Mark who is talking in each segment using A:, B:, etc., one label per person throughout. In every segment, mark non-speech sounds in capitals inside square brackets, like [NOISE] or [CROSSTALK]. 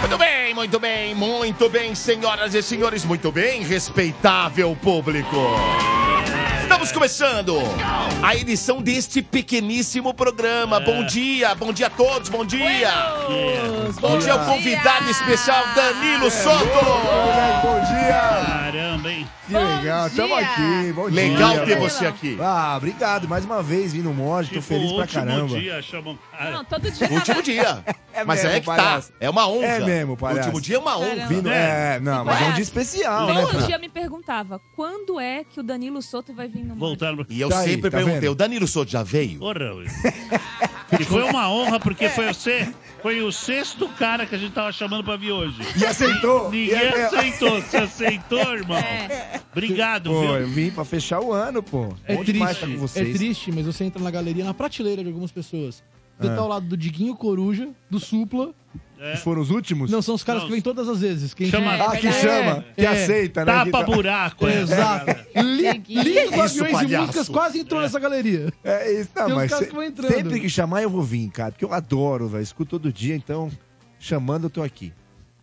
A: Muito bem, muito bem, muito bem, senhoras e senhores, muito bem, respeitável público. Estamos começando a edição deste pequeníssimo programa.
B: É.
A: Bom dia, bom dia a todos, bom dia. Bom dia ao convidado especial Danilo Soto.
B: É. Bom dia!
C: Caramba, hein?
B: Que legal,
D: dia!
B: tamo aqui. Bom dia.
A: Legal ter
B: Bom
A: você aqui.
B: Ah, obrigado mais uma vez vindo no Mod, tô
C: Tipo,
B: feliz pra
C: último
B: caramba.
C: dia, chamam... Ah,
D: Não, todo dia.
A: Último dia.
B: [LAUGHS] É
A: Mas
B: mesmo,
A: é que tá.
B: palhaço.
A: É uma honra.
B: É mesmo, palhaço.
A: Último dia é uma honra.
B: Vindo, é, não, mas é um dia
A: Ah,
B: especial, né?
E: Todo dia me perguntava quando é que o Danilo Soto vai vir no mundo.
C: Voltaram... pra-
A: E eu
B: Tá aí,
A: sempre
B: tá
A: perguntei,
B: vendo?
A: o Danilo Soto já veio?
C: Porra,
B: [LAUGHS]
C: Will. E foi uma honra,
D: É.
C: porque foi você... Foi o sexto cara que a gente tava chamando pra vir hoje.
B: E aceitou. E
C: Ninguém
B: é-
C: aceitou. Você aceitou, irmão?
D: É.
C: Obrigado,
B: Pô,
C: viu?
B: eu vim pra fechar o ano, pô.
F: É
B: Bom demais
F: triste,
B: tá com
F: é
B: vocês.
F: triste, mas você entra na galeria, na prateleira de algumas pessoas. Você tá ao lado do Diguinho Coruja, do Supla.
B: Que Foram os últimos?
F: Não, são os caras
C: Não,
F: que vêm todas as vezes. Quem
C: Chama-
F: É,
B: Ah, que
D: É,
B: É. chama, que
F: é.
B: aceita, né? Que tá-
C: Tapa buraco, é.
F: Exato. Li- Lindo Guardiões e
A: palhaço?
B: [LAUGHS]
F: Músicas quase entrou nessa galeria.
B: É isso, não,
F: Tem uns
B: mas
F: caras
B: se-
F: que vão entrando.
B: sempre que chamar eu vou vir, cara, porque eu adoro, velho. Escuto todo dia, então chamando eu tô aqui.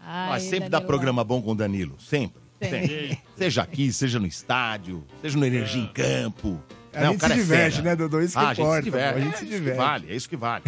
E: Ai, é
A: Mas sempre dá
E: Danilo. né?
A: programa bom com o Danilo. Sempre. sempre. Seja aqui, seja no estádio, seja no Energia em Campo.
B: É. A
A: Não, o
B: gente se
A: cara é
B: diverte,
A: fera.
B: né, Dodô? Isso que
A: Ah, a gente
B: importa.
A: se diverte.
B: pô, A
A: é
B: gente se
A: isso que
B: diverte.
A: vale, é isso que
B: [LAUGHS]
A: vale.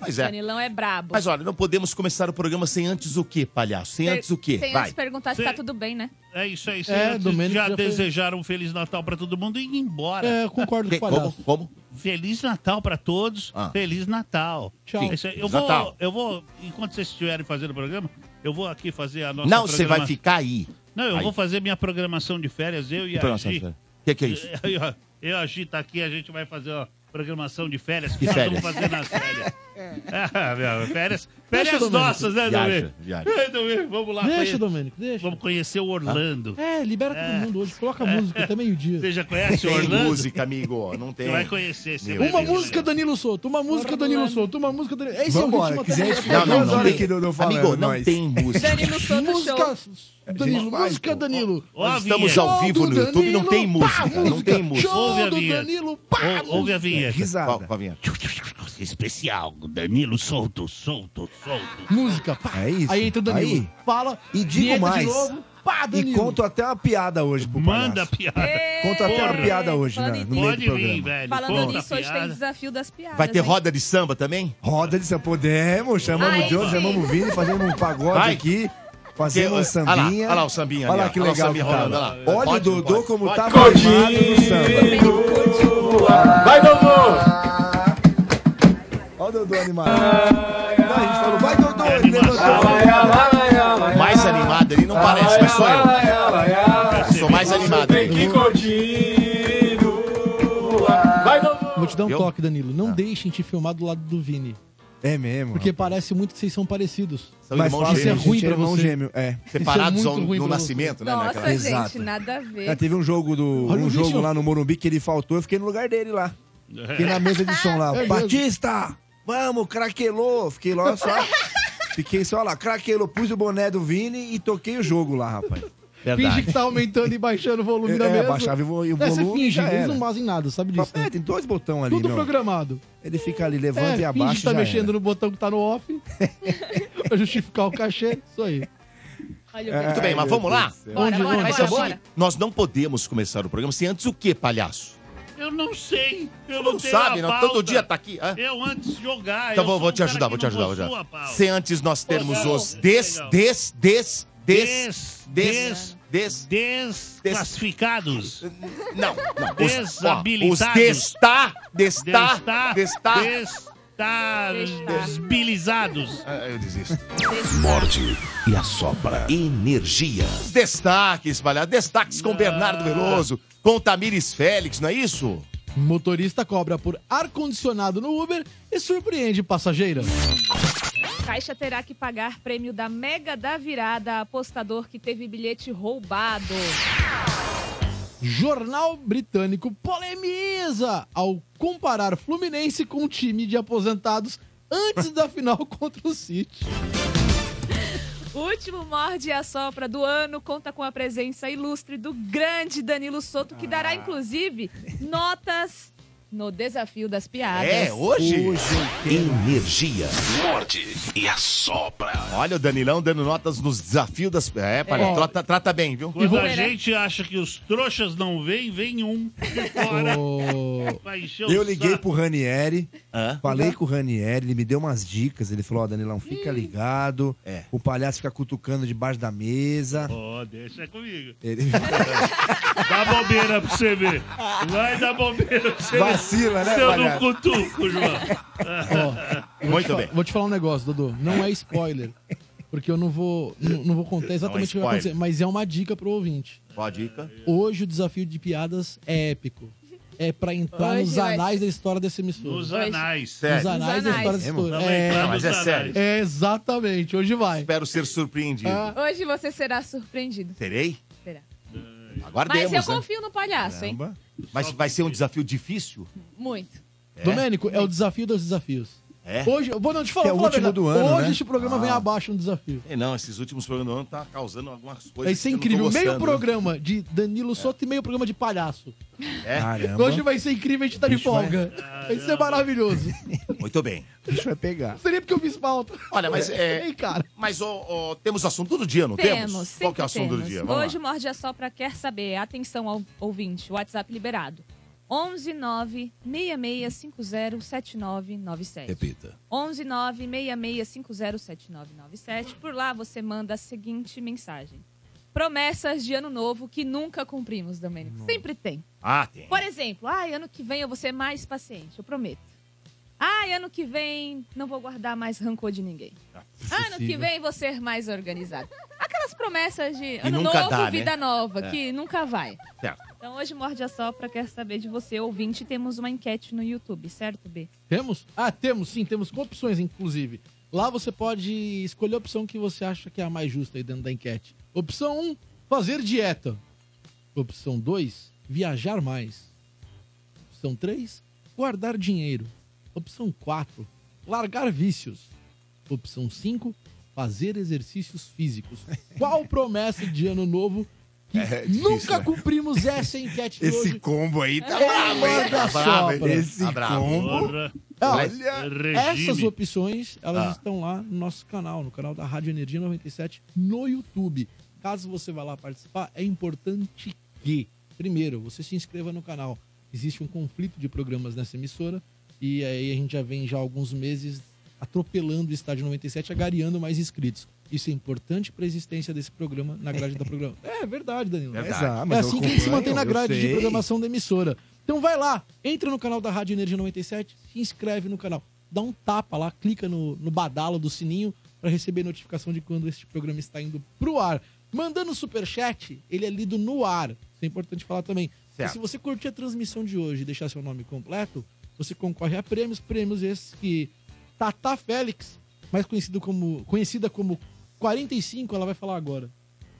A: Mas é.
E: Danilão é brabo.
A: Mas olha, não podemos começar o programa sem antes o quê, palhaço? Sem antes o quê?
E: Sem
A: Vai.
E: antes perguntar se
C: Cê-
E: tá tudo bem, né?
C: É isso aí.
F: É,
C: senhores.
F: Domênico
C: já
F: já foi-
C: desejaram um Feliz Natal pra todo mundo e ir embora.
F: É, eu concordo com
A: Que-
F: o
A: como?
F: palhaço.
A: Como?
C: Feliz Natal pra todos.
A: Ah.
C: Feliz Natal.
F: Tchau.
C: É isso aí. Eu
A: Feliz
C: vou,
A: Natal.
C: eu vou, enquanto vocês estiverem fazendo o programa, eu vou aqui fazer a nossa
A: Não, você vai
C: programa-
A: ficar aí.
C: Não, eu
A: Aí.
C: vou fazer minha programação de férias, eu e a
A: Programação de
C: Gi.
A: férias. O que, que é isso?
C: Eu, [LAUGHS] eu, eu e a Gi tá aqui, a gente vai fazer a programação de férias.
A: De
C: que
A: férias.
C: Nós vamos fazer nas férias. [LAUGHS] Ah, meu, férias
F: Deixa,
C: férias
F: Domênico.
C: nossas, né,
A: Viaja,
C: Domênico?
A: viaja.
C: É, Domênico, Vamos lá.
F: Deixa,
C: conhe-
F: Domênico, deixa.
C: Vamos conhecer o Orlando.
F: É, libera todo mundo hoje. Coloca música até meio-dia.
C: É, Você já conhece o
A: Tem
C: Orlando?
A: música, amigo. Não tem.
C: Você vai conhecer. Você
A: Meu
C: vai
F: Uma
C: ver.
F: música Danilo Solto, uma música Danilo Solto, uma música Danilo... Esse
B: Vambora,
F: é o
B: que
F: ritmo
B: gente-
F: até...
A: Não, não, não.
B: Olha
A: Tem.
B: que Dodô falando,
A: amigo, não
B: nós.
A: tem música.
E: Danilo Soto Show.
F: Música, Danilo,
B: vai,
F: música
B: pô.
F: Danilo.
C: Ó a
A: Nós estamos
C: vinheta.
A: ao vivo no
F: Show do
A: YouTube, não tem
F: Danilo,
A: música,
F: pá,
A: não tem música.
F: Show
C: Ouve a
F: do
C: vinheta.
F: Danilo, pá,
C: Ou- ouve a vinheta.
B: Risada.
A: Qual, qual a vinheta?
C: Especial, Danilo solto, solto, solto.
F: música, pá.
B: É isso.
F: Aí entra o Danilo.
B: Aí.
F: Fala.
B: E digo
F: vinheta
B: mais.
F: De novo, pá,
B: E
F: Danilo.
B: conto até uma piada hoje pro
C: Manda a
B: palhaço.
C: piada.
B: Conto até uma
C: Porra.
B: piada hoje, né?
E: Falando em-
B: No meio do
C: Pode vir,
B: programa.
C: velho.
E: Falando
C: conta a
E: nisso, hoje tem
C: piada.
E: desafio das piadas.
A: Vai ter
E: hein?
A: roda de samba também?
B: Roda de samba. Podemos. Chamamos
E: Aí
B: o Jones,
E: sim.
B: chamamos o Vini, fazemos um pagode
A: Vai.
B: aqui.
A: Que-
B: Fazemos um
A: é Olha lá,
B: sambinha.
A: olha lá o sambinha.
B: Olha
A: ali,
B: lá
A: ó.
B: que
A: Olha lá o
B: legal que
A: sambinha
B: tava.
A: rolando, olha lá.
B: Olha o
A: Pode, não
B: Dodô
A: pode?
B: como
A: Pode.
B: tava animado no samba.
G: Vai, Dodô!
B: Olha o Dodô animado. Não, a gente falou, vai Dodô, ele
C: animação.
B: levantou.
A: É Mais animado ali não parece, mas sou eu. Sou mais animado.
G: Tem que continuar. Vai, Dodô!
F: Vou te dar um
A: Eu?
F: toque, Danilo. Não deixem te filmar do lado do Vini.
B: Tá. É mesmo.
F: Porque
B: rapaz.
F: parece muito que vocês são parecidos.
A: São
B: Mas
A: irmãos
B: fala,
F: isso é
A: gêmeos,
B: gente,
F: ruim pra
B: irmão
F: você.
B: gêmeo. É.
A: separados
F: muito
A: ao-
F: ruim
A: no
F: pra você.
A: nascimento, né?
E: Nossa,
A: naquela-
E: gente,
B: Exato.
E: nada a ver.
B: Já teve um jogo do
F: Olha o
B: um jogo
F: bicho.
B: lá no Morumbi que ele faltou, eu fiquei no lugar dele lá. Fiquei na mesa de som lá.
F: [LAUGHS] É mesmo?
B: Batista, vamos, craquelou. Fiquei lá só. Fiquei só lá, craquelou, pus o boné do Vini e toquei o jogo lá, rapaz.
F: Finge que tá aumentando e baixando o volume
B: É,
F: da mesa.
B: baixava e vo- e o
F: É,
B: volume
F: Você finge,
B: já
F: eles
B: era.
F: não fazem nada, sabe disso. né?
B: É, tem dois botões ali,
F: Tudo
B: meu.
F: programado.
B: Ele fica ali,
F: É,
B: levanta e
F: finge
B: abaixa.
F: que tá
B: e já
F: mexendo
B: era.
F: no botão que tá no off. [LAUGHS] pra justificar o cachê. Isso aí.
H: É,
E: Olha o
A: Muito bem,
B: Ai,
A: mas
B: meu
A: vamos
B: Deus
A: lá?
B: do céu.
E: Bora,
F: Onde-
E: bora,
F: onde-
E: bora,
F: Mas é
E: bora.
A: Nós não podemos começar o programa sem antes o quê, palhaço?
C: Eu não sei. Eu
A: Não
C: não tenho
A: sabe,
C: a
A: não.
C: pauta.
A: Todo dia tá aqui. hã?
C: Eu antes de jogar.
A: Então
C: eu
A: vou,
C: sou
A: vou
C: um
A: te
C: cara
A: ajudar,
C: que
A: vou te
C: não
A: ajudar. Vou te
C: possua a
A: ajudar.
C: pauta.
A: Se antes nós termos
C: não.
A: os des,
C: Legal.
A: des, des, des,
C: Des-
A: des, des,
C: Desclassificados.
A: não, não. Os, ó, os
C: Desabilitados.
A: destá, destá,
C: Destá-
A: destá,
C: des- Tá desbilizados.
A: Ah, Eu desisto.
D: tá-
H: Morde e assopra.
I: Energia.
A: Os Destaques, palhaço. Destaques
C: Ah.
A: com Bernardo Veloso, com Tamires Félix, não é isso?
F: Motorista cobra por ar-condicionado no Uber e surpreende passageira.
E: Caixa terá que pagar prêmio da Mega da Virada a apostador que teve bilhete roubado.
F: Jornal britânico polemiza ao comparar Fluminense com um time de aposentados antes da final [LAUGHS] contra o City.
E: Último morde e assopra do ano conta com a presença ilustre do grande Danilo Soto, que
A: Ah.
E: dará, inclusive, notas no desafio das piadas.
A: É, hoje.
I: Energia.
H: Morde e assopra.
A: Olha o Danilão dando notas nos desafios das. É, palhaço. Trata, trata bem, viu?
C: Quando a
E: Vamos ver, né?
C: gente acha que os trouxas não vêm, vem
A: [LAUGHS]
C: um de fora.
F: Ô,
C: Vai encher o
B: Eu liguei
C: saco.
B: pro Ranieri,
A: Hã?
B: falei com o Ranieri, ele me deu umas dicas. Ele falou: Ó, Danilão, fica ligado.
A: É.
B: O palhaço fica cutucando debaixo da mesa.
C: Ó, deixa comigo.
B: Ele
C: Dá bobeira pra você ver. Vai dar bobeira pra você
B: vacila,
C: ver.
B: né,
C: Seu no
B: palhaço?
C: cutuco, João.
A: Muito bem.
F: Vou te falar um negócio, Dodô. Não é spoiler. Porque eu não vou, não, não vou contar exatamente o que vai
A: spoiler.
F: acontecer, mas é uma dica pro ouvinte.
A: [LAUGHS] Pode dica.
F: Hoje o desafio de piadas é épico. É pra entrar
E: Hoje
F: nos
E: vai
F: anais da história dessa emissora.
C: Nos anais.
F: Nos
A: Sério.
F: anais da
E: Nos
F: história
E: anais.
F: dessa emissora.
C: Vamos
F: É,
C: entrar
A: mas
C: nos
A: é
C: anais.
A: sério.
F: é, exatamente. Hoje vai.
A: Espero ser surpreendido.
F: Ah.
E: Hoje você será surpreendido.
A: Terei?
E: Será.
A: Aguardemos,
E: Mas eu
A: né?
E: confio no palhaço, hein?
A: Mas vai ser um desafio difícil?
E: Muito.
F: Domênico, é o desafio dos desafios.
A: É?
F: Hoje, eu vou não te falar,
B: É o
F: vou falar a
B: último
F: verdade.
B: do ano,
F: Hoje
B: né?
F: este programa vem abaixo no desafio.
A: É, não, esses últimos programas do ano tá causando algumas coisas.
F: Vai
A: que
F: ser
A: eu não tô
F: incrível.
A: gostando,
F: Meio programa de Danilo Soto e meio programa de palhaço.
A: É?
B: Caramba.
F: Hoje vai ser incrível, a gente tá de
B: Bicho, vai-
F: folga. Vai ser maravilhoso.
A: né? Muito bem.
B: O bicho vai pegar.
F: Seria porque eu fiz falta.
A: Olha,
B: [LAUGHS]
A: mas é.
F: Ei, cara.
A: Mas ó, ó, temos assunto do dia, não temos?
E: Temos.
A: Qual
E: sempre
A: que é o assunto
E: temos.
A: do dia? Vamos
E: Hoje
A: lá.
E: o Morde a Sopra quer saber. Atenção ao ouvinte. WhatsApp liberado. 11 9 6650 7997.
H: Repita.
E: 11 966507997. Por lá você manda a seguinte mensagem. Promessas de ano novo que nunca cumprimos, Domênico. Sempre tem.
A: Ah, tem.
E: Por exemplo, ai, ano que vem eu vou ser mais paciente, eu prometo. Ai, ano que vem não vou guardar mais rancor de ninguém.
A: Ah, é
E: Ano que vem vou ser mais organizado. Aquelas promessas de ano
A: nunca
E: novo,
A: dá, né?
E: vida nova, que nunca vai.
A: Certo.
E: Então hoje Morde a Sopra quer saber de você, ouvinte. Temos uma enquete no YouTube, certo, B?
F: Temos? Ah, temos sim, temos com opções, inclusive. Lá você pode escolher a opção que você acha que é a mais justa aí dentro da enquete. Opção 1, fazer dieta. Opção 2, viajar mais. Opção 3, guardar dinheiro. Opção 4, largar vícios. Opção 5, fazer exercícios
A: [LAUGHS]
F: físicos. Qual promessa de ano novo que
A: difícil,
F: nunca
A: né?
F: cumprimos essa enquete de hoje?
B: combo aí tá
F: É, manda sopra.
B: Esse
A: Tá bravo.
B: combo.
C: Porra,
F: Ah,
B: Olha.
C: regime.
F: Essas opções, elas
A: Ah.
F: estão lá no nosso canal, no canal da Rádio Energia 97 no YouTube. Caso você vá lá participar, é importante que, primeiro, você se inscreva no canal. Existe um conflito de programas nessa emissora e aí a gente já vem já há alguns meses atropelando o Estádio 97, agariando mais inscritos. Isso é importante para a existência desse programa na grade da programa. É verdade, Danilo.
A: Verdade.
B: Mas, ah, mas
F: é
B: eu
F: assim que a gente se
B: acompanho,
F: mantém na
B: eu
F: grade de
B: sei.
F: programação da emissora. Então vai lá, entra no canal da Rádio Energia 97, se inscreve no canal, dá um tapa lá, clica no, no badalo do sininho para receber notificação de quando este programa está indo pro ar. Mandando superchat, ele é lido no ar. Isso é importante falar também. E
A: Certo.
F: se você curtir a transmissão de hoje e deixar seu nome completo, você concorre a prêmios, prêmios esses que Tata Félix, mais conhecido como, conhecida como 45, ela vai falar agora.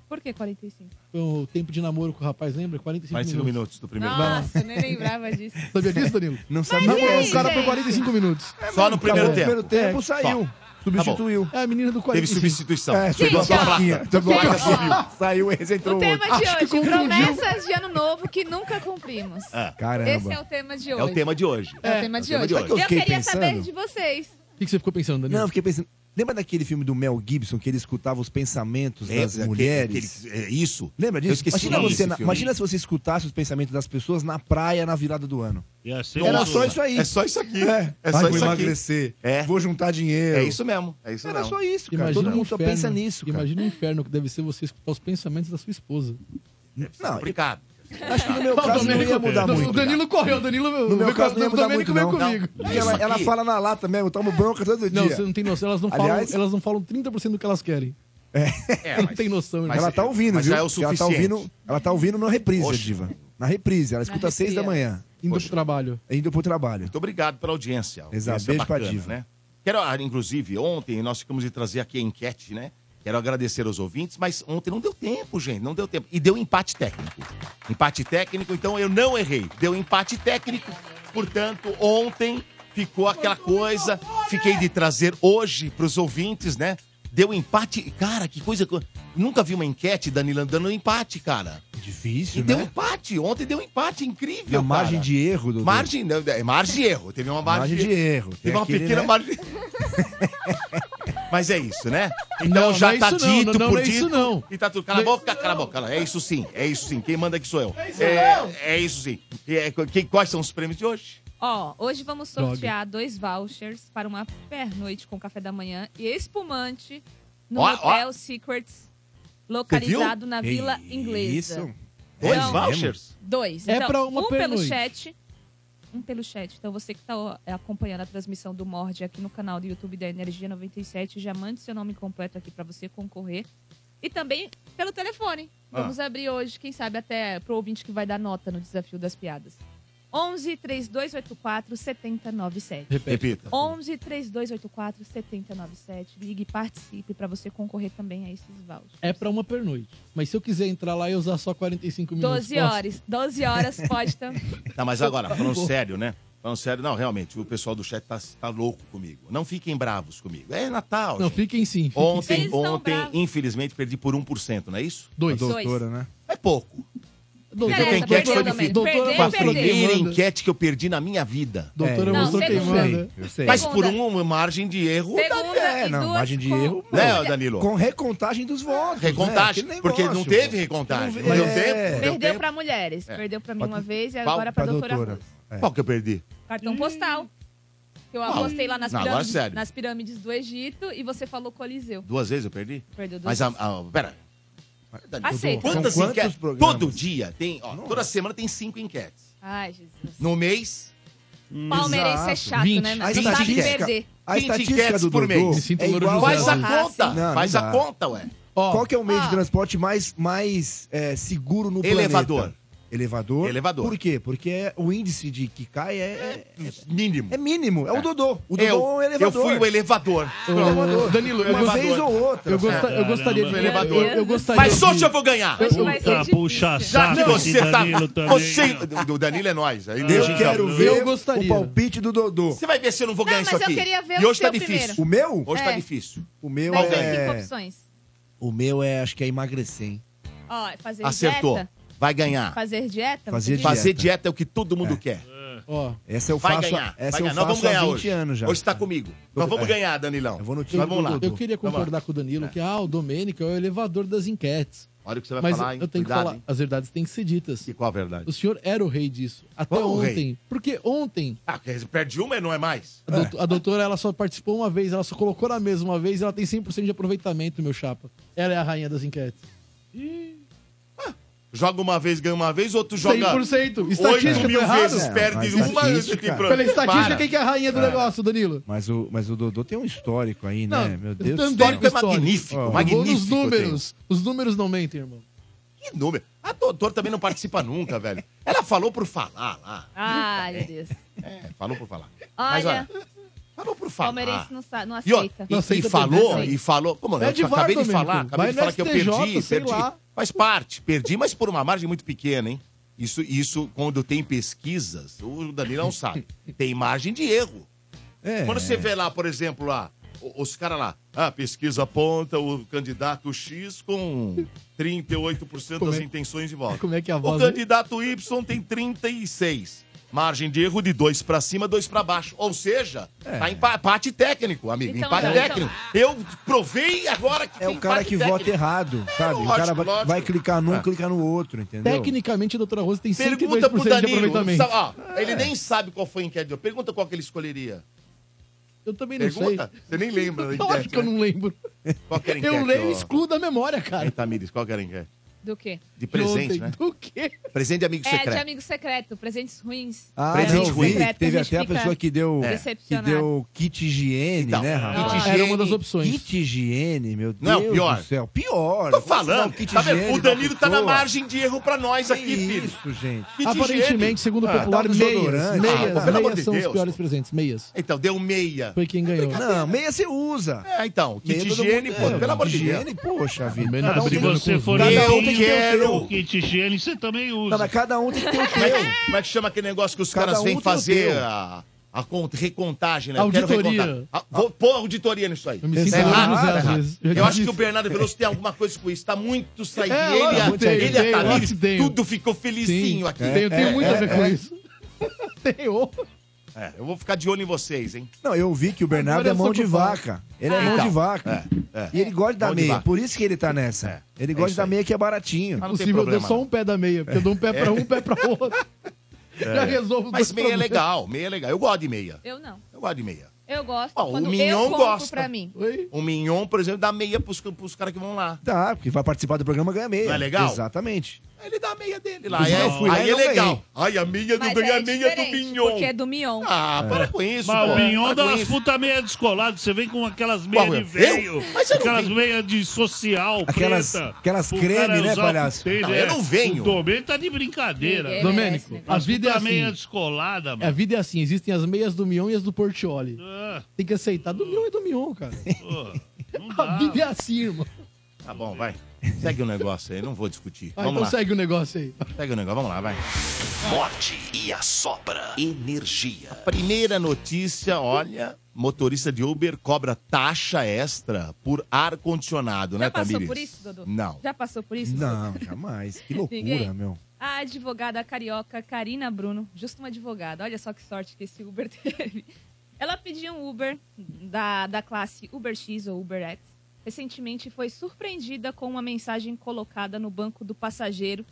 E: Por que 45?
F: Foi o tempo de namoro com o rapaz, lembra? 45
A: 45
F: minutos.
A: minutos do primeiro.
E: Nossa, nem lembrava
A: [LAUGHS]
E: disso.
F: Sabia disso, Danilo?
B: Não sabe
F: Não,
B: não,
F: é
E: aí,
F: o cara por
E: gente?
F: 45 minutos.
A: Só no primeiro tempo.
B: primeiro tempo
F: Tá
B: saiu. Substituiu.
F: É a menina do
A: Teve
F: 45.
A: substituição.
B: É, subiu a
E: Gente, ó.
B: plaquinha. Subiu a placa,
E: Gente, ó.
B: subiu. Saiu esse, entrou
E: O tema
B: outro.
E: de
F: Acho que
E: hoje,
F: confundiu.
E: promessas de ano novo que nunca cumprimos. Esse é
B: Caramba.
E: o tema de hoje.
A: Ah, É o tema de hoje.
E: É o tema de
A: é o tema
E: hoje.
A: de hoje.
E: Eu,
B: Eu fiquei
E: queria saber
B: pensando-
E: de vocês.
F: O que que você ficou pensando,
B: Não,
F: Danilo?
B: eu fiquei pensando. Lembra daquele filme do Mel Gibson que ele escutava os pensamentos
A: É,
B: das
A: aquele-
B: mulheres?
A: aquele- é isso.
B: Lembra
A: Eu
B: disso?
A: esqueci
B: Imagina,
A: o nome
B: você
A: desse
B: na-
A: filme.
B: imagina se você escutasse os pensamentos das pessoas na praia na virada do ano.
C: Ia ser
B: Era
C: um-
B: só isso aí.
A: É só isso aqui.
B: É,
A: É
B: Ai,
A: só
B: vou
A: isso aqui.
B: emagrecer.
A: É.
B: Vou juntar dinheiro.
A: É isso mesmo. É isso
B: Era
A: mesmo.
B: só isso, cara. Todo mundo só
F: o inferno.
B: pensa nisso, cara.
F: Imagina o inferno que deve ser você escutar os pensamentos da sua esposa.
A: Não,
B: Não,
A: complicado.
B: Acho que no meu caso não ia mudar muito.
F: O Danilo correu, o Danilo.
B: No meu
F: veio
B: caso
F: com-
B: não ia
F: o
B: mudar
F: Domênico
B: muito,
F: veio
B: não.
F: comigo.
B: Porque Ela, ela
A: aqui-
B: fala na lata mesmo, eu tomo bronca todo
F: Não,
B: dia.
F: você não tem noção, elas não,
B: Aliás-
F: falam, elas não falam 30% do que elas querem.
A: É,
F: Não
A: mas-
F: tem noção,
A: mas-
B: ela tá ouvindo,
A: mas
B: viu?
A: já é o
B: Porque ela tá
A: suficiente.
B: ouvindo, ela tá ouvindo na reprise,
A: Oxe.
B: Diva. Na reprise, ela escuta às seis da
E: reprise.
B: manhã,
F: indo
A: Poxa.
F: pro trabalho.
B: indo pro trabalho.
A: Muito obrigado pela audiência. A
B: Exato,
A: audiência
B: beijo pra
A: bacana,
B: diva.
A: Né? Quero, ah, inclusive, ontem nós ficamos de trazer aqui a enquete, né? Quero agradecer aos ouvintes, mas ontem não deu tempo, gente, não deu tempo. E deu empate técnico. Empate técnico, então eu não errei. Deu empate técnico, portanto, ontem ficou aquela coisa. Fiquei de trazer hoje pros ouvintes, né? Deu empate. Cara, que coisa. co- Nunca vi uma enquete, Danilo, dando empate, cara. E
B: Difícil, né?
A: deu empate. Ontem deu empate, incrível.
B: Na margem
A: cara.
B: de erro, Dudu.
A: Margem, não, é margem de erro. Teve uma margem,
B: Margem de erro. Tem
F: É
A: Teve uma
B: aquele,
A: pequena
B: né?
A: margem. [LAUGHS] Mas é isso, né? Então
F: Não,
A: já
F: não é
A: tá
F: isso não,
A: dito
F: não, não
A: por
F: é
A: dito.
F: isso não.
A: E tá tudo. Cala a
F: Não é
A: boca, cala a boca. cala. É isso sim, é isso sim. Quem manda aqui sou eu. É, é isso sim. E é, que- quais são os prêmios de hoje?
E: Ó, hoje vamos
F: Droga.
E: sortear dois vouchers para uma pernoite com café da manhã e espumante no
A: Ó, ó.
E: Hotel Secrets, localizado na
B: Que
E: Vila Inglesa. Então,
B: Isso.
A: Dois
E: Não.
A: vouchers?
E: Dois.
F: É
E: Então,
F: pra uma
E: um pelo
F: pernoite.
E: chat. Um pelo chat. Então, você que está acompanhando a transmissão do Mord aqui no canal do YouTube da Energia 97, já mande seu nome completo aqui para você concorrer. E também pelo telefone.
A: Ah.
E: Vamos abrir hoje, quem sabe até pro ouvinte que vai dar nota no desafio das piadas. 11 3284 7097.
F: Repete.
A: Repita.
E: 11 3284 7097. Ligue e participe para você concorrer também a esses vouchers.
F: É pra uma pernoite. Mas se eu quiser entrar lá e usar só 45 minutos.
E: 12
F: posso?
E: horas. 12 horas pode também.
A: Um Tá, mas agora,
F: [LAUGHS]
A: falando sério, né? Falando sério, não, realmente, o pessoal do chat tá, tá louco comigo. Não fiquem bravos comigo. É Natal,
F: Não,
A: gente.
F: fiquem sim. Fiquem
A: Ontem,
E: Eles tão
A: ontem,
E: bravos.
A: infelizmente, perdi por 1%, não é isso?
B: A
F: Dois.
B: doutora, né?
A: É pouco.
F: Doutora,
A: Interessa,
F: doutora-
A: perdeu,
E: Domênico.
F: doutora
E: Perdeu,
A: Foi a
F: mostrou
E: perdeu.
A: primeira
F: quem manda.
A: enquete que eu perdi na minha
B: É.
A: vida.
F: Doutora
E: Não,
F: mostrou quem
E: segunda.
F: manda.
B: né? Eu sei.
A: Mas
E: Segunda.
A: por uma margem de erro,
E: Segunda
B: É,
E: e
B: não,
E: duas
B: margem de
E: com-
B: erro,
A: né, Danilo?
B: Com recontagem dos votos.
A: Recontagem,
B: né? Aquele
A: porque não
B: negócio.
A: teve recontagem. Não
B: Não
A: deu
B: é.
A: tempo. não deu
E: Perdeu
A: tempo.
E: pra mulheres,
A: É.
E: perdeu pra mim
B: Pra-
E: uma vez e agora pra,
B: Pra
E: doutora,
B: doutora. É.
E: Ruth.
A: Qual que eu perdi?
E: Cartão postal. Eu
A: Ah,
E: apostei lá nas
A: Hum. não, agora
E: pirâmides,
A: sério.
E: nas pirâmides do Egito e você falou Coliseu.
A: Duas vezes eu perdi?
E: Perdeu duas
A: Mas a. a- pera.
E: Aceita.
A: Quantas
B: São quantos
A: enquetes?
B: programas?
A: Todo dia tem. ó, toda semana tem cinco enquetes.
E: Ai, Jesus.
A: No mês,
E: Palmeirense é
B: Exato.
E: chato,
F: 20.
E: né?
B: A
E: Não
A: Vinte
E: sabe
B: estatística,
E: perder.
B: a
A: 20
B: estatística
A: enquetes
B: do
A: por
B: Dudu
A: mês. Me
F: sinto
B: é igual
A: faz
B: a-
A: a
E: Arrasa.
A: conta.
B: Não, não
A: faz a
B: dá.
A: conta, ué.
F: Ó,
B: Qual que é o meio
A: ah.
E: Ó.
B: de transporte mais, mais é, seguro no
A: Elevador.
B: planeta? Elevador.
A: Elevador.
B: Por quê? Porque é- o índice de que cai é,
A: Mínimo.
B: é mínimo. É o Dodô. O Dodô é um
A: Eu, eu
B: elevador.
A: fui o elevador.
B: o elevador.
F: Danilo, eu
B: Uma
F: gosto-
B: vez ou outra.
F: eu, gosta- eu
C: Caramba.
F: gostaria de.
C: Meu
F: Eu,
E: Deus
F: eu
E: do
F: gostaria
A: Mas
F: de- Ah,
A: hoje eu vou ganhar.
E: Hoje é vai ser
C: Puta,
E: difícil.
B: É
C: puxa
A: Já que
C: saco esse
A: você tá.
C: Danilo também.
A: Você, o Danilo é nós. aí
C: Eu
A: deixa
B: Eu
A: em
B: quero
C: Eu
B: ver
F: gostaria.
B: o palpite do Dodô.
A: Você vai ver se eu não vou
E: Não,
A: ganhar isso
E: mas eu
A: aqui.
E: queria ver
A: e
E: o
A: hoje tá
E: seu
A: difícil.
E: primeiro.
B: O meu?
A: Hoje tá
E: É.
A: difícil.
B: O meu
E: Não, tem cinco
B: é...
E: opções.
B: O meu é, acho que é emagrecer, hein?
E: Ó, fazer
A: Acertou.
E: dieta.
A: Vai ganhar.
E: Fazer dieta?
B: Fazer
E: você
A: Fazer dieta é o que todo mundo quer.
F: Ó,
B: Essa eu
A: Vai
B: faço,
A: ganhar.
B: Essa
A: vai
B: eu
A: ganhar. Nós
B: faço
A: vamos
B: há
A: ganhar
B: 20
A: hoje.
B: anos já.
A: Hoje tá comigo. Nós vamos
B: é.
A: ganhar, Danilão.
B: Eu vou no time
A: Nós vamos lá.
B: do Dudu.
F: eu queria
A: Vamos
F: concordar com o Danilo que ah, o Domênico é o elevador das enquetes.
A: Olha o que você vai
F: Mas
A: falar, hein?
F: eu tenho
A: Cuidado,
F: que falar,
A: hein?
F: as verdades têm que ser ditas.
A: E qual a verdade?
F: O senhor era o rei disso. Até
A: Qual o rei?
F: ontem. Porque ontem,
A: Ah, porque perde uma e não é mais.
F: a, doutor- a doutora ela só participou uma vez, ela só colocou na mesa uma vez, ela tem 100% de aproveitamento, meu chapa. Ela é a rainha das enquetes.
A: Joga uma vez, ganha uma vez, outro joga
F: 100%.
A: 8
F: Estatística,
A: mil
F: tô errado?
A: vezes,
B: Não,
A: perde
B: mas
A: uma.
B: estatística-
A: tem problema.
F: Pela estatística,
A: Para.
F: quem que é a rainha do negócio, Danilo?
B: Mas o, mas o Dodô tem um histórico aí, né?
F: Não,
B: Meu
A: O
B: Deus do
F: também.
B: céu.
A: histórico é
F: Histórico.
A: magnífico.
B: Ó,
F: Vou nos
A: magnífico.
F: números. Os números não mentem, irmão.
A: tem. Que número. A doutora também não participa nunca, velho. Ela falou por falar lá.
E: Ai, meu Deus.
A: É, falou por falar. Mas
E: Ah. Olha,
A: olha, falou por falar.
E: palmeirense não, sa- não
A: E, ó, e,
E: aceita.
F: Não
A: e
F: aceita É
A: falou,
F: também.
A: e falou. Como, eu
F: Pede VAR,
A: acabei de
F: Domênico.
A: falar, acabei
F: Vai
A: de
F: no
A: falar que eu
F: STJ,
A: perdi,
F: sei
A: perdi.
F: lá.
A: Faz parte, perdi, mas por uma margem muito pequena, hein? Isso, isso quando tem pesquisas, o Danilo não
F: [LAUGHS]
A: sabe. Tem margem de erro.
B: É.
A: Quando você vê lá, por exemplo, lá, o- os caras lá, a pesquisa aponta o candidato X com 38%
F: Como
A: das
F: é-
A: intenções de voto.
F: como é que é a
A: O
F: voz,
A: candidato Y tem 36. Margem de erro de 2 pra cima, 2 pra baixo. Ou seja,
F: É.
A: tá empa- empate técnico, amigo.
E: Então,
A: empate
E: então,
A: técnico. Eu provei agora que
B: É
A: tem É
B: o cara
A: empate
B: que
A: técnico.
B: vota errado, sabe?
A: Lógico,
B: o cara vai,
A: lógico.
B: vai clicar num,
A: um É.
B: clicar no outro, entendeu?
F: Tecnicamente, a doutora Rosa tem 102%
A: Pergunta pro
F: de
A: Danilo. não
F: aproveitamento. É.
A: sabe- ó, Ele nem sabe qual foi a enquete. Pergunta qual que ele escolheria.
F: Eu também não
A: Pergunta? Você nem lembra da
F: sei. Lógico
A: enquete.
F: que eu
A: né?
F: não lembro.
A: Qual que era a enquete?
F: Eu leio e
A: ó?
F: excluo da memória, cara.
A: Aí, Tamires, qual que era a enquete?
E: Do quê?
A: De presente,
F: ontem.
A: né?
F: Do quê?
A: Presente de amigo
E: É, de
A: secreto.
E: amigo secreto, presentes ruins.
B: Ah,
A: Presente
B: eu vi.
E: secreto que
B: Teve
E: a gente
B: até a
E: fica
B: pessoa que deu, que
E: decepcionado.
B: deu kit higiene,
A: Então,
B: né,
A: kit
B: rapaz?
A: higiene.
F: Era uma das opções.
B: Kit higiene, meu Deus
A: Não, pior.
B: do céu. Pior.
A: Tô
B: Como você dá um
A: falando,
B: kit
A: tá vendo?
B: higiene
A: O Danilo
B: pra
A: tá na
B: pessoa?
A: margem de erro pra nós
B: Que
A: aqui, filho.
B: isso, gente.
A: Kit higiene.
F: Aparentemente, segundo o
A: Ah,
F: popular,
B: dá um
F: meias.
B: desodorante.
F: Meias,
A: Ah, pelo amor
F: meias
A: de
F: são
A: Deus,
F: os piores
A: pô.
F: presentes, meias.
A: Então, deu meia.
F: Foi quem ganhou.
B: Não, meia você usa.
A: É, então, kit
B: Meia todo
A: higiene,
B: mundo-
A: pô,
B: é,
A: pelo amor de Deus.
B: higiene, poxa vida.
F: Também não
C: Ah,
B: Cada um
C: se
B: tem-
F: brigando
C: você
F: com os
C: for
F: outros.
A: Eu
B: um
C: assim,
A: quero.
C: o kit higiene, você também usa.
B: Não, mas cada um tem que ter o
A: Como é,
B: teu.
A: que- como é que chama aquele negócio que os
B: Cada
A: caras
B: um
A: vêm
B: tem o
A: fazer
B: teu.
A: a, a cont- recontagem, né?
F: Auditoria.
A: recontagem. Ah, vou pôr auditoria nisso aí.
F: Eu me
A: Tá
F: sinto
B: Exato.
A: errado,
F: menos
A: tá
F: às
A: errado.
F: vezes.
A: Eu,
F: já
A: acho que
F: disse.
A: o Bernardo Veloso tem alguma coisa com isso. Tá muito saído.
F: É,
A: ele,
F: olha,
A: a-
F: muito saído.
A: ele e a
F: Tem,
A: Tamires,
F: eu acho que tem.
A: tudo ficou felicinho aqui.
F: Tem, tem
A: É,
F: muito a
A: é,
F: ver com isso. [LAUGHS] Tem outro.
A: é, eu vou ficar de olho em vocês, hein?
B: Não, eu vi que o Bernardo
F: Agora
B: é
F: eu
B: mão
F: sou
B: de
F: culpado. Ah,
B: vaca. Ele é mão de
A: Então,
B: vaca.
A: é.
B: E ele gosta da
A: Mão de
B: meia,
A: vaca.
B: por isso que ele tá nessa.
A: É,
B: Ele
A: é
B: gosta
A: isso
B: da
A: aí.
B: meia que é baratinho. É.
A: Ah, não tem
F: Possível, eu dou
A: problema,
F: só
A: não.
F: um pé da meia. Porque eu dou um pé pra um, um pé pra outro. Já resolvo
A: Mas
F: dois
A: meia é
F: problemas.
A: legal, meia é legal. Eu gosto de meia.
E: Eu não.
A: Eu gosto de meia.
E: Eu gosto
A: Ó, o
E: quando eu
A: Mignon
E: compro
A: gosta.
E: pra mim.
F: Oi?
A: O Mignon, por exemplo, dá meia pros, pros caras que vão lá.
B: Tá, porque vai participar do programa ganha meia.
A: Não é legal?
B: Exatamente.
A: Ele dá a meia dele lá.
B: Mas
A: Aí,
B: eu
A: é-
B: fui lá
A: aí
B: e
A: é
B: não ganhei.
A: legal. Ai, a meia do
E: Mas
A: ganha
E: é
A: a meia do
E: diferente,
A: Mignon.
E: porque é do Mignon.
A: Ah,
B: É.
A: para com isso,
C: um. Mas
A: pô.
C: o Pinhon
A: Para
C: dá
A: com
C: umas
A: isso.
C: puta meia descolada. Você vem com aquelas
A: Qual
C: meias
A: eu?
C: de veio.
A: Mas eu não
C: Aquelas
A: venho.
C: meias de social,
B: Aquelas-
C: preta.
B: aquelas
C: pro
B: creme,
C: cara
B: né,
C: usar
B: palhaço?
C: pro tênis,
A: Não, eu
C: é.
A: não venho.
C: O Domênio tá de brincadeira.
E: Ninguém. É, merece,
F: Domênico,
E: né?
F: a
C: As
F: vida é
C: puta meia
F: assim.
C: descolada,
F: A
C: mano.
F: vida é assim. Existem as meias do Mion e as do Portioli.
C: Ah,
F: Tem que aceitar. Do Mion e do Mion, cara.
C: pô, não
F: [LAUGHS] A
C: dá.
F: vida é assim, irmão.
A: Tá bom, vai. Segue o negócio aí, não vou discutir.
F: Vai,
A: vamos
F: então
A: lá.
F: segue o negócio aí.
A: Segue o negócio, vamos lá, vai.
H: Morte e a sopra. Energia.
A: Primeira notícia, olha, motorista de Uber cobra taxa extra por ar-condicionado,
E: Já
A: né,
E: passou
A: Tamires?
E: por isso, Dodô?
A: Não.
E: Já passou por isso?
B: Não, jamais.
E: [LAUGHS]
B: Que loucura,
E: Ninguém?
B: meu.
E: A advogada carioca Karina Bruno, justo uma advogada, olha só que sorte que esse Uber [LAUGHS] teve. Ela pediu um Uber da, da classe Uber X ou Uber X. Recentemente foi surpreendida com uma mensagem colocada no banco do passageiro.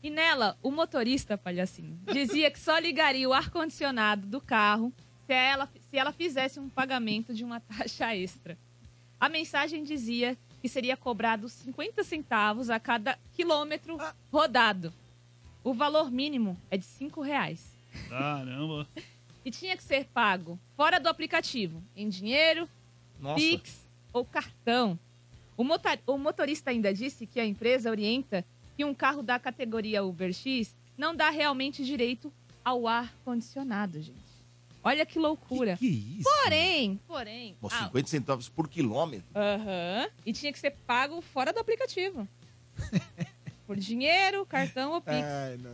E: E nela, o motorista, palhacinho, dizia que só ligaria o ar-condicionado do carro se ela, se ela fizesse um pagamento de uma taxa extra. A mensagem dizia que seria cobrado 50 centavos a cada quilômetro
B: Ah.
E: rodado. O valor mínimo é de 5 reais.
C: Caramba.
E: E tinha que ser pago fora do aplicativo, em dinheiro,
A: Nossa.
E: Pix ou cartão. O, mota- o motorista ainda disse que a empresa orienta que um carro da categoria Uber X não dá realmente direito ao ar-condicionado, gente. Olha que loucura.
B: Que isso?
E: Porém, porém...
A: Pô,
E: ah,
A: 50 centavos por quilômetro.
E: Aham. E tinha que ser pago fora do aplicativo. Por dinheiro, cartão ou Pix.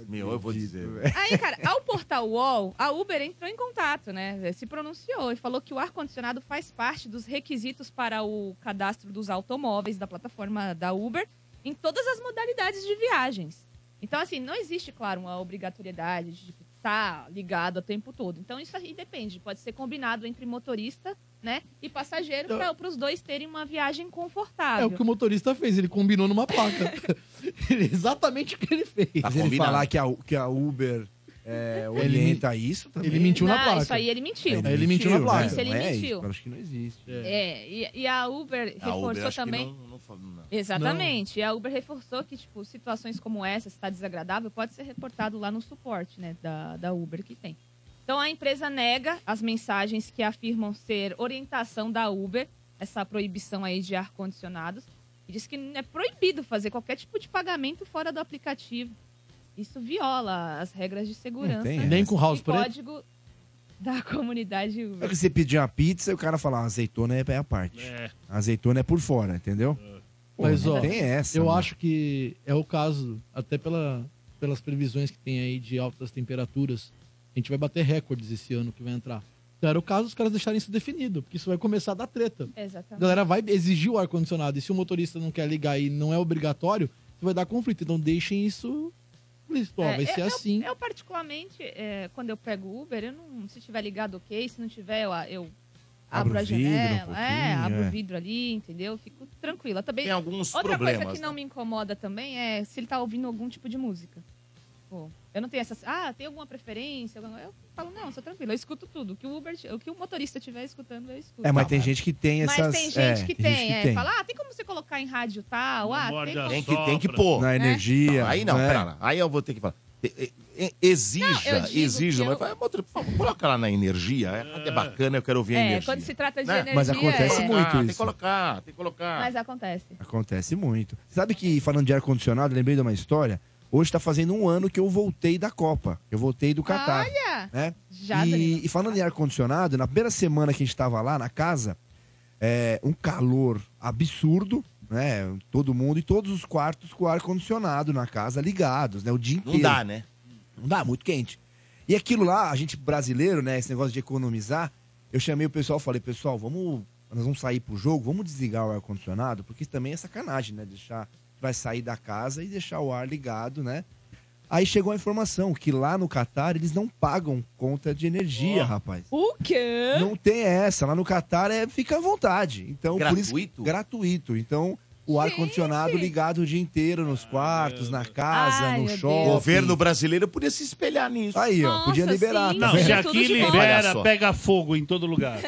A: Meu, eu vou dizer.
E: Aí, cara, ao portal UOL, a Uber entrou em contato, né? Se pronunciou e falou que o ar-condicionado faz parte dos requisitos para o cadastro dos automóveis da plataforma da Uber em todas as modalidades de viagens. Então, assim, não existe, claro, uma obrigatoriedade de estar ligado o tempo todo. Então, isso aí depende. Pode ser combinado entre motorista, né, e passageiro para os dois terem uma viagem
F: Então- É
E: confortável.
F: o que o motorista fez, ele combinou numa placa. [LAUGHS] Ele- Exatamente o que ele fez.
A: Tá
B: Mas ele
A: combinado.
B: falar que a, que a Uber é, orienta isso também.
F: Ele mentiu na
E: Não,
F: placa.
E: Ah, isso aí ele mentiu.
F: Ele mentiu na placa.
E: Isso ele
B: não é
E: mentiu.
B: isso, acho que não existe.
E: É, e, e a Uber
A: A
E: reforçou
A: Uber, acho que
E: também.
A: não, não fa- não.
E: Exatamente. E a Uber reforçou que, tipo, situações como essa, se está desagradável, pode ser reportado lá no suporte, né, da, da Uber que tem. Então a empresa nega as mensagens que afirmam ser orientação da Uber, essa proibição aí de ar-condicionados, e diz que é proibido fazer qualquer tipo de pagamento fora do aplicativo. Isso viola as regras de segurança
B: tem, é.
E: e
F: Nem com o House Preto.
E: código da [LAUGHS] comunidade
B: É
E: Uber.
B: que você pedir uma pizza e o cara falar azeitona é a parte.
C: É.
B: Azeitona é por fora, entendeu? Pô,
F: Mas,
B: não
F: ó,
B: tem essa.
F: Eu
B: mano.
F: acho que é o caso, até pela, pelas previsões que tem aí de altas temperaturas. A gente vai bater recordes esse ano que vai entrar. Então era o caso dos caras deixarem isso definido, porque isso vai começar a dar treta. A
E: Exatamente.
F: galera vai exigir o ar-condicionado. E se o motorista não quer ligar e não é obrigatório, isso vai dar conflito. Então deixem isso listo. Ó,
E: É,
F: vai ser
E: eu-
F: assim.
E: Eu, particularmente, é, quando eu pego Uber, eu não, se tiver ligado, ok. Se não tiver, eu, eu
B: Abre
E: abro
B: o
E: a
B: vidro um
E: janela. é,
B: pouquinho,
E: abro
B: é.
E: o vidro ali, entendeu? Fico tranquila. Também,
A: Tem alguns
E: outra
A: problemas.
E: coisa que não
A: né?
E: me incomoda também é se ele tá ouvindo algum tipo de música. Tipo, eu não tenho essa. Ah, tem alguma preferência? Alguma- Eu falo, não, sou tranquilo. Eu escuto tudo. O que o Uber, o que o motorista estiver escutando, eu escuto.
B: É,
A: Tá,
B: mas tem gente que tem
E: Mas
B: essas...
E: tem gente
B: é,
E: que tem, é. Fala, ah, tem como você colocar em rádio tal? Ah, tem
C: Morde a
E: como...
A: Tem que, tem que
C: Sopra.
A: pôr.
B: Na energia.
A: Não, aí não,
B: né?
A: pera lá. Aí eu vou ter que falar. E- e- e- Exija,
E: Não, eu digo
A: exija.
E: que
A: mas
E: eu-
A: fala, "Motor, por favor, coloca lá na energia. É, é bacana, eu quero ouvir a
E: É,
A: energia.
E: quando se trata de
A: Né?
E: energia.
B: Mas acontece
E: é.
B: muito
A: Ah, Tem que
B: isso.
A: colocar, tem que colocar.
E: Mas acontece.
B: Acontece muito. Sabe que, falando de ar-condicionado, lembrei de uma história. Hoje tá fazendo um ano que eu voltei da Copa. Eu voltei do Catar.
E: Olha!
B: né?
E: Já,
B: e,
E: Danilo.
B: e falando em ar-condicionado, na primeira semana que a gente tava lá na casa, é, um calor absurdo, né? Todo mundo e todos os quartos com ar-condicionado na casa ligados, né? O dia
A: Não
B: inteiro.
A: dá, né?
B: Não dá, muito quente. E aquilo lá, a gente brasileiro, né? Esse negócio de economizar, eu chamei o pessoal, falei, pessoal, vamos. Nós vamos sair pro jogo, vamos desligar o ar-condicionado, porque isso também é sacanagem, né? Deixar. Vai sair da casa e deixar o ar ligado, né? Aí chegou a informação que lá no Catar eles não pagam conta de energia, rapaz.
E: O quê?
B: Não tem essa. Lá no Catar é fica à vontade. Então, por
A: Gratuito?
B: isso gratuito. Então, o ar condicionado ligado o dia inteiro nos quartos, na casa,
E: Ai, meu
B: no
E: Deus.
A: O
B: shopping.
A: governo brasileiro podia se espelhar nisso.
B: Aí, ó,
E: Nossa,
B: podia liberar.
E: sim. é
B: tá
C: Não,
B: vendo?
C: se
E: Tudo
C: aqui
E: de bom.
A: Olha
C: libera,
A: só.
C: pega fogo em todo lugar.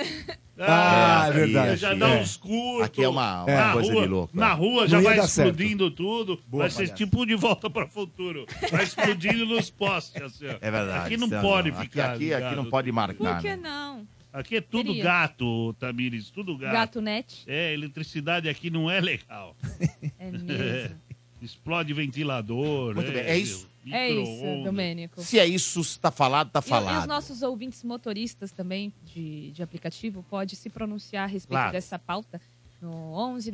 B: Ah, é
A: aqui,
B: verdade.
C: Já
A: aqui,
C: dá
A: é.
C: uns curtos.
A: Aqui é uma- uma
C: Na
A: coisa
C: rua,
A: de louco,
C: Na
A: é.
C: rua
B: Não
C: já
B: ia
C: vai
B: dar certo.
C: explodindo tudo.
B: Boa,
C: vai ser
B: palhaço.
C: tipo de volta para o futuro. Vai explodindo nos postes. assim, ó.
A: É verdade.
C: Aqui não
A: Sandra.
C: pode
A: Aqui-
C: ficar.
A: Aqui, aqui,
C: ligado.
A: não pode
E: Por
A: marcar.
E: que
A: né?
E: não?
C: Aqui é tudo
E: Seria.
C: gato, Tamires. Tudo gato.
E: Gato net?
C: É, eletricidade aqui não é legal.
E: É mesmo.
C: [LAUGHS] Explode ventilador.
A: Muito bem, é isso?
E: É isso,
C: micro-ondas.
E: Domênico.
A: Se é isso, tá falado, tá
E: E, e os
A: falado.
E: nossos ouvintes motoristas também de, de aplicativo pode se pronunciar a respeito
C: Claro.
E: dessa pauta no 11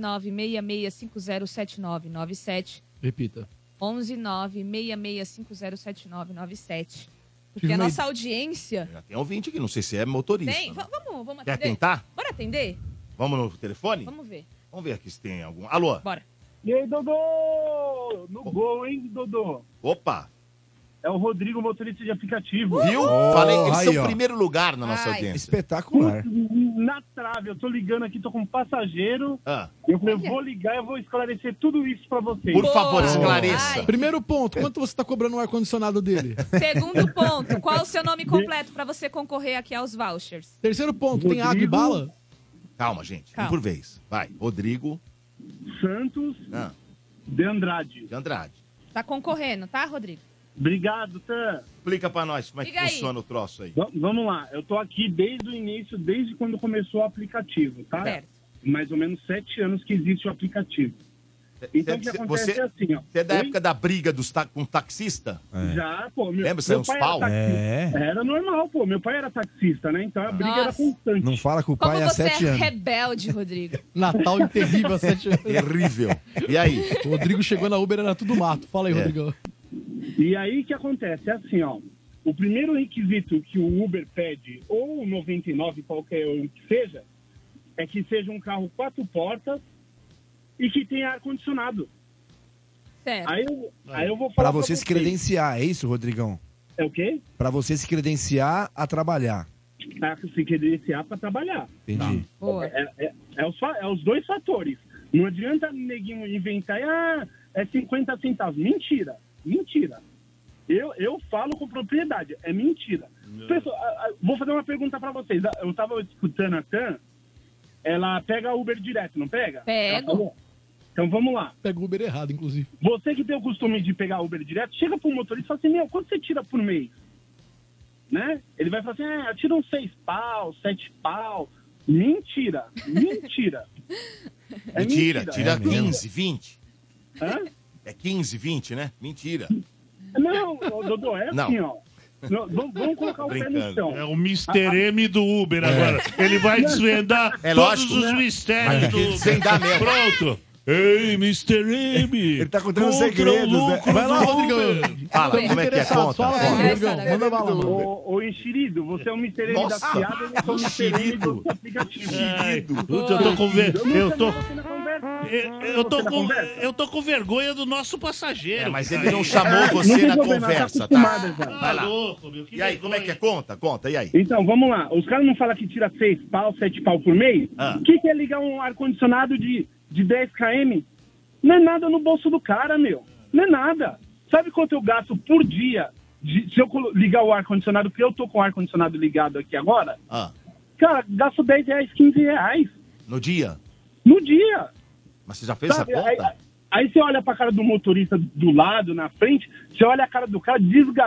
E: 966507997.
F: Repita.
E: 11 966507997. Porque
F: Tive
E: a
F: uma
E: nossa audiência.
A: Já tem ouvinte aqui, não sei se é motorista.
E: Tem?
A: né?
E: Va- vamos, vamos
A: Quer
E: atender?
A: tentar?
E: Bora atender?
A: Vamos no telefone? Vamos,
E: Vamos ver.
A: ver aqui se tem algum. Alô?
E: Bora.
J: E aí, Dodô? No gol, hein, Dodô?
A: Opa!
J: É o Rodrigo, motorista de aplicativo.
A: Viu?
B: Oh,
A: Falei, eles
B: aí,
A: são
B: ó.
A: primeiro lugar na nossa
E: Ai.
A: audiência.
B: Espetacular.
J: Na trave, eu tô ligando aqui, tô com um passageiro.
A: Ah,
J: Eu falei,
E: Olha.
J: eu vou ligar e vou esclarecer tudo isso pra vocês.
A: por favor,
E: Boa.
A: esclareça.
E: Ai.
F: Primeiro ponto, quanto você tá cobrando o
E: [LAUGHS]
F: ar-condicionado dele?
E: Segundo ponto, qual o seu nome completo para você concorrer aqui aos vouchers?
F: Terceiro ponto, tem água e
J: Rodrigo.
F: bala?
A: Calma, gente.
E: Calma.
A: Um por vez. Vai. Rodrigo
J: Santos
A: ah,
J: de Andrade.
A: de Andrade.
E: Tá concorrendo, tá, Rodrigo?
J: Obrigado, Tan.
A: Explica pra nós como é que
E: Diga aí.
A: funciona o troço aí.
J: Va- vamos lá, eu tô aqui desde o início, desde quando começou o aplicativo, tá?
E: Certo.
J: Mais ou menos sete anos que existe o aplicativo. Então, o que
A: Cê- cê-
J: acontece
A: você,
J: é assim, ó.
A: você é da
J: Oi?
A: época da briga dos ta- com o taxista?
J: Já, pô. Meu,
A: Lembra, saiu
J: meu
A: uns
J: pai
A: pau?
J: era taxista.
B: É.
J: Era normal, pô. Meu pai era taxista, né? Então a briga era
E: Nossa.
J: constante.
B: Não fala com o
E: Como
B: pai há
E: você
B: sete
E: é
B: anos.
E: rebelde, Rodrigo.
F: Natal em terrível, às sete anos.
A: Terrível. E aí?
F: O Rodrigo chegou na Uber, era tudo mato. Fala aí,
A: É.
F: Rodrigão.
J: [LAUGHS] E aí o que acontece? É assim, ó. O primeiro requisito que o Uber pede, ou o 99, qualquer um que seja, é que seja um carro quatro portas e que tenha ar-condicionado.
E: Certo.
J: Aí, eu- aí eu vou falar.
B: Pra você
J: vocês.
B: se credenciar, é isso, Rodrigão?
J: É o quê?
B: Pra você se credenciar a trabalhar.
J: Ah, se credenciar para trabalhar.
B: Entendi.
E: Boa.
J: É, é- é os, fa- é os dois fatores. Não adianta neguinho inventar, ah, é 50 centavos. Mentira, mentira. Eu, eu falo com propriedade, é mentira. Pessoal, ah, ah, vou fazer uma pergunta pra vocês. Ah, Eu tava escutando a Tan, ela pega Uber direto, não pega?
E: Pego.
J: Ela falou. Então vamos lá.
F: Pega o Uber errado, inclusive.
J: Você que tem o costume de pegar Uber direto, chega pro motorista e fala assim, meu, quanto você tira por mês? Né? Ele vai falar assim, ah, eu tiro uns seis pau, sete pau. Mentira, mentira. É
A: mentira. Tira
B: É mesmo.
A: 15, 20.
J: Hã?
A: É 15, 20, né? Mentira.
J: Não, ô, Dodô,
A: [LAUGHS]
J: é
A: Não.
J: assim, ó. Não, vamos, vamos colocar o pé
A: Brincando.
J: no chão.
C: É o Mr. M do Uber agora. Ele vai desvendar
A: É
C: todos
A: lógico.
C: os mistérios do Uber.
A: Sem dar mesmo.
C: Pronto. Ei, Mr. M.
B: Ele tá contando
C: contra o
B: segredos, né?
C: lucro
F: Vai lá,
C: do
F: Rodrigão.
C: Uber.
A: Fala,
F: Estamos
A: como é que é?
F: interessados.
A: Conta.
F: Fala,
A: conta.
E: É,
F: Rodrigão.
E: essa,
F: Manda bala, mano.
J: Ô, ô Enxerido, você é um Mr. M da
A: Nossa.
J: piada, eu sou um Mr. M do aplicativo.
C: Ai, putz, eu tô com ver- eu tô
J: Você na conversa.
C: eu- eu tô
J: Você na
C: com
J: conversa?
C: eu tô com vergonha do nosso passageiro.
A: É, mas
C: cara.
A: ele não chamou você
J: tem
A: na
J: problema, tá
A: conversa,
J: acostumada
A: tá?
J: já.
C: Tá
A: Vai lá.
C: louco, meu.
A: E aí,
C: vergonha.
A: como é que é? Conta, conta. E aí?
J: Então, vamos lá. Os caras não falam que tira seis pau, sete pau por mês? O
A: Ah.
J: que, que é ligar um ar-condicionado de, de 10 km? Não é nada no bolso do cara, meu. Não é nada. Sabe quanto eu gasto por dia de- se eu colo- ligar o ar-condicionado? Porque eu tô com o ar-condicionado ligado aqui agora.
A: Ah,
J: Cara, gasto 10 reais, 15 reais
A: no dia?
J: no dia.
A: Mas você já fez
J: Sabe,
A: essa
J: aí,
A: conta?
J: aí você olha pra cara do motorista do lado, na frente, você olha a cara do cara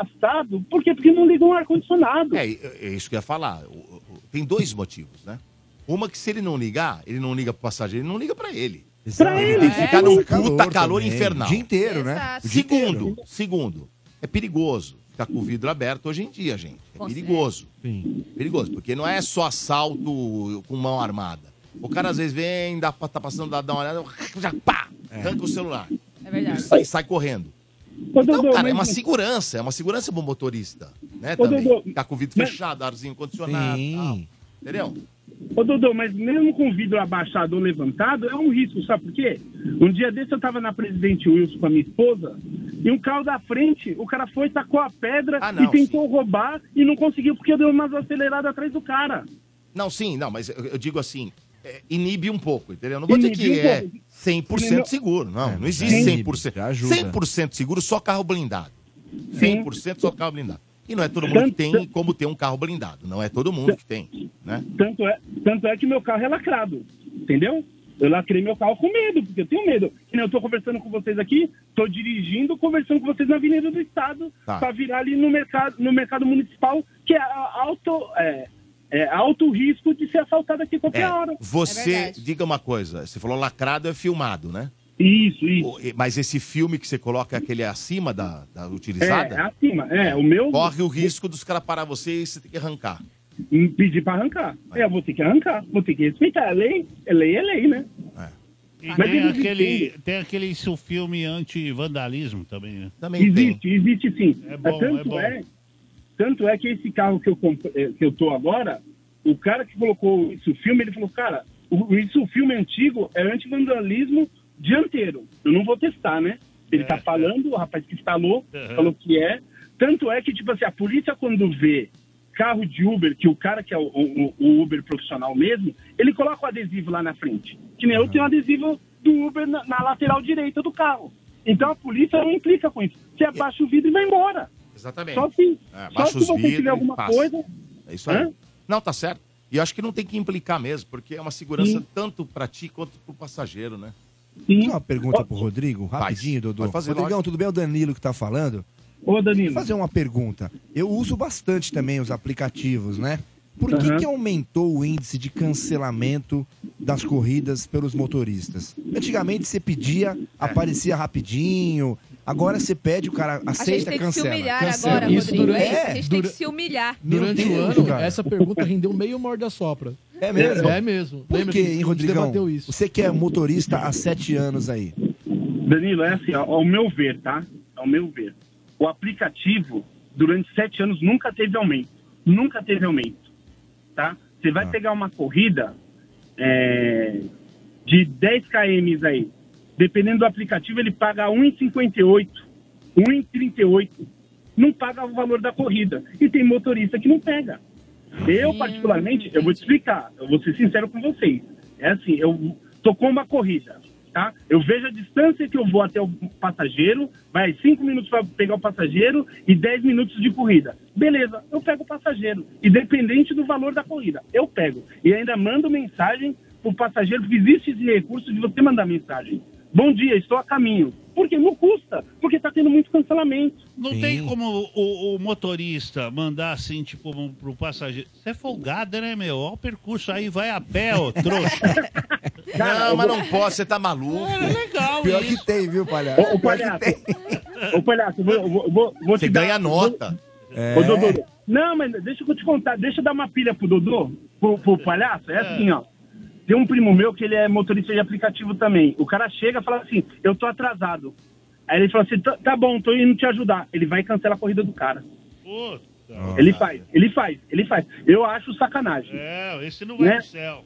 J: desgastado. Por quê? Porque não ligou o ar-condicionado.
A: É, é isso que eu ia falar. O- o- o- Tem dois motivos, né? Uma que se ele não ligar, ele não liga pro passageiro, ele não liga pra ele.
B: Exato.
A: ele
B: É,
A: fica
B: passa
A: num puta
B: calor
A: calor
B: também,
A: infernal.
B: O dia inteiro, né?
E: Exato.
B: O dia inteiro.
A: Segundo, segundo, é perigoso ficar com o vidro aberto hoje em dia, gente. É
E: Com
A: perigoso.
B: Sim.
A: Perigoso, porque não é só assalto com mão armada. O cara às vezes vem, dá, pra- tá passando, dá, dá uma olhada, já pá, arranca o celular
E: É verdade.
A: sai, sai correndo.
J: Ô,
A: Então,
J: Dodô,
A: cara,
J: mas-
A: é uma segurança, é uma segurança pro motorista, né,
J: Ô,
A: também.
J: Dodô,
A: Tá com o vidro
J: mas-
A: fechado, arzinho condicionado
B: Sim.
A: tal. Entendeu?
J: Ô, Dodô, mas mesmo com o vidro abaixado ou levantado, é um risco, sabe por quê? Um dia desse eu tava na Presidente Wilson com a minha esposa, e um carro da frente, o cara foi, tacou a pedra
A: Ah, não,
J: e tentou roubar e não conseguiu porque eu dei umas aceleradas atrás do cara.
A: Não, sim, não, mas eu, eu digo assim, é, inibe um pouco, entendeu? Não vou dizer
J: Inibe
A: que
J: um
A: é
J: pouco.
A: 100%
J: Entendeu?
A: seguro, não, não
B: É, mas
A: existe
B: aí
A: 100%.
B: já ajuda.
A: 100% seguro, só carro blindado.
J: Sim.
A: 100% só carro blindado. E não é todo mundo que
J: Tanto-
A: tem como ter um carro blindado, não é todo mundo que tem, né?
J: Tanto é, tanto é que meu carro é lacrado, entendeu? Eu lacrei meu carro com medo, porque eu tenho medo. Que nem eu tô conversando com vocês aqui, tô dirigindo, conversando com vocês na Avenida do Estado,
A: Tá.
J: pra virar ali no mercado, no mercado municipal, que é a- alto, é, é alto risco de ser assaltado aqui a qualquer
A: É,
J: hora.
A: você,
E: É verdade.
A: diga uma coisa, você falou lacrado é filmado, né?
J: Isso, isso.
A: O- e- Mas esse filme que você coloca aquele acima da, da
J: É,
A: utilizada,
J: é acima. É, o meu
A: corre o risco dos caras parar você e você ter que arrancar.
J: me pedir pra arrancar. É, eu vou ter que arrancar, vou ter que respeitar. É lei, é lei, é lei, né?
C: E
J: Mas
C: tem
J: ele
C: aquele,
J: entende.
C: tem aquele seu filme anti-vandalismo também, né?
A: Também tem.
J: Existe, existe sim.
C: É
J: Mas
C: bom,
J: tanto
C: é bom.
J: tanto é que esse carro que eu, comp- eh, que eu tô agora, o cara que colocou isso filme, ele falou, cara, o, isso filme antigo é antivandalismo dianteiro. Eu não vou testar, né? Ele
C: É,
J: tá falando, o rapaz que instalou,
C: Uhum.
J: falou que é. Tanto é que, tipo assim, a polícia quando vê carro de Uber, que o cara que é o, o- o Uber profissional mesmo, ele coloca o adesivo lá na frente. Que nem eu tenho um adesivo do Uber na, na lateral direita do carro. Então a polícia não implica com isso. Você abaixa o vidro e vai embora.
A: Exatamente.
J: Só se,
A: É,
J: só
A: baixa
J: se
A: os
J: você
A: vidros e
J: tiver alguma
A: passa.
J: coisa.
A: É isso aí.
J: Hã?
A: Não, tá certo. E eu acho que não tem que implicar mesmo, porque é uma segurança tanto pra ti quanto pro passageiro, né?
J: Sim.
B: Tem uma pergunta pro Rodrigo, rapidinho, Dodô.
A: Pode fazer,
B: Rodrigão,
A: lógico.
B: tudo bem? É o Danilo que tá falando.
J: Ô, Danilo.
B: fazer uma pergunta. Eu uso bastante também os aplicativos, né? Por que,
J: Aham.
B: que aumentou o índice de cancelamento das corridas pelos motoristas? Antigamente você pedia, aparecia rapidinho. Agora você pede, o cara
E: A gente
B: aceita,
E: tem que se
B: cancela.
E: humilhar
F: cancela.
E: agora,
F: Isso
E: Rodrigo.
F: durante-
E: É isso, a gente tem
F: dura-
E: que se humilhar.
B: Meu
F: Durante o
B: Deus,
F: ano,
B: cara.
F: essa pergunta rendeu meio morde a sopra.
B: É mesmo?
F: É mesmo.
B: Por
F: Lembra
B: que,
F: que a
B: hein,
F: gente
B: Rodrigão?
F: debateu isso.
B: Você que é motorista há sete anos aí.
J: Danilo, é assim, ó, ao meu ver, tá? Ao meu ver. O aplicativo, durante sete anos, nunca teve aumento. Nunca teve aumento, tá? Você vai
B: Ah.
J: pegar uma corrida é, de 10 km aí. Dependendo do aplicativo, ele paga 1,58, 1,38. Não paga o valor da corrida. E tem motorista que não pega. Eu, particularmente, eu vou te explicar. Eu vou ser sincero com vocês. É assim, eu tô com uma corrida, tá? Eu vejo a distância que eu vou até o passageiro, vai 5 minutos para pegar o passageiro e 10 minutos de corrida. Beleza, eu pego o passageiro, independente do valor da corrida. Eu pego. E ainda mando mensagem pro passageiro, porque existe esse recurso de você mandar mensagem. Bom dia, estou a caminho. Porque não custa, porque tá tendo muito cancelamento.
C: Não
B: Sim.
C: tem como o, o motorista mandar assim, tipo, um- pro passageiro. Você é folgado, né, meu? Olha o percurso aí, vai a pé, ô trouxa.
A: [LAUGHS]
J: É,
A: não, mas não posso, você tá maluco.
C: É legal
B: Pior
C: isso.
B: que tem, viu, palhaço?
J: Ô, ô,
B: Pior que
J: palhaço.
B: tem.
J: Ô, palhaço, eu vou, eu vou, eu vou, vou
A: Você
J: te dar-
A: ganha nota.
B: É.
J: Ô, Dodô, não, mas deixa eu te contar, deixa eu dar uma pilha pro Dodô, pro, pro palhaço. É assim, ó. Tem um primo meu que ele é motorista de aplicativo também. O cara chega e fala assim, eu tô atrasado. Aí ele fala assim, tá tá bom, tô indo te ajudar. Ele vai e cancela a corrida do cara.
C: Puta.
B: Ah.
J: ele faz, ele faz, ele faz. Eu acho sacanagem.
C: É, esse não vai
J: Né?
C: pro céu.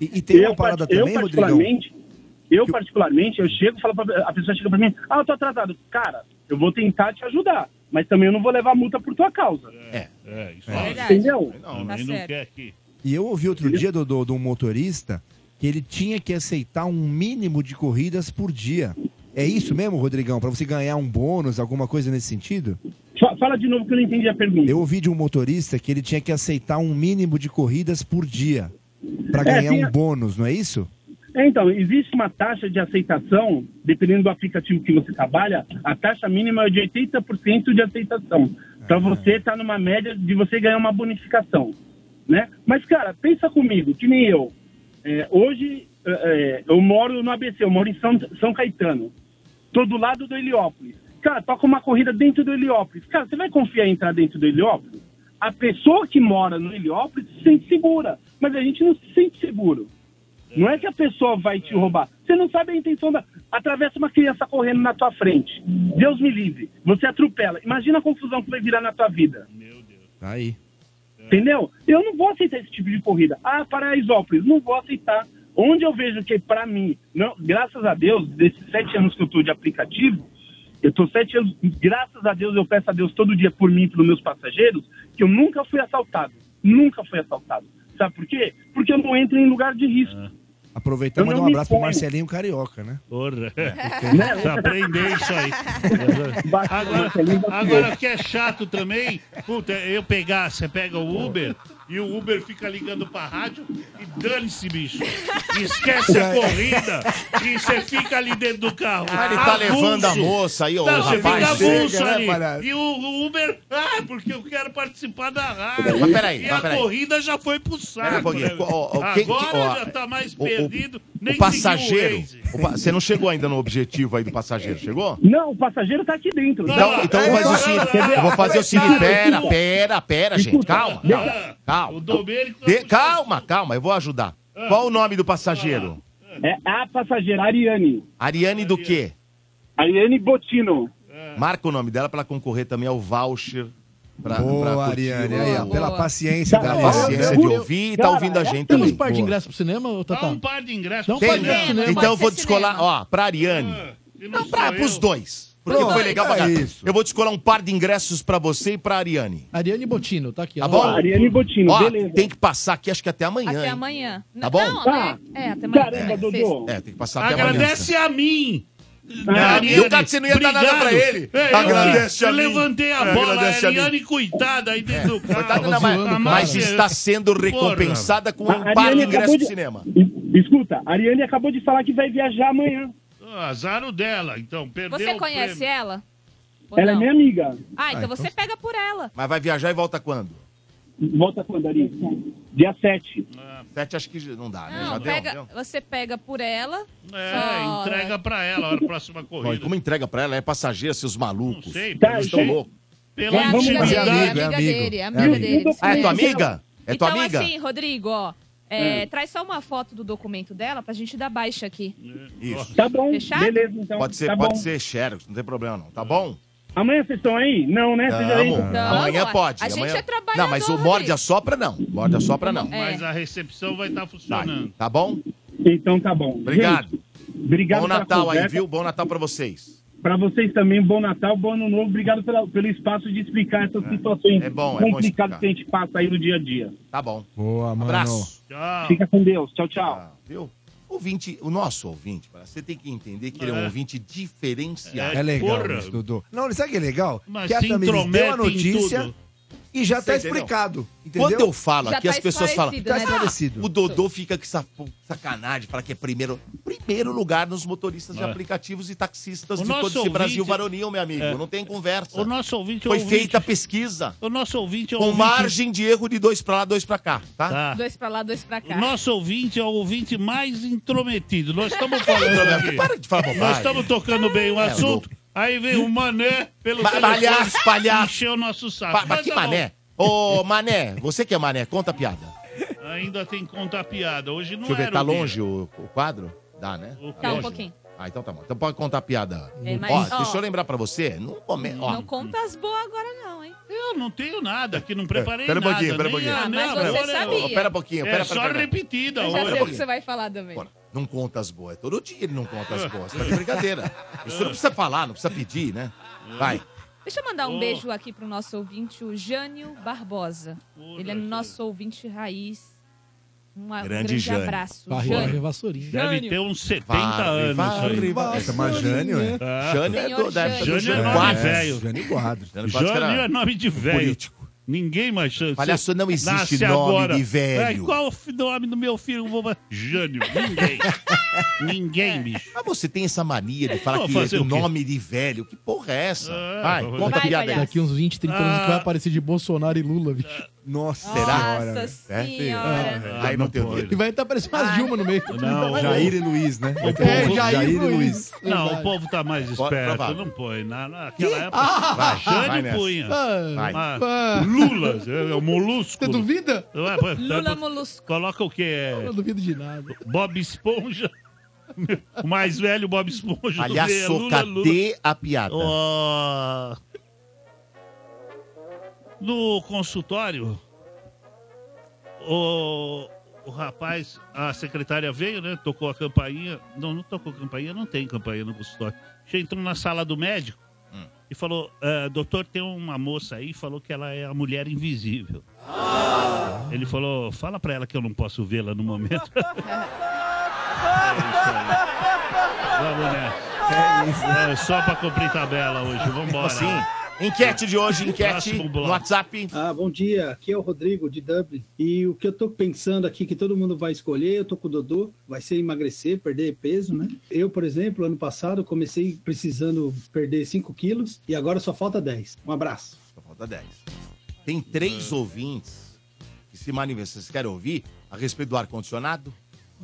B: E, e tem uma
J: eu,
B: parada
J: parti- eu
B: também, Rodrigão?
J: particularmente, eu particularmente, eu chego e falo pra, a pessoa chega pra mim, ah, eu tô atrasado. Cara, eu vou tentar te ajudar, mas também eu não vou levar multa por tua causa.
A: É.
C: É, isso
E: É
C: aí.
E: verdade.
J: Entendeu?
A: Não,
C: Também
E: Tá
C: não
E: certo.
C: quer que.
B: E eu ouvi outro dia, Dodô, de um motorista, que ele tinha que aceitar um mínimo de corridas por dia. É isso mesmo, Rodrigão? Pra você ganhar um bônus, alguma coisa nesse sentido?
J: Fala de novo que eu não entendi a pergunta.
B: Eu ouvi de um motorista que ele tinha que aceitar um mínimo de corridas por dia pra
J: É,
B: ganhar
J: tem
B: um
J: a-
B: bônus, não é isso?
J: É, Então, existe uma taxa de aceitação, dependendo do aplicativo que você trabalha, a taxa mínima é de 80% de aceitação. Para você estar numa média de você ganhar uma bonificação. Né? Mas, cara, pensa comigo, que nem eu. É, hoje é, é, eu moro no ABC, eu moro em São, São Caetano. Tô do lado do Heliópolis. Cara, toca uma corrida dentro do Heliópolis. Cara, você vai confiar em entrar dentro do Heliópolis? A pessoa que mora no Heliópolis se sente segura, mas a gente não se sente seguro. Não é que a pessoa vai te roubar. Você não sabe a intenção da. Atravessa uma criança correndo na tua frente. Deus me livre. Você atropela. Imagina a confusão que vai virar na tua vida.
B: Tá aí.
J: Entendeu? Eu não vou aceitar esse tipo de corrida. Ah, Paraisópolis, não vou aceitar. Onde eu vejo que, pra mim, não, graças a Deus, desses sete anos que eu tô de aplicativo, eu tô sete anos, graças a Deus, eu peço a Deus todo dia por mim e pelos meus passageiros, que eu nunca fui assaltado. Nunca fui assaltado. Sabe por quê? Porque eu não entro em lugar de risco.
B: Aproveitar
J: Eu
B: e mandar
J: não
B: um
J: me
B: abraço pro
J: ponho.
B: Marcelinho Carioca, né? [LAUGHS]
C: Porra.
J: Né?
C: Você aprendeu isso aí. Agora, agora o que é chato também, puta, é eu pegar, você pega o Uber e o Uber fica ligando pra rádio e dane-se, bicho. Esquece a corrida e você fica ali dentro do carro.
A: Ah, ele tá levando a moça aí, ô,
C: Não, você
A: rapaz,
C: fica
A: chega,
C: avulso
A: né,
C: ali.
A: palhaço?
C: e o, o Uber, ah, porque eu quero participar da rádio.
A: Mas peraí,
C: e
A: mas
C: a
A: peraí.
C: corrida já foi pro
A: Pera um
C: saco.
A: pouquinho.
C: né?
A: Ó, ó,
C: Agora
A: quem- quem- ó,
C: já tá mais
A: o- o-
C: perdido, nem
A: O
C: seguiu
A: passageiro.
C: Waze.
A: o pa- Você não chegou ainda no objetivo aí do passageiro, chegou?
J: Não, o passageiro tá É, aqui dentro.
A: Então, então eu vou fazer o seguinte. Eu vou
J: Tá
A: fazer o seguinte. Pera, pera, pera, gente. Calma, calma.
C: O
A: Calma,
C: Domênico tá Ah.
A: De- calma, calma, eu vou ajudar. Qual o nome do passageiro?
J: É a passageira Ariane.
A: Ariane do quê?
J: Ariane Botino.
C: É.
A: Marca o nome dela pra ela concorrer também ao voucher. Pra, pra
B: Boa,
A: curtir
B: Ariane.
A: o-
B: Aí, ó,
E: Boa,
B: pela
E: boa.
B: paciência da
J: Pela
A: a
B: galera,
A: paciência
B: né?
A: de ouvir e tá
J: Tá Cara, é
A: ouvindo a gente
F: Temos
A: também.
F: um par de
A: Boa.
F: ingresso pro cinema, tá ô,
C: Dá
F: Tatá?
C: um par de ingressos.
F: Dá um
C: pra
F: par
A: Tem,
F: de
C: ele.
F: ingresso, né?
A: Então eu vou
E: ser
A: descolar, ó, pra Ariane.
C: Se
A: Não,
C: Ah, sou
A: pra,
C: eu.
A: pros dois. Porque
B: Pronto,
A: foi legal pra
B: é
A: cá.
B: isso.
A: Eu vou descolar um par de ingressos pra você e pra Ariane.
F: Ariane Botino, tá aqui.
A: Tá
F: ó.
A: bom?
J: Ariane Botino,
A: Ó,
J: beleza.
A: tem que passar aqui, acho que até amanhã.
E: Até
A: hein?
E: amanhã.
A: Tá bom?
E: Não, amanhã- É, até amanhã.
J: Caramba,
E: é, sexta.
J: Dodô.
A: É, tem que passar até amanhã.
C: Ah. Agradece a mim.
A: e o cara disse, não ia dar nada pra ele.
C: É,
A: Agradece
C: eu,
A: a mim.
C: Eu levantei a
A: É,
C: bola, a
A: agradece a mim. É,
C: Ariane, coitada, aí dentro do carro.
A: Coitada da
F: zoando,
A: Mar-
F: cara.
A: mas
C: Marcia.
A: está sendo recompensada com um
J: A
A: par de
J: Ariane
A: ingressos
J: acabou
A: pro
J: de-
A: cinema.
J: E- Escuta, a Ariane acabou de falar que vai viajar amanhã.
C: Ah, azar o dela, então, perdeu
E: Você
C: o
E: conhece
C: prêmio.
E: ela? Ou
J: Ela é
E: não?
J: minha amiga.
E: Ah, então você pega por ela.
A: Mas vai viajar e volta quando?
J: Volta quando, Ariane? Dia 7.
A: Sete acho que não dá, né? Já
E: Não,
A: deu,
E: pega,
A: deu?
E: você pega por ela.
C: É,
E: só-
C: entrega pra ela a hora da próxima
A: Pô, e
C: corrida.
A: como entrega pra ela? É passageira, seus malucos.
C: Não sei,
J: Tá,
C: pelo-
A: Eles estão
J: gente.
A: loucos.
E: É
C: pela
E: a amiga
B: Vamos-
C: intimidade.
E: dele, é
B: amigo, é
E: a amiga
B: amigo.
E: dele, é
B: É
E: a amiga
B: amigo.
E: dele. isso
A: Ah, é tua
E: mesmo.
A: amiga? É tua
E: então,
A: amiga?
E: assim, Rodrigo, ó, é, traz só uma foto do documento dela pra gente dar baixa aqui.
A: Isso.
J: Tá bom.
E: Fechado?
J: Beleza, então.
A: Pode ser,
J: tá
A: pode
J: bom.
A: ser Xerox, não tem problema não, tá bom?
J: Amanhã vocês estão aí? Não, né? Vocês aí?
A: Tamo.
E: Não,
A: Amanhã
E: a-
A: pode.
E: Então, a gente
A: amanhã...
E: é trabalhador,
A: Não, mas o morde a sopra não. Morde a sopra não.
E: É.
C: Mas a recepção vai estar
A: Tá,
C: funcionando.
A: tá bom?
J: Então tá bom.
A: Obrigado.
J: Gente, obrigado
A: Bom
J: pela
A: Natal aí,
J: conversa.
A: viu? Bom Natal pra vocês.
J: Pra vocês também, bom Natal, bom Ano Novo. Obrigado pela- pelo espaço de explicar essas situações
A: é bom, é bom
J: complicadas
A: explicar.
J: que a gente passa aí no dia a dia.
A: Tá bom.
B: Boa, mano.
A: Abraço.
C: Tchau.
J: Fica com Deus. Tchau, tchau.
A: Ah, viu? Ouvinte, o nosso ouvinte, cara, você tem que entender que ele é um
C: É.
A: ouvinte diferenciado.
B: É legal
C: Porra.
B: isso, Dudu. Não, sabe o que é legal?
C: Mas
B: que a
C: se
B: Tamiris deu
C: intromete
B: a
C: em
B: notícia
C: tudo. é
B: e já tá
A: Você entendeu?
B: explicado. Entendeu?
A: Quando eu falo
E: Já
A: aqui,
E: tá
A: as pessoas falam.
E: esclarecido,
B: Tá
E: né?
B: esclarecido.
A: O Dodô fica com essa pô- sacanagem, fala que é primeiro, primeiro lugar nos motoristas de
C: É.
A: aplicativos e taxistas
C: O
A: de
C: nosso
A: todo esse
C: ouvinte-
A: Brasil varonil, meu amigo.
C: É.
A: Não tem conversa.
C: O nosso ouvinte é
A: Foi
C: ouvinte-
A: feita a pesquisa.
C: O nosso ouvinte é
A: Com
C: ouvinte-
A: margem de erro de dois pra lá, dois pra cá, tá?
C: Tá.
E: Dois pra lá, dois pra
C: O
E: cá.
C: nosso ouvinte é o ouvinte mais intrometido. Nós estamos falando
A: Roberto,
C: aqui.
A: Para de falar bobagem.
C: Nós estamos tocando bem o assunto. Aí vem o Mané pelo
A: Pa-
C: telefone,
A: palhaço, palhaço.
C: Encheu o nosso saco.
A: Pa- mas que
C: tá bom.
A: mané? Ô, mané, você que é mané, conta a piada.
C: Ainda tem que contar piada. Hoje não
A: Deixa eu ver,
C: era
A: tá
C: o dia.
A: longe o, o quadro? Dá, né?
C: O
E: Tá, um
C: longe.
E: pouquinho.
A: Ah, então tá bom. Então pode contar a piada.
E: É, mas,
A: ó,
E: ó.
A: deixa eu lembrar pra você. Não come... ó,
E: Uhum. Não conta as boas agora, não, hein?
C: Eu não tá. tenho nada, que não preparei
A: Pera um
C: nada.
A: pouquinho, pera um
C: nem
A: pouquinho.
C: a-
E: Ah,
C: nem
E: mas
C: a
E: você
C: hora,
E: sabia.
A: ó, Pera um pouquinho,
C: É
A: pera,
C: só
A: pera, pera.
C: repetida.
E: Eu
C: ó.
E: já sei o que
A: pouquinho.
E: você vai falar também.
A: Agora, não conta as boas. Todo dia ele não conta as boas. Tá de brincadeira. Isso não precisa falar, não precisa pedir, né? Vai.
E: Deixa eu mandar um
C: Oh.
E: beijo aqui pro nosso ouvinte, o Jânio Barbosa. Ele é nosso ouvinte raiz. Uma- um
A: Grande
E: grande
A: Jane.
E: abraço.
A: Varre,
E: Jane.
A: varre,
F: é vassourinha.
C: Deve
E: Jânio.
C: ter uns 70
A: Varre,
C: anos.
A: varre,
C: isso aí.
A: varre. Essa mais Jânio, é?
C: Ah.
A: Jânio é do- da época do
C: Jânio é
A: Jânio
C: nome de
A: Quadros.
C: velho.
A: Jânio Quadros. Jânio Quadros era um
C: Jânio é nome de velho.
A: político.
C: Ninguém mais chama.
A: Palhaço, não existe
C: Nasce
A: nome
C: agora.
A: de velho.
C: Ai, qual o f- nome do meu filho? Eu Vou... fa- Jânio.
F: [LAUGHS]
C: Ninguém.
E: É.
C: Ninguém, bicho.
A: Mas você tem essa mania de falar
C: Vou
A: que
C: fazer
A: o
C: o quê?
A: nome de velho. Que porra é essa?
C: Ah,
A: Vai,
C: vou-
A: conta a
E: Vai,
A: piada aí.
E: palhaço.
F: Daqui uns 20, 30 anos que vai aparecer de Bolsonaro e Lula, bicho.
B: Nossa,
A: Será?
E: Nossa
A: É?
E: senhora.
A: Aí não tem
F: E vai estar aparecendo umas Dilma no meio.
C: Não,
B: Jair e Luiz, né? Vai ter
C: É,
B: um
F: Jair e Luiz.
C: Não,
F: Verdade.
C: o povo tá mais
A: Bora,
C: esperto.
A: provável.
C: Não põe. Na, naquela época,
A: vai
C: Jânio
A: nessa.
C: punha.
F: Ah,
A: Vai.
C: Ah,
F: ah,
C: Lula, é o molusco.
F: Você duvida?
C: Ué, pô,
E: Lula
C: tá-
E: Molusco.
C: Coloca o quê? É
F: Eu não duvido de nada.
C: Bob Esponja. [LAUGHS] O mais velho Bob Esponja.
A: Palhaço,
C: Lula, Lula.
A: cadê a piada?
C: Ó. No consultório, o, o rapaz, a secretária veio, né? Tocou a campainha. Não, não tocou a campainha, não tem campainha no consultório. Já entrou na sala do médico e falou: "Ah, Doutor, tem uma moça aí, falou que ela é a mulher invisível. Ele falou: Fala pra ela que eu não posso vê-la no momento. é isso aí. Vamos nessa. É, só pra cumprir tabela hoje, vambora.
A: Sim. Assim, Enquete de hoje, enquete
C: Próximo
A: no
C: bloco.
A: WhatsApp.
K: Ah, bom dia. Aqui é o Rodrigo de Dublin. E o que eu tô pensando aqui que todo mundo vai escolher, eu tô com o Dodô, vai ser emagrecer, perder peso, né? Eu, por exemplo, ano passado comecei precisando perder 5 quilos e agora só falta 10. Um abraço.
A: Só Falta 10. Tem três ouvintes que se manifestam. Vocês querem ouvir a respeito do ar-condicionado?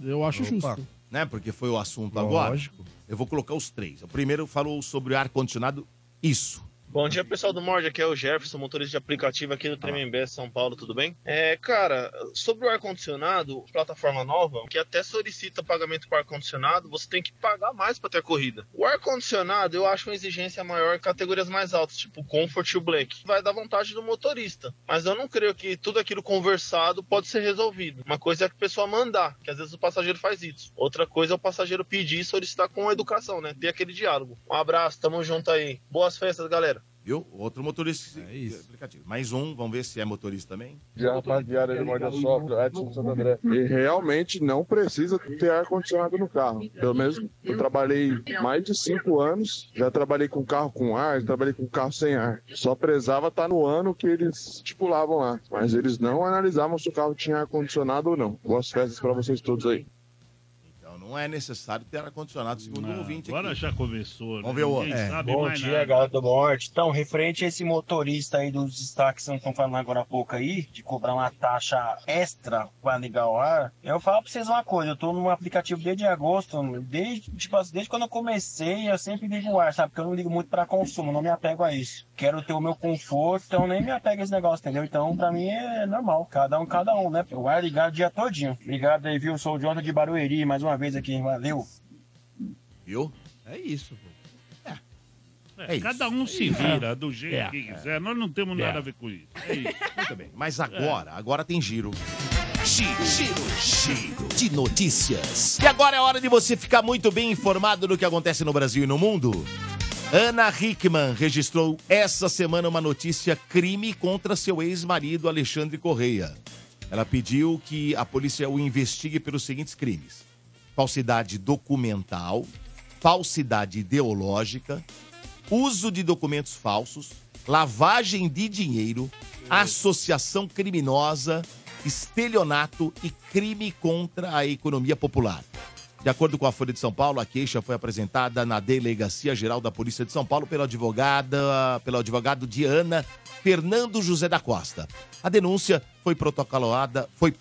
F: Eu acho
B: Opa.
F: justo.
A: Né? Porque foi o assunto agora.
B: Lógico.
A: Eu vou colocar os três. O primeiro falou sobre o ar-condicionado. Isso.
L: Bom dia, pessoal do Mord. Aqui é o Jefferson, motorista de aplicativo aqui do Tremembé, São Paulo, tudo bem? É, cara, sobre o ar-condicionado, plataforma nova, que até solicita pagamento com ar-condicionado, você tem que pagar mais pra ter a corrida. O ar-condicionado, eu acho uma exigência maior em categorias mais altas, tipo o Comfort e o Black. Vai dar vontade do motorista, mas eu não creio que tudo aquilo conversado pode ser resolvido. Uma coisa é que a pessoa mandar, que às vezes o passageiro faz isso. Outra coisa é o passageiro pedir e solicitar com educação, né? Ter aquele diálogo. Um abraço, tamo junto aí. Boas festas, galera.
A: Viu? Outro motorista.
B: É isso.
A: Aplicativo. Mais um, vamos ver se é motorista também.
G: De rapaziada do Morda Sopra, Edson Santo André. E realmente não precisa ter ar-condicionado no carro. Pelo menos eu trabalhei mais de cinco anos, já trabalhei com carro com ar, já trabalhei com carro sem ar. Só prezava estar no ano que eles estipulavam lá. Mas eles não analisavam se o carro tinha ar-condicionado ou não. Boas festas pra vocês todos aí.
A: Então não é necessário ter ar-condicionado, segundo o
C: Ah,
A: ouvinte
C: agora
A: aqui.
C: já começou, né?
A: Vamos ver o outro.
C: Ninguém
B: É.
C: sabe
M: Bom
C: mais
M: dia,
C: nada.
M: galera do Norte. Então, referente a esse motorista aí dos destaques que vocês estão falando agora há pouco aí, de cobrar uma taxa extra pra ligar o ar, eu falo pra vocês uma coisa, eu tô num aplicativo desde agosto, desde, tipo, assim, desde quando eu comecei, eu sempre ligo o ar, sabe? Porque eu não ligo muito pra consumo, não me apego a isso. Quero ter o meu conforto, então nem me apego a esse negócio, entendeu? Então, pra mim é normal, cada um, cada um, né? O ar é ligado o dia todinho. Obrigado aí, viu? Sou o Jonathan de Barueri, mais uma vez aqui, valeu.
A: Viu?
B: É isso, pô.
C: É,
A: é
C: cada um se vira do jeito
M: É.
C: que quiser. Nós não temos nada a ver com isso. É isso.
A: Muito bem. Mas agora, agora tem giro.
H: Giro, giro, giro de notícias.
A: E agora é hora de você ficar muito bem informado do que acontece no Brasil e no mundo. Ana Hickman registrou essa semana uma notícia crime contra seu ex-marido Alexandre Correia. Ela pediu que a polícia o investigue pelos seguintes crimes: falsidade documental, falsidade ideológica, uso de documentos falsos, lavagem de dinheiro, associação criminosa, estelionato e crime contra a economia popular. De acordo com a Folha de São Paulo, a queixa foi apresentada na Delegacia Geral da Polícia de São Paulo pela advogada, pelo advogado de Ana Fernando José da Costa. A denúncia foi protocolada, foi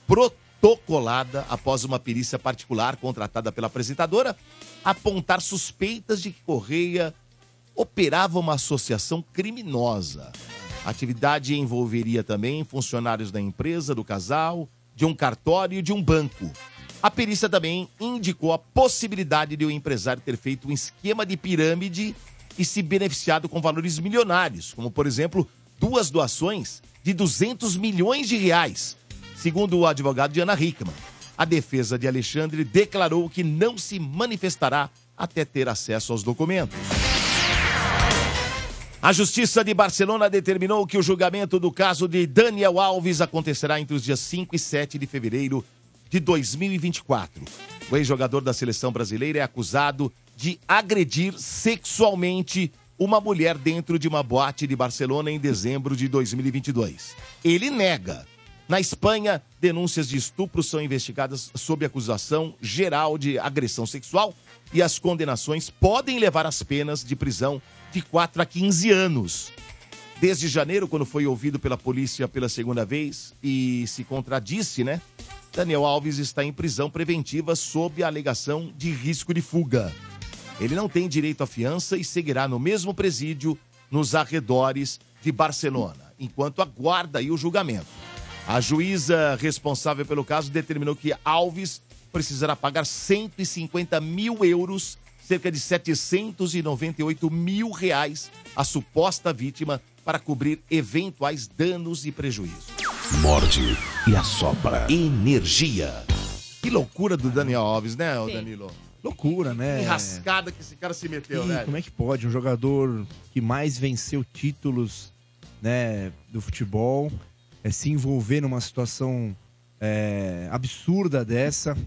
A: protocolada após uma perícia particular contratada pela apresentadora apontar suspeitas de que Correia operava uma associação criminosa. A atividade envolveria também funcionários da empresa, do casal, de um cartório e de um banco. A perícia também indicou a possibilidade de o empresário ter feito um esquema de pirâmide e se beneficiado com valores milionários, como, por exemplo, duas doações de 200 milhões de reais, segundo o advogado de Ana Hickman. A defesa de Alexandre declarou que não se manifestará até ter acesso aos documentos. A Justiça de Barcelona determinou que o julgamento do caso de Daniel Alves acontecerá entre os dias 5 e 7 de fevereiro de 2024. O ex-jogador da seleção brasileira é acusado de agredir sexualmente uma mulher dentro de uma boate de Barcelona em dezembro de 2022. Ele nega. Na Espanha, denúncias de estupro são investigadas sob acusação geral de agressão sexual e as condenações podem levar às penas de prisão de 4 a 15 anos. Desde janeiro, quando foi ouvido pela polícia pela segunda vez e se contradisse, né? Daniel Alves está em prisão preventiva sob a alegação de risco de fuga. Ele não tem direito à fiança e seguirá no mesmo presídio nos arredores de Barcelona, enquanto aguarda aí o julgamento. A juíza responsável pelo caso determinou que Alves precisará pagar 150 mil euros, cerca de 798 mil reais, à suposta vítima para cobrir eventuais danos e prejuízos.
H: Morde e assopra.
A: Energia. Que loucura do Daniel Alves, né, ô
B: Sim.
A: Danilo?
B: Loucura, né?
A: Que rascada que esse cara se meteu,
B: Ih,
A: né?
B: Como é que pode? Um jogador que mais venceu títulos né, do futebol é, se envolver numa situação é, absurda dessa.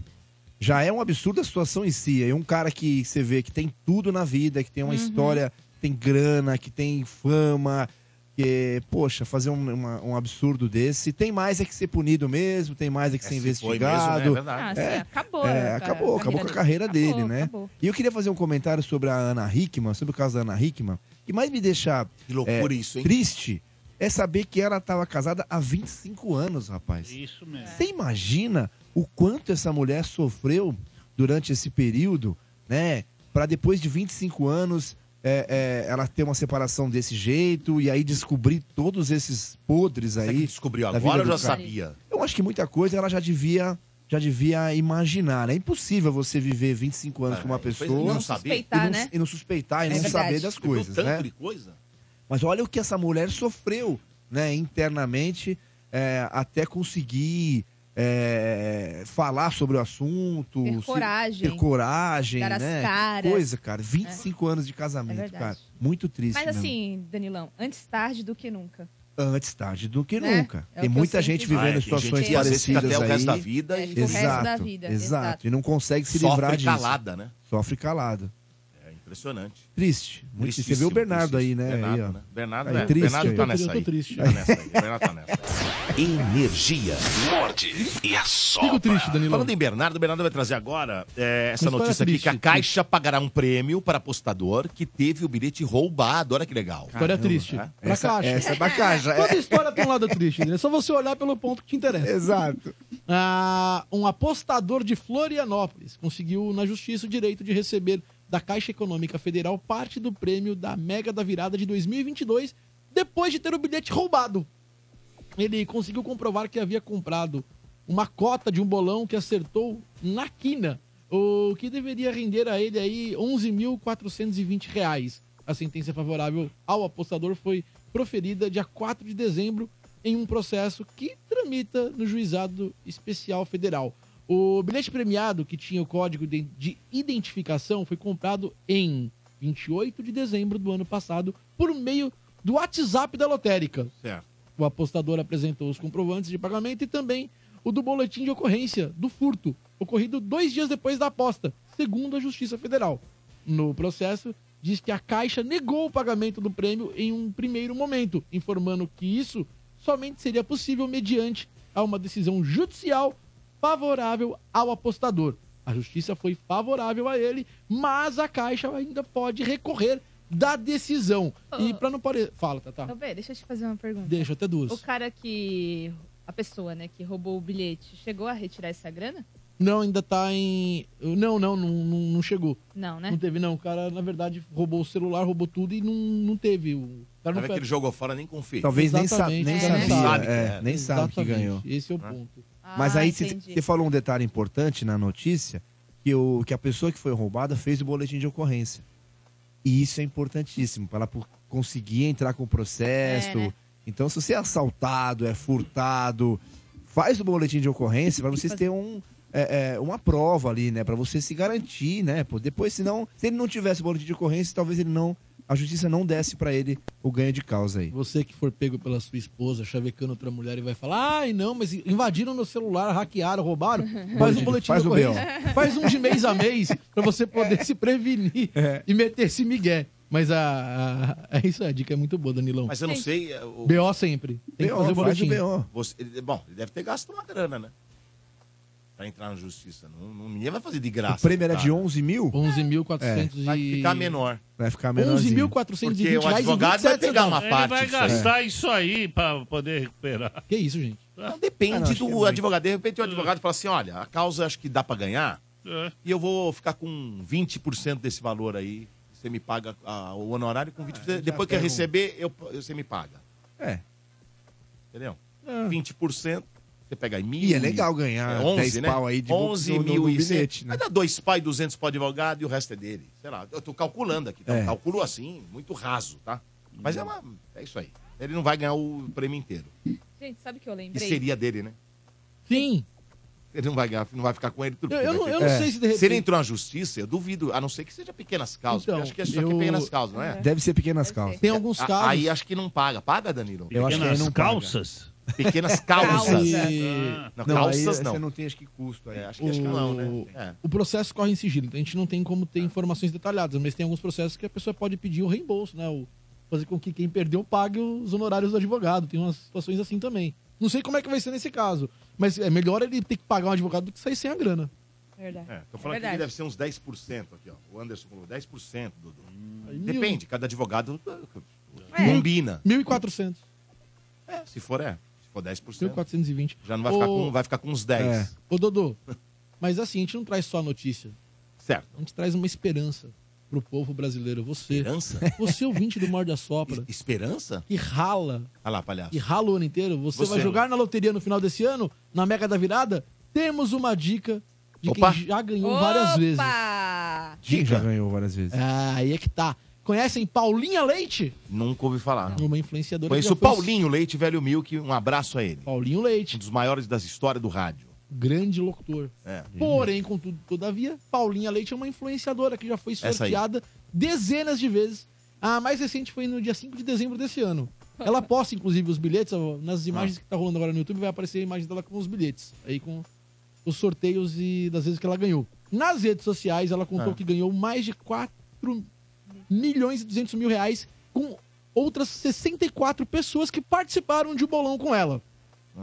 B: Já é um absurdo a situação em si. É um cara que você vê que tem tudo na vida, que tem uma
N: Uhum.
B: história, que tem grana, que tem fama. Que, poxa, fazer um, uma- um absurdo desse. Tem mais é que ser punido mesmo, tem mais é que ser
A: se foi mesmo, né?
B: investigado.
A: É verdade.
E: Ah, sim, acabou, né,
B: é,
E: cara?
B: acabou, acabou com
E: A carreira
B: a carreira
E: dele.
B: dele, né?
E: Acabou.
B: E eu queria fazer um comentário sobre a Ana Hickman, sobre o caso da Ana Hickman, que mais me deixa
A: loucura
B: é,
A: isso, hein?
B: triste é saber que ela estava casada há 25 anos, rapaz.
C: Isso mesmo.
B: Você imagina o quanto essa mulher sofreu durante esse período, né? Pra depois de 25 anos é, é, ela ter uma separação desse jeito e aí descobrir todos esses podres aí.
A: descobriu
B: da
A: agora
B: vida
A: ou
B: do
A: já
B: cara.
A: sabia?
B: Eu acho que muita coisa ela já devia, já devia imaginar. né? É impossível você viver 25 anos
A: Ah,
B: com uma
A: depois
B: pessoa
A: não saber. Suspeitar,
B: e não,
A: né?
B: e não suspeitar tá e
A: É
B: não
A: verdade.
B: saber das
A: Você viu
B: coisas,
A: tanto
B: né?
A: de coisa?
B: Mas olha o que essa mulher sofreu, né, internamente, é, até conseguir é, falar sobre o assunto.
E: Ter
B: se-
E: coragem.
B: Ter coragem,
E: Dar as
B: né?
E: caras. É.
B: Coisa, cara. 25 anos de casamento,
E: verdade.
B: cara. Muito triste,
E: Mas
B: mesmo.
E: assim, Danilão, antes tarde do que nunca.
B: Antes tarde do que
E: Né?
B: nunca.
E: É o
B: tem
E: que eu
B: muita
E: sempre
B: gente
E: digo.
B: vivendo
E: Ah, é, tem
B: situações
E: gente que às
B: parecidas
E: vezes fica
A: até o
B: aí.
A: resto da vida É, e- fica
B: exato,
A: o resto
E: da vida,
B: Exato.
E: exato.
B: E não consegue se
A: Sofre
B: livrar disso.
A: calada, né?
B: Sofre calada.
A: É impressionante.
B: Triste. Muito triste. Você vê
A: Tristíssimo,
B: o Bernardo aí, né?
A: Bernardo,
B: aí, ó.
A: né? Bernardo,
B: Aí,
A: é.
B: triste
A: Bernardo tá
B: aí.
A: nessa aí.
F: triste.
A: Tá nessa aí. Bernardo tá nessa. Energia.
H: Morde e assopra.
A: Sopra. Falando em Bernardo, o Bernardo vai trazer agora é, essa
H: Uma história
A: notícia aqui que a
H: triste.
A: Caixa pagará um prêmio para apostador que teve o bilhete roubado. Olha que legal.
F: História é triste.
A: né?
F: é Pra caixa.
B: é
F: Toda história tem um lado triste, né? É só você olhar pelo ponto que te interessa.
B: Exato.
F: um apostador de Florianópolis conseguiu na justiça o direito de receber da Caixa Econômica Federal parte do prêmio da Mega da Virada de 2022 depois de ter o bilhete roubado. Ele conseguiu comprovar que havia comprado uma cota de um bolão que acertou na quina, o que deveria render a ele aí 11.420 reais. A sentença favorável ao apostador foi proferida dia 4 de dezembro em um processo que tramita no Juizado Especial Federal. O bilhete premiado, que tinha o código de- de identificação, foi comprado em 28 de dezembro do ano passado por meio do WhatsApp da lotérica.
A: Certo.
F: O apostador apresentou os comprovantes de pagamento e também o do boletim de ocorrência do furto, ocorrido dois dias depois da aposta, segundo a Justiça Federal. No processo, diz que a Caixa negou o pagamento do prêmio em um primeiro momento, informando que isso somente seria possível mediante a uma decisão judicial favorável ao apostador. A justiça foi favorável a ele, mas a Caixa ainda pode recorrer da decisão. E para não parecer... Fala, Tatá.
E: Ô, Bê, Então, deixa eu te fazer uma pergunta.
F: Tá. Deixa até duas.
E: O cara que. A pessoa, né, que roubou o bilhete, chegou a retirar essa grana?
F: Não, ainda tá em. Não, não, não, não, não chegou.
E: Não, né?
F: Não teve, não. O cara, na verdade, roubou o celular, roubou tudo e não, não teve. O
A: Tá
F: cara não
A: vendo que ele jogou fora nem confia.
B: Talvez nem, sa [LAUGHS] nem
F: Exatamente.
B: sabia,
F: É, sabe,
B: é,
F: cara.
B: nem sabe que
F: Exatamente.
B: ganhou.
F: Esse é o ponto.
B: Mas
F: Ah,
B: aí você
F: entendi.
B: você falou um detalhe importante na notícia, que, o, que a pessoa que foi roubada fez o boletim de ocorrência. E isso é importantíssimo, para ela po- conseguir entrar com o processo.
N: É, né?
B: Então, se você é assaltado, é furtado, faz o boletim de ocorrência para vocês terem um, é, é, uma prova ali, né? Para você se garantir, né? Pô, depois, senão, se ele não tivesse boletim de ocorrência, talvez ele não a justiça não desce pra ele o ganho de causa aí.
F: Você que for pego pela sua esposa, chavecando outra mulher e vai falar, ai não, mas invadiram meu celular, hackearam,
B: [LAUGHS]
F: roubaram, faz um boletim
B: Faz
F: de
B: o
F: ocorrência.
B: BO.
F: Faz um de mês a mês pra você poder se prevenir e meter esse migué. Mas a, a- é isso, a dica é muito boa, Danilão.
A: Mas eu não sei. é, O...
F: BO sempre. Tem que fazer o boletim.
A: Você- ele- bom, ele deve ter gasto uma grana, né? Pra entrar na justiça. Não, não- ninguém vai fazer de graça.
B: o prêmio era
A: cara.
B: de 11 mil?
F: 11.400
A: É. Vai
F: É. e-
A: ficar menor.
B: Vai ficar menor.
F: 11.420
A: Porque o
F: reais e
A: advogado vai
F: 27
A: pegar uma parte.
F: centavos.
C: Vai
A: disso aí.
C: gastar isso aí pra poder recuperar.
F: Que isso, gente?
A: Não,
B: Ah,
A: depende
B: é
A: do advogado. De repente o advogado fala assim, olha, a causa acho que dá pra ganhar
C: É.
A: e eu vou ficar com 20% desse valor aí. Você me paga ah, o honorário com 20%. Depois que eu
B: pega um-
A: receber, eu, você me paga.
B: É.
A: Entendeu? 20%. Você pega aí mil.
B: E é legal ganhar 10 pau aí de
A: 11
B: no- no-
A: né? mil
B: no
A: e cem.
B: bilhete, né?
A: Vai dar dois pau e 200 pro advogado e o resto é dele. Sei lá, eu tô calculando aqui. Tá?
B: É. Hum.
A: Eu calculo assim, muito raso, tá? Mas é, uma, é isso aí. Ele não vai ganhar o prêmio inteiro.
E: Gente, sabe o que eu
A: Que
E: lembrei?
A: seria dele, né?
F: Sim.
A: Ele não vai ganhar, não vai ficar com ele tudo.
E: Eu-
A: bem,
E: eu
A: vai
E: não-
A: ter
E: eu
A: que-
E: não sei se de
A: Se ele
E: repente-
A: entrou na justiça, eu duvido, a não ser que seja pequenas causas.
B: Então,
A: porque acho que é só que
B: eu-
A: é pequenas causas, não é?
B: Deve ser pequenas causas.
F: Tem alguns
A: A-
F: casos.
A: Aí acho que não paga. Paga, Danilo?
B: Eu acho que aí não paga.
C: calças?
F: [LAUGHS]
A: Pequenas causas.
B: E-
A: Não,
B: Não,
A: calças
B: aí
A: não. É,
B: Você não tem acho que custo aí.
A: acho que- acho que não, né? É.
F: O processo corre em sigilo, então a gente não tem como ter informações detalhadas, mas tem alguns processos que a pessoa pode pedir o reembolso, né? O fazer com que quem perdeu pague os honorários do advogado. Tem umas situações assim também. Não sei como é que vai ser nesse caso, mas é melhor ele ter que pagar um advogado do que sair sem a grana.
E: Verdade.
A: É, tô falando
E: Verdade.
A: que deve ser uns 10% aqui, ó. O Anderson falou 10%, Dudu.
F: Aí,
A: Depende, cada advogado
F: É.
A: combina.
F: 1.400.
A: Se for, é. Se for 10%.
F: 1.420.
A: Já não vai ficar
F: Ô-
A: com, vai ficar com uns 10.
F: É. Ô, Dodô, mas assim, a gente não traz só a notícia.
A: Certo.
F: A gente traz uma esperança pro povo brasileiro. Você.
A: Esperança?
F: [LAUGHS] Você, ouvinte do Morde a Sopra.
A: Esperança?
F: Que rala
A: Olha lá, palhaço.
F: e rala o ano inteiro, você,
A: Você.
F: vai jogar na loteria no final desse ano, na Mega da Virada, temos uma dica de
B: Opa.
F: quem já ganhou várias vezes.
B: Quem já ganhou várias vezes?
F: Ah, aí é que tá. Conhecem Paulinha Leite?
A: Nunca ouvi falar.
F: Uma influenciadora
A: Conheço
F: que
A: o
F: já foi
A: Paulinho Leite, velho Milk. Um abraço a ele.
F: Paulinho Leite.
A: Um dos maiores das histórias do rádio.
F: grande locutor.
A: É.
F: Porém, contudo, todavia, Paulinha Leite é uma influenciadora que já foi
A: Essa aí.
F: sorteada dezenas de vezes. A mais recente foi no dia 5 de dezembro desse ano. Ela posta, inclusive, os bilhetes ó, nas
A: Ah.
F: imagens que tá rolando agora no YouTube, vai aparecer a imagem dela com os bilhetes. Aí com os sorteios e das vezes que ela ganhou. Nas redes sociais, ela contou
A: Ah.
F: que ganhou mais de 4 milhões e 200 mil reais com outras 64 pessoas que participaram de um bolão com ela.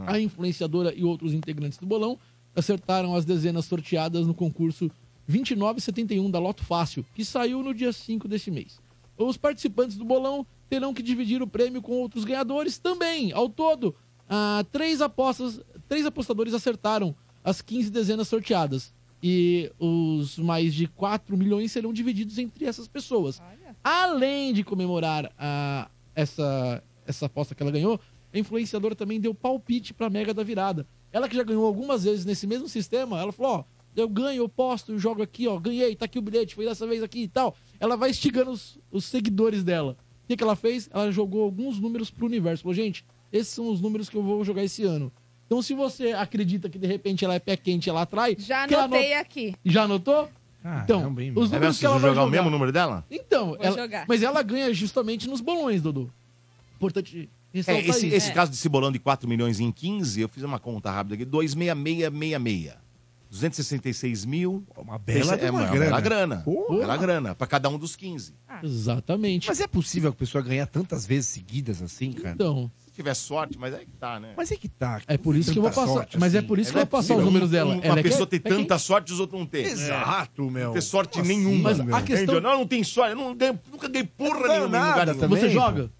F: A influenciadora e outros integrantes do bolão acertaram as dezenas sorteadas no concurso 2971 da Loto Fácil, que saiu no dia 5 desse mês. Os participantes do bolão terão que dividir o prêmio com outros ganhadores também. Ao todo, ah, três, apostas, três apostadores acertaram as 15 dezenas sorteadas. E os mais de 4 milhões serão divididos entre essas pessoas. Além de comemorar a, essa, essa aposta que ela ganhou, a influenciadora também deu palpite pra Mega da Virada. Ela que já ganhou algumas vezes nesse mesmo sistema, ela falou, ó, eu ganho, eu posto, eu jogo aqui, ó, ganhei, tá aqui o bilhete, foi dessa vez aqui e tal. Ela vai instigando os, os seguidores dela. O que, que ela fez? Ela jogou alguns números pro universo. Falou, gente, esses são os números que eu vou jogar esse ano. Então, se você acredita que de repente ela é pé quente, ela atrai.
E: Já
F: que ela
E: anotei
F: não-
E: aqui.
F: Já anotou? então,
A: hein,
F: os
A: mano? É mesmo?
F: números
A: Vocês
F: que ela
A: vão
F: vai
A: jogar
F: jogar.
A: o mesmo número dela?
F: Então,
E: Vou
F: ela-
E: jogar.
F: mas ela ganha justamente nos bolões, Dudu. Importante ressaltar
A: É, esse
F: isso.
A: esse caso desse bolão de 4 milhões em 15, eu fiz uma conta rápida aqui, 26666. 266 mil. Uma
B: bela de
A: é,
B: uma
A: uma
B: grana.
A: bela grana.
B: Porra. Ah.
A: Uma bela grana, pra cada um dos 15.
F: Exatamente.
B: Mas é possível a pessoa ganhar tantas vezes seguidas assim, cara?
F: Então.
A: Se tiver sorte, mas aí que tá, né?
B: Mas é que tá.
F: É por isso que eu vou passar.
B: Sorte,
F: mas é
B: assim.
F: por isso que
A: Não
F: eu
A: é
F: vou passar os
A: possível.
F: números
A: Um-
F: dela.
A: Uma
F: Ela é
A: pessoa
F: quem-
A: ter
F: é quem-
A: tanta sorte e os outros não ter.
B: Exato, meu.
A: Não ter sorte
B: Como
A: nenhuma.
B: assim, Mas meu? a questão-
A: Entendeu? Não, não tem sorte. Eu não ganho- nunca ganhei porra
B: Não ganho
A: nenhuma em lugar
B: nada
A: nenhum.
B: também, Você
F: joga?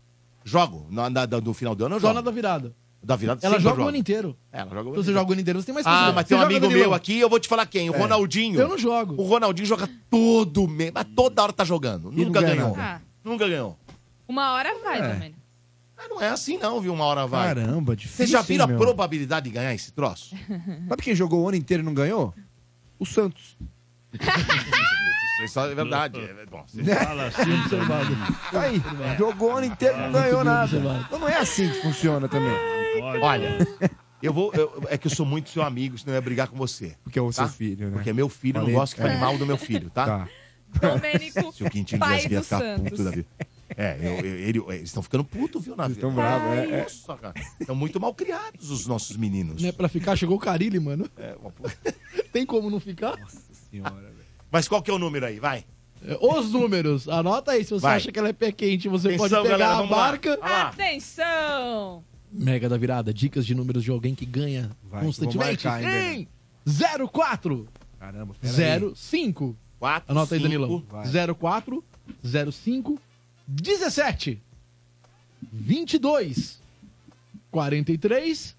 A: Jogo. Na, na- da- do final do ano eu
F: Só
A: jogo.
F: na da virada.
A: Da virada
F: Ela
A: sempre
F: joga
A: eu jogo.
F: o ano inteiro.
A: É, ela joga o
F: Se
A: ano
F: você
A: inteiro.
F: joga o ano inteiro, você tem mais
A: Ah,
F: possibilidade.
A: mas tem um
F: Você joga,
A: amigo
F: Danilão?
A: meu aqui, eu vou te falar quem? O
F: É.
A: Ronaldinho.
F: Eu não jogo.
A: O Ronaldinho joga todo mês, mas toda hora tá jogando.
B: não
A: Nunca
B: ganha
A: ganhou.
E: nada. Ah.
A: Nunca ganhou.
E: Uma hora vai,
A: É.
E: Domênio.
A: Mas não é assim não, viu? Uma hora vai.
B: Caramba, difícil.
A: Vocês já viram
B: hein,
A: a
B: meu?
A: probabilidade de ganhar esse troço?
B: Sabe quem jogou o ano inteiro e não ganhou? O Santos.
A: Isso é verdade. É, bom, vocês
B: Né?
A: falam assim,
B: Tá Aí, jogou o ano inteiro e não ganhou nada. Então não é assim que funciona também.
A: Olha, [LAUGHS] eu vou. eu- é que eu sou muito seu amigo, senão eu ia brigar com você.
B: Porque é o seu
A: tá?
B: filho, né?
A: Porque é meu filho, eu não
B: Falei-
A: gosto que fale
B: é.
A: mal do meu filho, tá?
B: Tá.
E: Domênico,
A: [LAUGHS] Se o Quintino
E: pai
A: tivesse, ia
E: do
A: ficar
E: Santos.
A: puto da vida. É, eu- eu- ele- eles estão ficando putos, viu, Navio?
B: tão bravos, é, é.
A: Nossa, cara. Estão muito mal criados os nossos meninos.
F: Não é pra ficar, chegou o Carilli, mano. [LAUGHS]
A: É, uma
F: Tem como não ficar? É,
A: Mas qual que é o número aí? Vai.
F: Os números, anota aí. Se você
A: Vai.
F: acha que ela é pé quente, você
A: Atenção,
F: pode pegar
A: galera,
F: a
A: vamos lá. Ah,
F: barca.
H: Atenção!
F: Mega da virada, dicas de números de alguém que ganha constantemente.
B: vou marcar, hein,
F: em 04
B: Caramba, peraí.
F: 05.
A: Quatro,
F: Anota aí,
B: cinco,
F: Danilão.
B: vai.
F: 04 05 17 22 43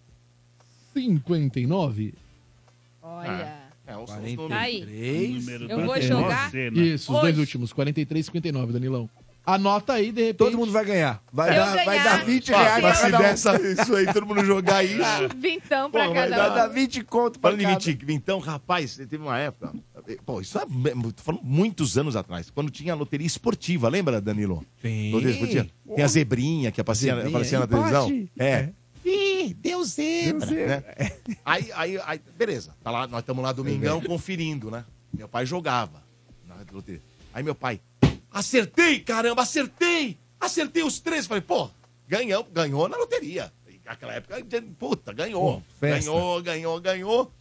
F: 59.
H: Olha.
A: É, os
H: Tá aí.
F: números.
H: Eu vou jogar.
B: né?
F: Isso, os dois
H: hoje.
F: últimos, 43 e 59, Danilão. Anota aí, de repente. Todo mundo
B: vai ganhar. Vai,
F: Eu
B: dar, vai
F: ganhar.
B: dar 20
F: Ah,
B: reais pra
F: mas se
B: cada um.
F: dessa-
B: [LAUGHS]
A: isso aí, todo mundo jogar isso.
H: Vintão pra
A: Pô, mas
H: cada
A: dá-
H: um.
A: dá
B: 20 conto
A: Falando em 20, então, rapaz, teve uma época. Pô, isso é tô falando muitos anos atrás, quando tinha a loteria esportiva, lembra, Danilo?
F: Sim.
A: Loteria esportiva. Tem a zebrinha que aparecia,
G: Zebrinha,
A: aparecia na
G: empate.
A: televisão. É.
G: Ih, deu zebra.
A: né? Aí, aí, aí, beleza. Tá lá, nós estamos lá domingão conferindo, né? Meu pai jogava na loteria. Aí meu pai, acertei, caramba, acertei! Acertei os três. Falei, pô, ganhou, ganhou na loteria. E Naquela época, então. puta, ganhou.
G: festa.
A: ganhou, ganhou, ganhou.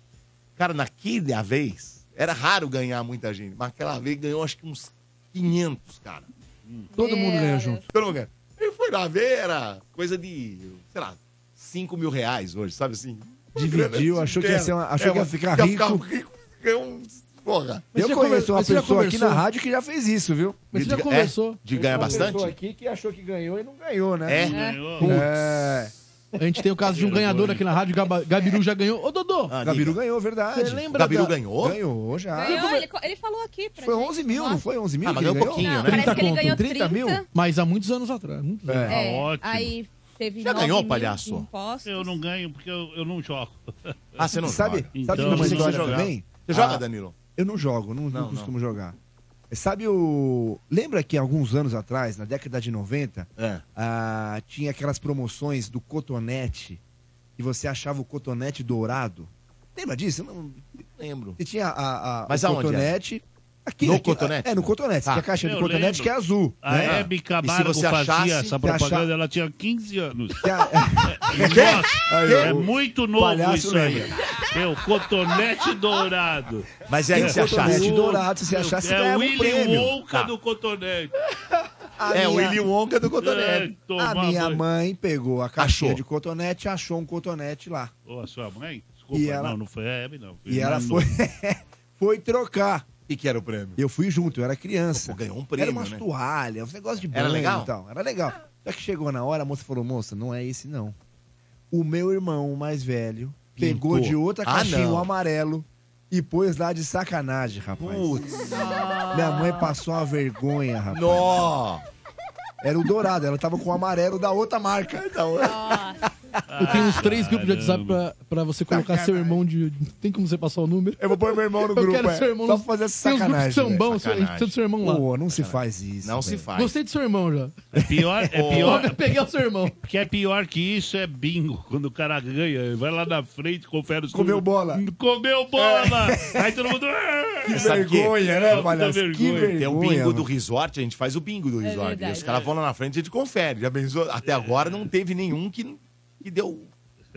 A: Cara, naquela vez, era raro ganhar muita gente, mas aquela vez ganhou acho que uns 500, cara.
B: Hum.
F: Todo mundo ganhou junto.
A: Todo mundo ganhou. Aí foi lá ver, era coisa de, sei lá, 5 mil reais hoje, sabe assim? É,
B: Dividiu, achou que ia, ser É uma- achou que ia ficar rico.
A: um- Ganhou uns. Porra.
B: Eu conheço uma pessoa aqui na rádio que já fez isso, viu?
A: Mas você já De- é, conversou? de ganhar
B: Conheço uma
A: bastante?
B: pessoa aqui que achou que ganhou e não ganhou, né?
A: É?
B: É.
F: A gente tem o caso de um ganhador aqui na rádio, Gaba- Gabiru já ganhou. Ô, Dodô!
B: Ah, Gabiru ganhou, verdade.
F: Você lembra
B: Gabiru
F: da-
B: ganhou? Ganhou já.
H: Ganhou, ele, co- ele falou aqui pra
B: é? Foi
H: gente.
B: 11 mil, não
H: Nossa.
B: foi 11 mil?
F: Ah, mas
B: que
F: ganhou
B: ele
F: pouquinho,
H: Não, né? parece que ele ganhou
B: 30 mil?
H: 30.
F: Mas há muitos anos atrás. muitos
C: Tá
F: anos. Tá
B: É.
H: É, Aí teve
F: Já
H: 9
F: ganhou,
H: mil
F: palhaço?
H: de impostos.
C: Eu não ganho porque eu, eu não jogo.
A: Ah, você não
B: sabe, é
A: joga.
B: Sabe
A: Então,
B: uma
A: você
B: história
A: joga.
B: também?
A: Você joga, Danilo?
B: Eu não jogo, não, não
A: Não,
B: costumo jogar. Sabe o... Lembra que alguns anos atrás, na década de 90,
A: É,
B: ah, tinha aquelas promoções do cotonete e você achava o cotonete dourado? Lembra disso? Eu não
A: lembro.
B: E tinha a, a-
A: Mas
B: o
A: aonde é? era?
B: cotonete... Aqui,
A: No
B: aqui,
A: cotonete?
B: É, no cotonete.
A: Ah.
B: Tem a caixinha do
A: Eu
B: cotonete
A: lembro.
B: que é azul.
C: A
B: né?
C: Hebe
B: E
C: Camargo
B: se você
C: fazia
B: achasse-
C: essa
B: se achar-
C: propaganda, ela tinha 15 anos.
B: [LAUGHS] O
C: Nossa,
B: É quê?
C: é
B: o
C: muito novo
B: palhaço
C: isso aí.
B: lembra.
C: É o cotonete dourado.
A: Mas é aí que você achasse.
B: um Cotonete dourado, se você achasse,
C: É o
B: ganhava um
C: Willy
B: prêmio.
C: Wonka
B: Tá.
C: do cotonete.
B: [LAUGHS] A
A: É, o
B: minha-
A: Willy Wonka do cotonete.
C: É, tomar
B: a minha
C: banho.
B: mãe pegou a caixinha
C: Achou.
B: de cotonete e achou um cotonete lá.
C: Ô, a sua mãe? Desculpa,
B: E ela-
C: não, não foi a Hebe, não.
B: E ela
C: Manu.
B: foi, [LAUGHS] foi trocar.
A: E que era o prêmio?
B: Eu fui junto, eu era criança.
A: ganhou um
B: Era
A: prêmio,
B: umas
A: né?
B: toalhas, um negócio de
A: Era
B: banho então.
A: legal?
B: e tal. Era legal. Só que chegou na hora, a moça falou, moça, não é esse não. O meu irmão, o mais velho,
A: Pintou.
B: pegou de outra
A: Ah,
B: caixinha
A: não.
B: o amarelo e pôs lá de sacanagem, rapaz.
A: Putz.
B: Minha mãe passou uma vergonha, rapaz.
A: Nó!
B: Era o dourado, ela tava com o amarelo da outra marca.
A: É,
F: Ah, Eu tenho uns
H: Ah,
F: três grupos de WhatsApp pra, pra você colocar seu irmão de. Tem como você passar o número?
B: Eu vou pôr meu irmão no
F: Eu
B: grupo,
F: quero
B: é.
F: seu irmão
B: Só
F: no-
B: pra fazer essa
F: Tem uns grupos de
B: sacanagem.
F: sambão,
B: velho.
F: seu- a gente precisa do seu irmão lá.
B: Pô, não se faz isso.
A: Não se
B: velho.
A: faz.
F: Gostei do seu irmão já.
C: É pior,
B: [LAUGHS]
C: é
F: Ô.
C: pior.
F: Vamos pegar o seu irmão.
C: Que é pior que isso é bingo. Quando o cara ganha, ele vai lá na frente, confere os
B: Comeu
C: números.
B: bola. É.
C: Comeu bola! Aí todo mundo. "Ah!" Que
A: Sabe quê?
B: né,
C: Puta vergonha.
A: Tem o bingo do resort, a gente faz o bingo do
C: É
A: resort.
C: verdade.
A: os caras vão lá na frente e a gente confere. Já pensou? Até agora não teve nenhum que, que deu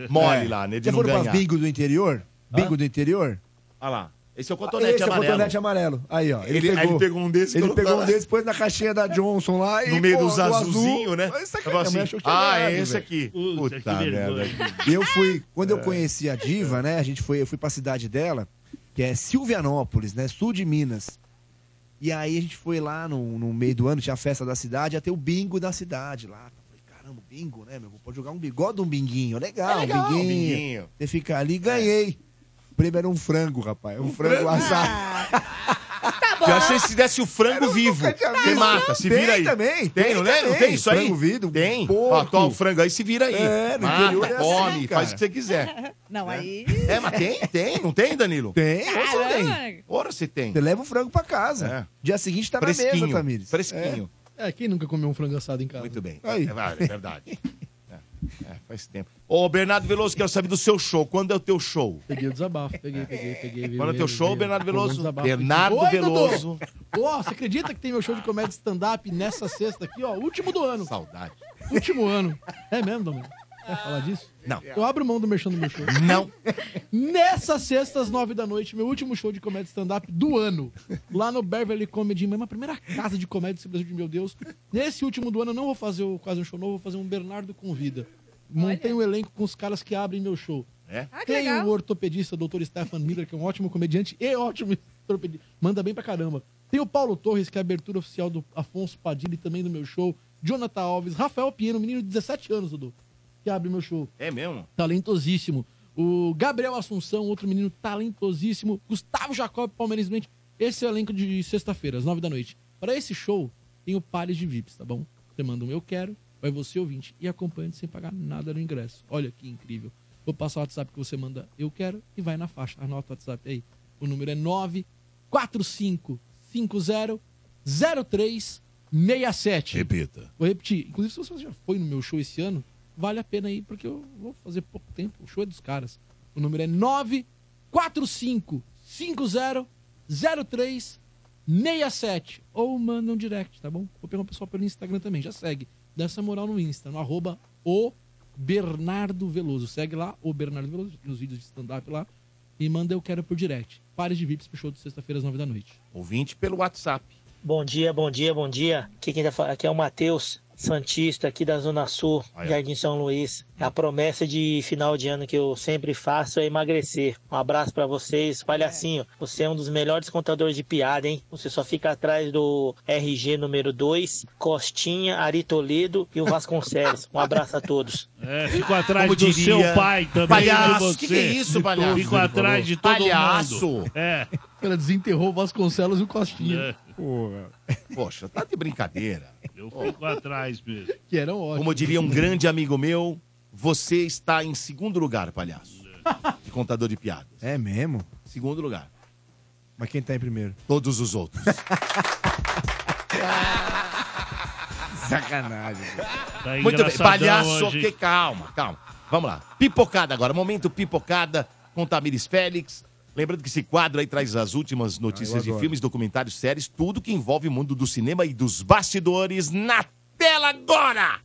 A: mole
B: É.
A: lá, né? De
B: Já
A: não
B: foram
A: ganhar.
B: pra bingo do interior? Bingo do interior?
A: Olha lá. Esse é o cotonete
B: Esse
A: amarelo.
B: é o cotonete amarelo. Aí, ó.
A: Ele- aí ele pegou um desse e
B: Ele
A: colocou
B: pegou
A: lá.
B: um desse, pôs na caixinha da Johnson lá e.
A: No meio
B: pô,
A: dos
B: do azul.
A: azulzinhos, né?
B: Mas sacanagem,
A: Eu falo assim,
B: mas achou que
A: ah,
B: era errado,
A: é esse
B: velho.
A: aqui. Puta,
C: que vergonha.
B: E Eu fui, quando eu conheci a diva, né? A gente foi, eu fui pra cidade dela, que é Silvianópolis, né? Sul de Minas. E aí a gente foi lá no, no meio do ano, tinha a festa da cidade, ia ter o bingo da cidade lá. Falei, caramba, bingo, né, meu? Pode jogar um bigode um binguinho. Legal,
A: É legal,
B: um binguinho.
A: binguinho.
B: Você fica ali ganhei. O prêmio era um frango, rapaz. Um, frango, assado.
A: Eu achei que se desse o frango vivo. Você mata, se
B: Tem
A: vira aí.
B: também,
A: Tem,
B: tem
A: não lembra?
B: também.
A: Tem isso aí?
B: Frango vivo,
A: tem.
B: porco.
A: Ó, toma o frango aí, se vira aí.
B: É, no interior é
A: mata,
B: assim,
A: come,
B: cara.
A: faz o que você
B: [LAUGHS]
A: quiser.
B: Né?
H: Não, aí.
A: É, mas tem, tem, não tem, Danilo?
B: Tem,
A: Ora
B: você
A: tem. Ora você tem. É.
B: Você leva o frango pra casa.
H: É.
B: Dia seguinte tá na
A: Fresquinho,
B: mesa, Tamires. É.
A: fresquinho.
F: É, quem nunca comeu um frango assado em casa?
A: Muito bem. [LAUGHS]
B: Aí.
A: É, vale, é verdade. É, é, Faz tempo. Ô, Bernardo Veloso, quero saber do seu show. Quando é o teu show?
F: Peguei o desabafo, peguei, peguei, peguei. veio,
A: Quando é o teu
F: veio,
A: show,
F: veio.
A: Bernardo
F: Pegou um
A: Veloso?
F: desabafo
A: Bernardo
F: aqui. Oi, Dudu!
A: Veloso.
F: Ó, você acredita que tem meu show de comédia stand-up nessa sexta aqui, ó? Último do ano.
A: Saudade.
F: Último ano. É mesmo, Domingo? Quer falar disso?
A: Não.
F: Eu abro mão do merchan do meu show.
A: É. Não.
F: Nessa sexta, às nove da noite, meu último show de comédia stand-up do ano. Lá no Beverly Comedy, mesmo a primeira casa de comédia desse Brasil de meu Deus. Nesse último do ano, eu não vou fazer o- quase um show novo, vou fazer um Bernardo Convida. Montei um elenco com os caras que abrem meu show.
A: É?
O: Ah, que
F: Tem
O: legal.
F: o ortopedista Dr. Stefan Miller, que é um ótimo comediante e ótimo ortopedista. Manda bem pra caramba. Tem o Paulo Torres, que é a abertura oficial do Afonso Padilha e também do meu show. Jonathan Alves, Rafael Pinheiro, um menino de 17 anos, Dudu, que abre meu show.
A: É mesmo?
F: Talentosíssimo. O Gabriel Assunção, outro menino talentosíssimo. Gustavo Jacob, palmeirense. Esse é o elenco de sexta-feira, às nove da noite. Para esse show, tem o Pares de VIPs, tá bom? Você manda um eu quero, vai você ouvinte e acompanhante sem pagar nada no ingresso. Olha que incrível. Vou passar o WhatsApp que você manda eu quero e vai na faixa. Anota o WhatsApp aí. O número é 945500367.
P: Repita.
F: Vou repetir. Inclusive, se você já foi no meu show esse ano, vale a pena ir, porque eu vou fazer pouco tempo. O show é dos caras. O número é 945500367. Ou manda um direct, tá bom? Vou pegar o pessoal pelo Instagram também. Já segue. Dá essa moral no Insta, no arroba o Bernardo Veloso. Segue lá, o Bernardo Veloso, nos vídeos de stand-up lá. E manda eu quero por direct. Pares de VIPs pro show de sexta-feira às nove da noite.
A: Ouvinte pelo WhatsApp.
Q: Bom dia, bom dia, bom dia. Aqui quem tá falando aqui é o Matheus, Santista, aqui da Zona Sul, Jardim São Luís. É A promessa de final de ano que eu sempre faço é emagrecer. Um abraço pra vocês. Palhacinho, você é um dos melhores contadores de piada, hein? Você só fica atrás do RG número 2, Costinha, Ari Toledo e o Vasconcelos. Um abraço a todos.
C: É, fico atrás
Q: Como
C: do
Q: diria-
C: seu pai também.
Q: Palhaço,
C: de você.
Q: que que é isso,
C: De
Q: palhaço?
C: Fico atrás de todo mundo. É.
F: Ela desenterrou o Vasconcelos e o Costinha.
A: É. Poxa, tá de brincadeira.
C: Eu fico atrás mesmo.
F: Que eram ótimos.
A: Como diria um grande amigo meu, você está em segundo lugar,
F: [LAUGHS]
A: palhaço. De contador de piadas.
B: É mesmo?
A: Segundo lugar.
B: Mas quem tá em primeiro?
A: Todos os outros.
B: Sacanagem.
A: Muito bem, palhaço, que calma, calma. Vamos lá. Pipocada agora, momento pipocada com Tamires Félix. Lembrando que esse quadro aí traz as últimas notícias de
P: adoro.
A: filmes, documentários, séries, tudo que envolve o mundo do cinema e dos bastidores na tela agora!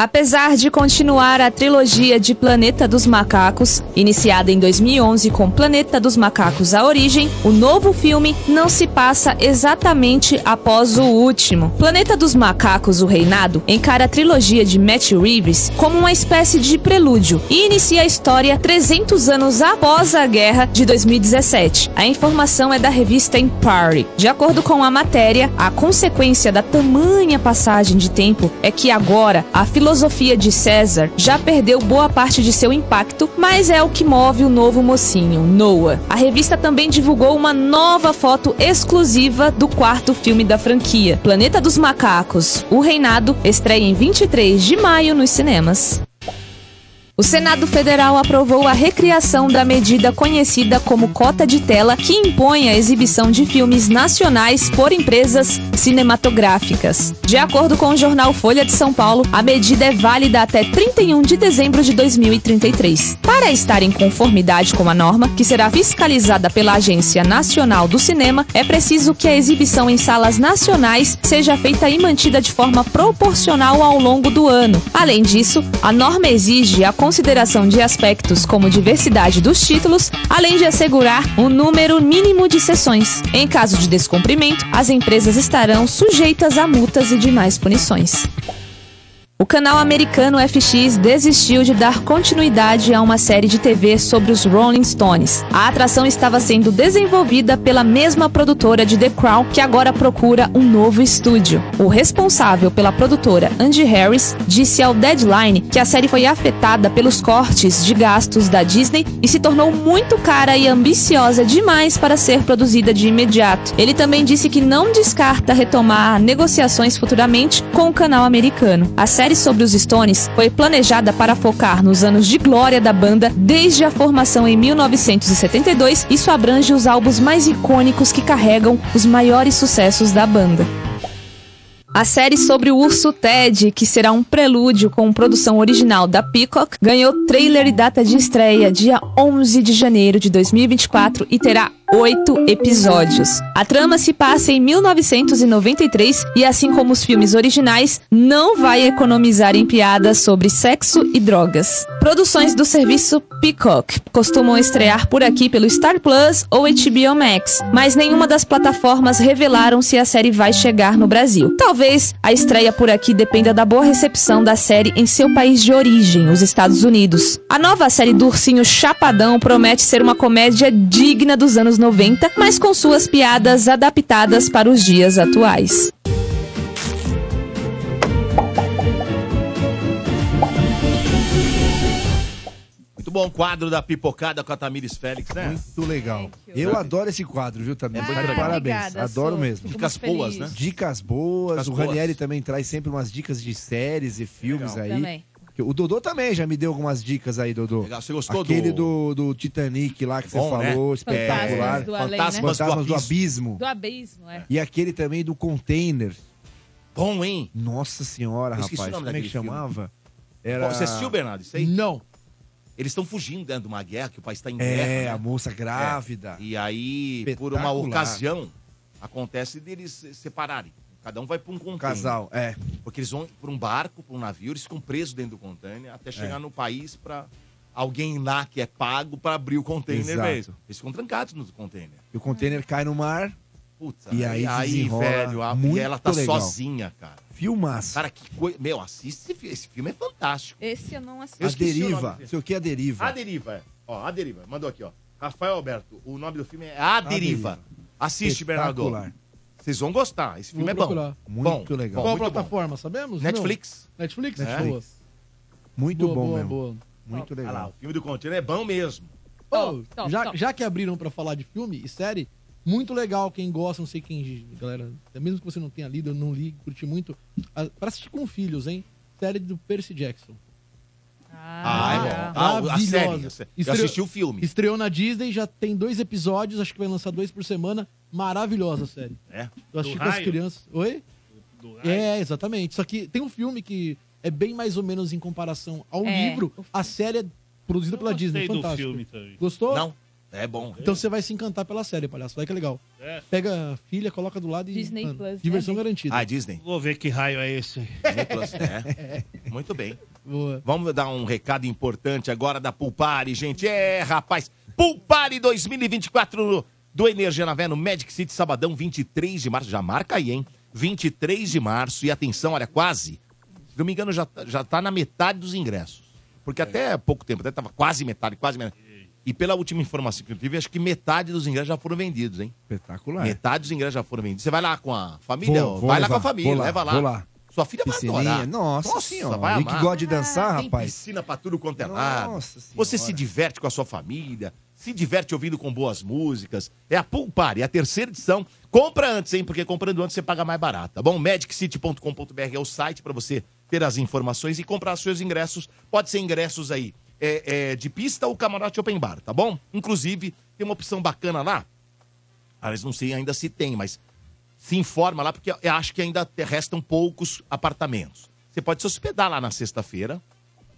E: Apesar de continuar a trilogia de Planeta dos Macacos, iniciada em 2011 com Planeta dos Macacos A Origem, o novo filme não se passa exatamente após o último. Planeta dos Macacos O Reinado encara a trilogia de Matt Reeves como uma espécie de prelúdio e inicia a história 300 anos após a guerra de 2017. A informação é da revista Empire. De acordo com a matéria, a consequência da tamanha passagem de tempo é que agora a filosofia de César já perdeu boa parte de seu impacto, mas é o que move o novo mocinho, Noah. A revista também divulgou uma nova foto exclusiva do quarto filme da franquia, Planeta dos Macacos: O Reinado, estreia em 23 de maio nos cinemas. O Senado Federal aprovou a recriação da medida conhecida como cota de tela, que impõe a exibição de filmes nacionais por empresas cinematográficas. De acordo com o jornal Folha de São Paulo, a medida é válida até 31 de dezembro de 2033. Para estar em conformidade com a norma, que será fiscalizada pela Agência Nacional do Cinema, é preciso que a exibição em salas nacionais seja feita e mantida de forma proporcional ao longo do ano. Além disso, a norma exige a consideração de aspectos como diversidade dos títulos, além de assegurar um número mínimo de sessões. Em caso de descumprimento, as empresas estarão sujeitas a multas e demais punições. O canal americano FX desistiu de dar continuidade a uma série de TV sobre os Rolling Stones. A atração estava sendo desenvolvida pela mesma produtora de The Crown, que agora procura um novo estúdio. O responsável pela produtora, Andy Harris, disse ao Deadline que a série foi afetada pelos cortes de gastos da Disney e se tornou muito cara e ambiciosa demais para ser produzida de imediato. Ele também disse que não descarta retomar negociações futuramente com o canal americano. A série série sobre os Stones foi planejada para focar nos anos de glória da banda desde a formação em 1972. Isso abrange os álbuns mais icônicos que carregam os maiores sucessos da banda. A série sobre o urso Ted, que será um prelúdio com produção original da Peacock, ganhou trailer e data de estreia dia 11 de janeiro de 2024 e terá oito episódios. A trama se passa em 1993 e, assim como os filmes originais, não vai economizar em piadas sobre sexo e drogas. Produções do serviço Peacock costumam estrear por aqui pelo Star Plus ou HBO Max, mas nenhuma das plataformas revelaram se a série vai chegar no Brasil. Talvez talvez a estreia por aqui dependa da boa recepção da série em seu país de origem, os Estados Unidos. A nova série do Ursinho Chapadão promete ser uma comédia digna dos anos 90, mas com suas piadas adaptadas para os dias atuais.
A: Muito bom quadro da pipocada com a Tamires Félix, né?
B: Muito legal. Eu adoro esse quadro, viu, também.
A: É muito
B: Tá de
A: legal.
B: parabéns.
A: Obrigada,
B: adoro
A: Sô.
B: mesmo.
A: Fico Dicas muito boas, feliz. né?
B: Dicas boas.
A: Dicas
B: o
A: boas.
B: Ranieri também traz sempre umas dicas de séries e filmes
A: Legal.
B: aí.
A: Também.
B: O Dodô também já me deu algumas dicas aí, Dodô.
A: Legal, você gostou do-
B: Aquele do, do Titanic lá que
A: Bom,
B: você
A: né?
B: falou,
A: É.
B: espetacular.
C: Fantasmas do Além, né?
B: Fantasmas do Abismo.
C: Do abismo, é.
B: E aquele também do container.
A: Bom, hein?
B: Nossa senhora,
A: Eu esqueci
B: rapaz.
A: o nome
B: Como é que
A: daquele filme.
B: chamava? Era...
A: Você assistiu, Bernardo, isso aí?
F: Não.
A: Eles estão fugindo né, de uma guerra, que o país está em guerra.
B: É,
A: né? É.
B: a moça grávida.
A: E aí, por uma
B: Espetacular.
A: ocasião, acontece deles se separarem. Cada um vai para um container.
B: Casal, é.
A: Porque eles vão para um barco, para um navio, eles ficam presos dentro do container até chegar
B: É.
A: no país para alguém lá que é pago para abrir o container
B: Exato.
A: mesmo. Eles ficam trancados no container.
B: E o container cai no mar.
A: Puta,
B: E aí desenrola
A: velho, a,
B: muito
A: e ela tá
B: legal.
A: sozinha, cara.
B: Filmaço.
A: Cara, que coisa. Meu, assiste esse fi- esse filme, é fantástico.
C: Esse eu não assisti.
A: Eu esqueci o nome
B: deriva.
A: dele.
B: Sei o que é deriva.
A: A Deriva, é. Ó, A Deriva. Mandou aqui, ó. Rafael Alberto, o nome do filme é A Deriva.
B: A Deriva.
A: Assiste, Bernardo.
B: Espetacular.
A: Vocês vão gostar. Esse
F: Vou
A: filme é
F: procurar.
A: bom.
B: Muito
A: bom.
B: legal.
A: Bom,
F: Qual
A: muito bom.
F: plataforma, sabemos?
A: Netflix.
F: Não. Netflix?
A: É.
F: Boa.
B: Muito
F: Boa,
B: bom
F: boa,
B: mesmo.
F: boa.
B: Muito
A: Olha lá,
B: legal.
A: o filme do Contínuo é bom mesmo.
F: Ô,
A: top,
F: Oh, já,
A: top.
F: já que abriram pra falar de filme e série, muito legal. Quem gosta, não sei quem, galera. Mesmo que você não tenha lido, eu não li, curti muito. Ah, Pra assistir com filhos, hein? Série do Percy Jackson.
A: Ah, é bom. Ah, o- a
F: Maravilhosa.
A: série. a série. Eu assisti o filme.
F: Estreou na Disney, já tem dois episódios, acho que vai lançar dois por semana. Maravilhosa a série.
A: É?
F: Eu assisti
H: Do
F: com as
H: raio?
F: crianças. Oi? é, exatamente. Só que tem um filme que é bem mais ou menos em comparação ao
H: É,
F: livro. A série é produzida pela Disney.
H: gostei do
F: Fantástico.
H: filme também.
F: Gostou?
A: Não. É bom.
F: Então você vai se encantar pela série, palhaço. Olha que legal.
H: É.
F: Pega a filha, coloca do lado e.
H: Disney
F: mano,
H: Plus, né,
F: Diversão
H: gente?
F: garantida.
A: Ah, Disney.
H: Vou ver que raio é esse.
A: Disney Plus,
B: assim,
A: é. Muito bem.
F: Boa.
A: Vamos dar um recado importante agora da Pulpare, gente. É, rapaz. Pulpare 2024 do Energia na Vé, no Magic City, sabadão, 23 de março. Já marca aí, hein? 23 de março. E atenção, olha, quase. Se não me engano, já, tá- já tá na metade dos ingressos. Porque até pouco tempo, até tava quase metade, quase metade. E pela última informação que eu tive, acho que metade dos ingressos já foram vendidos, hein?
B: Espetacular.
A: Metade dos ingressos já foram vendidos. Você vai lá com a família?
B: Vou-
A: ó,
B: vou
A: vai lá
B: levar,
A: com a família,
B: vou lá,
A: leva lá.
B: vou lá.
A: Sua filha vai
B: Piscininha,
A: adorar.
B: nossa senhora,
A: vai
B: e que
A: amar.
B: gosta de
F: Ah,
B: dançar,
A: Tem
B: rapaz.
A: piscina pra tudo quanto é lado. Você se diverte com a sua família, se diverte ouvindo com boas músicas. É a Pool Party, é a terceira edição. Compra antes, hein? Porque comprando antes você paga mais barato, tá bom? MagicCity.com.br é o site pra você ter as informações e comprar seus ingressos. Pode ser ingressos aí é, é, de pista ou camarote open bar, tá bom? Inclusive, tem uma opção bacana lá. Aliás, não sei ainda se tem, mas se informa lá, porque eu acho que ainda te- restam poucos apartamentos. Você pode se hospedar lá na sexta-feira.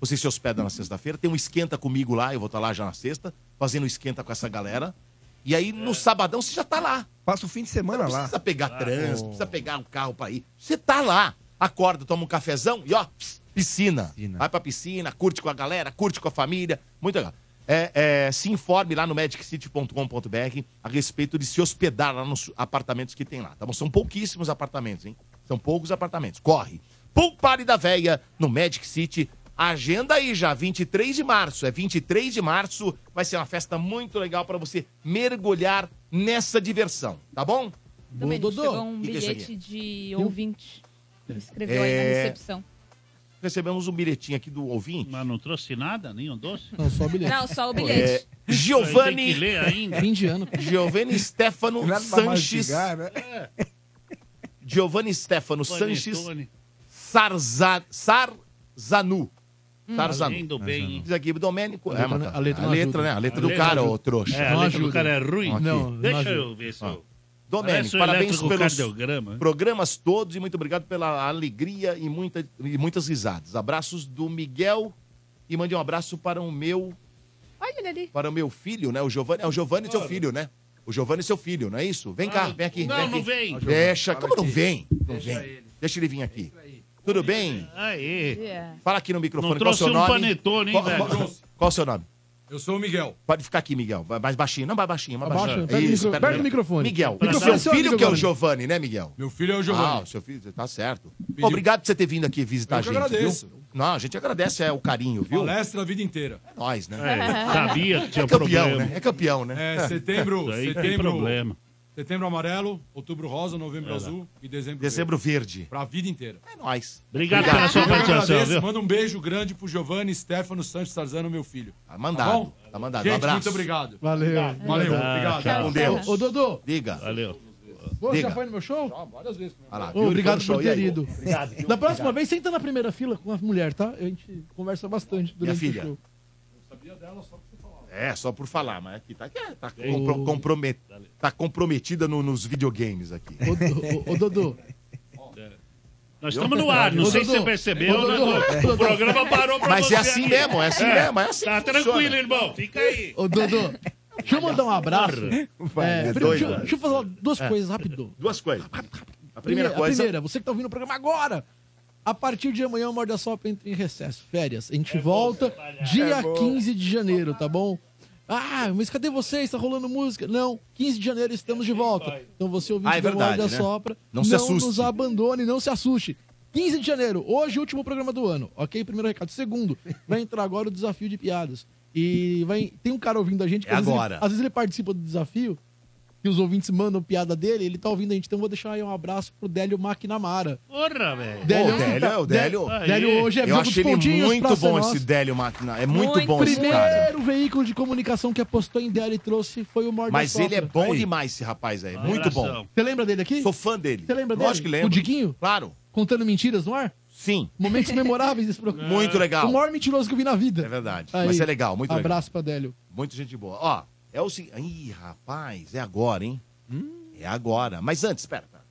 A: Você se hospeda na sexta-feira, tem um esquenta comigo lá, eu vou estar lá já na sexta, fazendo um esquenta com essa galera. E aí, no sabadão, você já tá lá.
B: É. Passa o fim de semana
A: Não
B: lá.
A: precisa pegar trânsito,
B: oh.
A: precisa pegar um carro pra ir. Você tá lá. Acorda, toma um cafezão e ó, pss, piscina. Vai pra piscina, curte com a galera, curte com a família. Muito legal. É, é, se informe lá no mediccity.com.br a respeito de se hospedar lá nos apartamentos que tem lá. Tá bom? São pouquíssimos apartamentos, hein? São poucos apartamentos. Corre. Pulpare da Véia no Magic City. Agenda aí já, 23 de março. É 23 de março. Vai ser uma festa muito legal pra você mergulhar nessa diversão, tá bom?
C: Também chegou um
A: O que que é isso
C: bilhete
A: aqui?
C: de ouvinte. que Escreveu aí
A: É.
C: na recepção.
A: Recebemos um bilhetinho aqui do ouvinte.
H: Mas não trouxe nada, nem um doce?
F: Não, só o bilhete.
C: Não, só o bilhete.
A: É, Giovanni. É,
H: Tem que ler ainda.
F: Indiano.
A: [LAUGHS] Giovanni Stefano
B: Nada pra
A: Sanches.
B: mastigar, né?
A: Giovanni Stefano
H: Panetone.
A: Sanches Sarza, Sarzanu.
C: Hum.
A: Sarzanu.
C: Lendo bem, hein?
A: Diz aqui, Domênico.
C: A
A: É,
C: letra
A: mas
C: não-
A: tá.
C: a
A: a
C: letra
A: letra,
C: não ajuda.
A: né? A letra
C: A
A: do
C: letra
A: cara,
C: não-
A: ô trouxa.
C: É, a letra do cara é ruim.
A: Aqui.
C: Não, não Deixa ajuda. eu ver se eu- Parece
A: Domênico,
C: um
A: parabéns pelos
C: eletrocardiograma.
A: programas todos e muito obrigado pela alegria e, muita, e muitas risadas. Abraços do Miguel e mande um abraço para o meu
E: Olha ele ali.
A: para o meu filho, né? O Giovanni. É o Giovanni seu filho, né? O Giovanni é seu filho, não é isso? Vem cá,
C: Ah,
A: vem aqui.
C: não,
A: vem aqui.
C: não vem.
A: Deixa.
C: Fala
A: Como não
C: aqui.
A: vem? Não
C: Deixa
A: vem. Deixa ele vir aqui. Tudo bem?
C: Aê.
A: Fala aqui no microfone.
C: Não
A: qual é o seu
C: trouxe um
A: nome?
C: panetone, hein,
A: qual,
C: velho?
A: qual-
C: Trouxe.
A: qual é o seu nome?
R: Eu sou o Miguel.
A: Pode ficar aqui, Miguel. Vai Mais baixinho. Não, mais baixinho. Mais
R: Abaixa,
A: baixinho.
R: pega o micro-
A: perto
R: pega
A: do
R: o microfone.
A: Miguel.
R: Pra
A: E o
R: dar-
A: seu filho que é o
R: Giovanni.
A: Giovanni, né, Miguel?
R: Meu filho é o Giovanni.
A: Ah, o seu filho, tá certo. Obrigado por você ter vindo aqui visitar
R: Eu
A: a
R: que
A: gente.
R: agradeço.
A: viu? Não, a gente agradece é, o carinho, viu?
R: Palestra a vida inteira.
A: É nóis, né?
R: É, sabia que tinha
A: é campeão,
R: problema.
A: né? É campeão, né? Tá
R: É, setembro,
A: Isso aí tem
R: setembro,
A: problema.
R: setembro amarelo, outubro rosa, novembro
A: É lá.
R: azul e dezembro
A: Dezembro verde.
R: Pra vida inteira.
A: É nóis.
C: Obrigado pela sua
R: Eu que
C: participação,
R: agradeço,
C: viu?
R: Manda um beijo grande pro Giovanni Stefano Santos Tarzano, meu filho. Tá
A: mandado,
R: bom?
A: tá mandado.
R: Gente,
A: Um abraço.
R: muito obrigado.
F: Valeu.
R: Valeu, obrigado.
F: Tchau.
R: Com
F: Deus. Ô, Dodô.
A: Diga.
C: Valeu.
F: Você já
R: Diga.
F: foi no meu show?
R: Várias vezes.
A: Ah lá,
F: né? Ô,
A: viu?
F: obrigado
A: Show,
F: por
A: e
F: ter
A: aí?
F: ido.
A: Obrigado, viu?
F: Da próxima
A: Obrigado.
F: vez, senta na primeira fila com a mulher, tá? A gente conversa bastante
A: Minha
F: durante o
A: filha.
F: show.
A: É, só por falar, mas aqui tá, tá, tá,
F: Bem.
A: compro- compromet- tá comprometida no- nos videogames aqui.
F: Ô, ô, ô, Dodô.
C: Nós estamos no ar, não
A: Ô,
C: sei se
A: Dodô.
C: você percebeu,
A: Ô,
C: né,
A: Dodô.
C: Dodô? O programa parou pra
A: Mas
C: você
A: é assim
C: aqui.
A: mesmo, é assim mesmo, é assim
C: Tá
A: que funciona.
C: tranquilo, irmão. Fica aí.
F: Ô,
A: [LAUGHS]
F: Dodô, deixa eu mandar um abraço.
N: né?
A: Vai,
F: É,
A: é
F: primeiro,
A: doido,
F: deixa, eu-
A: vai.
F: deixa eu falar duas
A: É.
N: [LAUGHS]
F: coisas rápido.
A: Duas coisas. A primeira coisa.
F: primeira, você que tá ouvindo o programa agora. A partir de amanhã, o Morda Sopra entra em recesso, férias. A gente volta dia
N: É bom.
F: 15 de janeiro, tá bom? Ah, mas cadê vocês? Tá rolando música? Não, 15 de janeiro estamos
N: É,
F: de volta. Então você ouvinte
N: Ah, é
F: do
N: verdade,
F: Morda
N: né?
F: Sopra,
N: Não se assuste.
F: nos abandone, não se assuste. 15 de janeiro, hoje último programa do ano, ok? Primeiro recado. Segundo, vai entrar agora o desafio de piadas. E vai tem um cara ouvindo a gente que
A: É
F: às vezes ele-
A: agora.
F: às vezes ele participa do desafio que os ouvintes mandam piada dele, ele tá ouvindo a gente. Então vou deixar aí um abraço pro Délio Maquinamara.
C: Porra, velho.
A: Ô, o Délio, é o Délio.
F: Délio hoje é
A: Eu
F: jogo
A: achei
F: dos
A: ele
F: pontinhos pra
A: muito
F: ser
A: bom
F: nosso.
A: esse Délio Máquina. É muito, bom esse
F: Primeiro
A: cara.
F: veículo de comunicação que apostou em Délio e trouxe foi o Morda
A: Mas
F: Sopra.
A: ele é bom
F: Aí.
A: demais, esse rapaz aí. é Muito bom.
F: Você lembra dele aqui?
A: Sou fã dele.
F: Você lembra dele?
A: Lógico que lembro.
F: O Diquinho?
A: Claro.
F: Contando mentiras no ar?
A: Sim.
F: Momentos memoráveis desse programa.
A: Muito legal.
F: O maior mentiroso que eu vi na vida.
A: É verdade.
F: Aí.
A: Mas é legal, muito legal.
F: Abraço pra Délio.
A: Muito gente boa. Ó, é o seguinte. Ih, rapaz, é agora, hein?
F: Hum.
A: É agora. Mas antes, espera. Deixa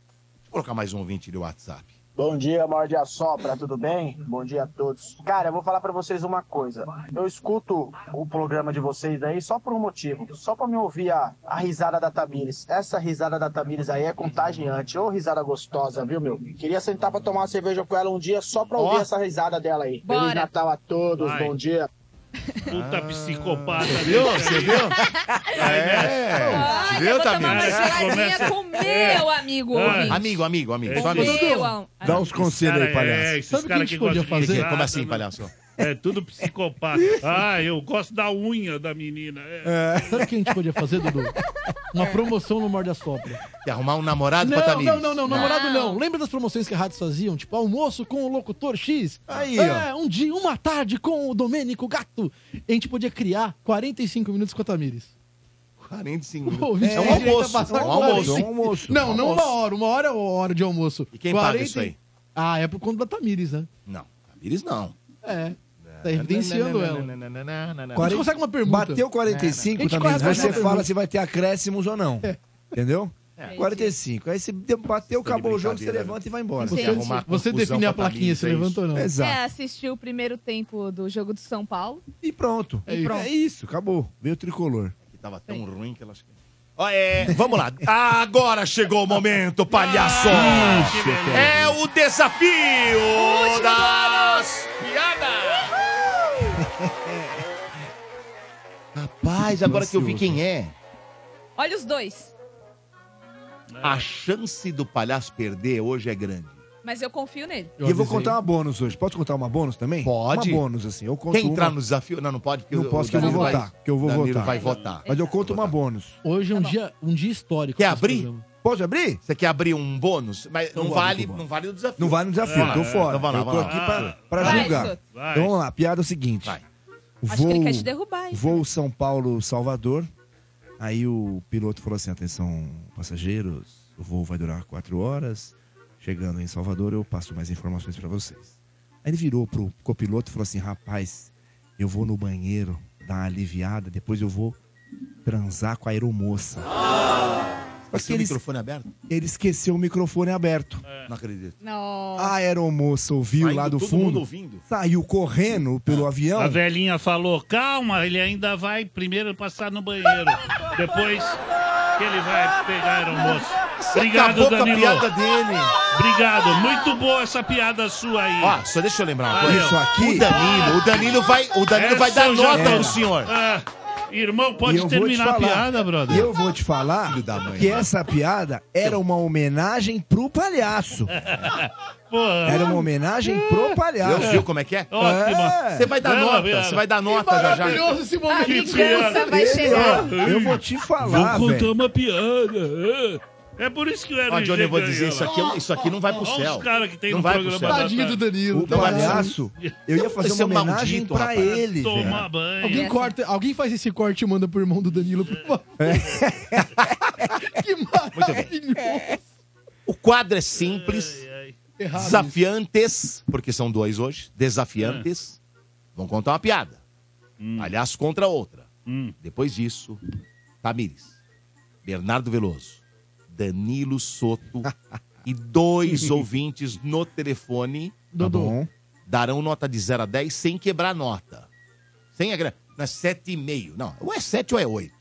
A: eu colocar mais um ouvinte do WhatsApp.
M: Bom dia, Morde a Sopra, tudo bem? Bom dia a todos. Cara, eu vou falar pra vocês uma coisa. Eu escuto o programa de vocês aí só por um motivo, só pra me ouvir a, a risada da Tamires. Essa risada da Tamires aí é contagiante. Ô, risada gostosa, viu, meu? Queria sentar pra tomar uma cerveja com ela um dia só pra ouvir essa risada dela aí. Feliz Natal a todos,
C: Vai.
M: bom dia.
C: Puta
A: Ah,
C: psicopata. né?
M: viu?
C: Você viu?
F: É.
A: Você
C: eu
A: viu,
C: vou tomar
A: Tamires?
C: uma geladinha
A: Ah, Começa-
C: com meu
A: É.
E: amigo
A: É.
E: ouvinte.
A: Amigo, amigo, amigo.
C: É
A: só amigo.
C: isso. Meu,
B: Dá uns conselhos aí,
C: Cara, é,
B: palhaço.
C: esses caras que gostam de
A: Que que é?
C: risada,
A: Como assim,
C: né?
A: palhaço?
C: É tudo psicopata. Ah, eu gosto da unha da menina. É.
F: Sabe o que a gente podia fazer, Dudu? Uma promoção no Morda Sopra.
A: Quer arrumar um namorado pra
F: Não,
A: Tamires?
F: não, não, não, namorado não. Lembra das promoções que a rádio faziam? Tipo, almoço com o locutor X.
A: Aí,
F: é, um dia, uma tarde com o Domênico Gato. A gente podia criar 45 minutos com a Tamires. [LAUGHS]
A: 45
F: O
A: minutos.
F: ouvinte
A: É um
F: tem direito
A: almoço.
F: a passar
A: É um
F: com a
A: almoço.
F: Tamires.
A: É um almoço.
F: Não, não
A: Almoço.
F: uma hora. Uma hora é hora de almoço. E
A: quem paga isso aí?
F: Ah, é por conta da Tamires, né?
A: Não, Tamires não.
F: É. Tá evidenciando ela. A gente
B: Quarenta-
F: consegue uma pergunta.
B: Bateu 45
A: É, né?
F: A
B: também.
F: gente corre
B: Aí
F: atrás de
B: você
F: uma
B: fala
F: pergunta.
B: se vai ter acréscimos ou não. Entendeu?
F: É.
B: 45. Aí você deu- bateu, acabou o jogo, você
A: né?
B: levanta e vai embora.
F: Você- Você arrumar você confusão define a pra plaquinha, Thalita, se é isso. levanta ou não.
E: É,
B: Exato.
E: assistiu o primeiro tempo do jogo do São Paulo.
B: E pronto.
E: E pronto.
B: É isso, acabou. Veio o tricolor.
A: Que tava tão ruim que ela... Ó, é, vamos lá. Agora chegou o momento, palhaço!
F: Ah,
A: é o desafio das piadas!
B: Ah,
A: Rapaz, agora que eu vi quem é,
E: Olha os dois.
A: é. a chance do palhaço perder hoje é grande.
E: Mas eu confio nele.
B: e eu vou contar uma bônus hoje. Posso contar uma bônus também?
A: Pode.
B: Uma bônus, assim. Eu conto
A: Quem entrar
B: uma-
A: no desafio... Não, não pode, porque
B: Não
A: o-
B: posso,
A: o
B: que eu vou
A: Danilo vai-
B: votar. Que eu vou
A: Danilo
B: votar.
A: vai votar.
B: Mas eu conto uma bônus.
F: Hoje
E: Tá
F: é um dia, um dia histórico.
A: Quer abrir?
B: Posso abrir?
A: Você quer abrir um bônus? Mas
B: Então
A: não
B: vamos,
A: vale,
B: então
A: não vale o desafio.
B: Não vale no desafio,
A: É,
B: tô
A: é,
B: fora.
A: então vai lá,
B: eu tô
A: vai lá.
B: aqui pra, pra
E: Vai,
B: julgar.
E: Soto.
A: Vai.
B: Então vamos lá, a piada é o seguinte.
E: Acho que ele quer te derrubar, hein? né?
B: Voo São Paulo-Salvador. Aí o piloto falou assim, atenção passageiros, o voo vai durar quatro horas. Chegando em Salvador, eu passo mais informações para vocês. Aí ele virou pro copiloto e falou assim: rapaz, eu vou no banheiro dar uma aliviada, depois eu vou transar com a aeromoça.
A: Ah!
B: Só que
N: Esqueceu o
B: ele-
N: microfone aberto?
B: Ele esqueceu o microfone aberto.
A: É.
N: Não acredito.
B: A aeromoça ouviu
N: Saindo
B: lá do
N: todo
B: fundo.
N: mundo ouvindo.
B: Saiu correndo pelo avião.
C: A velhinha falou, calma, ele ainda vai primeiro passar no banheiro. Depois que ele vai pegar o moço.
N: Você
C: Obrigado,
N: acabou com a
C: Danilo.
N: piada dele.
C: Obrigado. Muito boa essa piada sua aí.
A: Ó, só deixa eu lembrar uma coisa. É,
C: Isso aqui-
A: O Danilo, o Danilo vai, o Danilo
C: Essa
A: vai dar
C: eu já
A: nota
C: dei.
A: pro senhor.
C: Ah, irmão,
B: E
C: pode
B: eu vou te
C: terminar a
B: falar-
C: piada, brother.
B: E eu vou te falar que essa piada era uma homenagem pro palhaço. Era uma homenagem pro palhaço.
A: Eu viu como É, é que é?
B: É.
A: Você vai dar
B: Não,
A: nota,
B: não,
A: você vai dar nota já já.
F: maravilhoso esse momento.
A: A vingança vai chegar.
B: é. Eu vou te falar,
A: Vou contar
B: velho.
C: uma piada. É por isso que eu era
A: Ó, Johnny, eu vou dizer, isso aqui, é um- isso aqui não vai pro
C: Olha
A: céu.
C: os cara que tem
A: não
C: no
A: vai pro
C: programa
A: céu.
C: da Tadinho do tarde. Danilo,
B: O
A: Não vai pro céu.
B: palhaço, eu ia fazer
A: Esse é
B: uma
A: um
B: homenagem
A: maldito,
B: pra
A: rapaz.
B: ele.
C: Toma
B: velho.
C: banho.
F: Alguém, corta, alguém faz esse corte e manda pro irmão do Danilo, por favor.
A: É.
F: que
B: [LAUGHS] É.
F: maravilhoso.
A: O quadro é simples.
F: Errado
A: Desafiantes, porque são dois hoje. Desafiantes vão contar uma piada. Palhaço contra outra. Depois disso, Tamires, Bernardo Veloso, Danilo Soto e dois ouvintes no
F: Tá
A: telefone
B: Dodô.
A: darão nota de 0 a 10 sem quebrar nota. Sem agra... Não é 7,5. Não, ou é 7 ou é 8.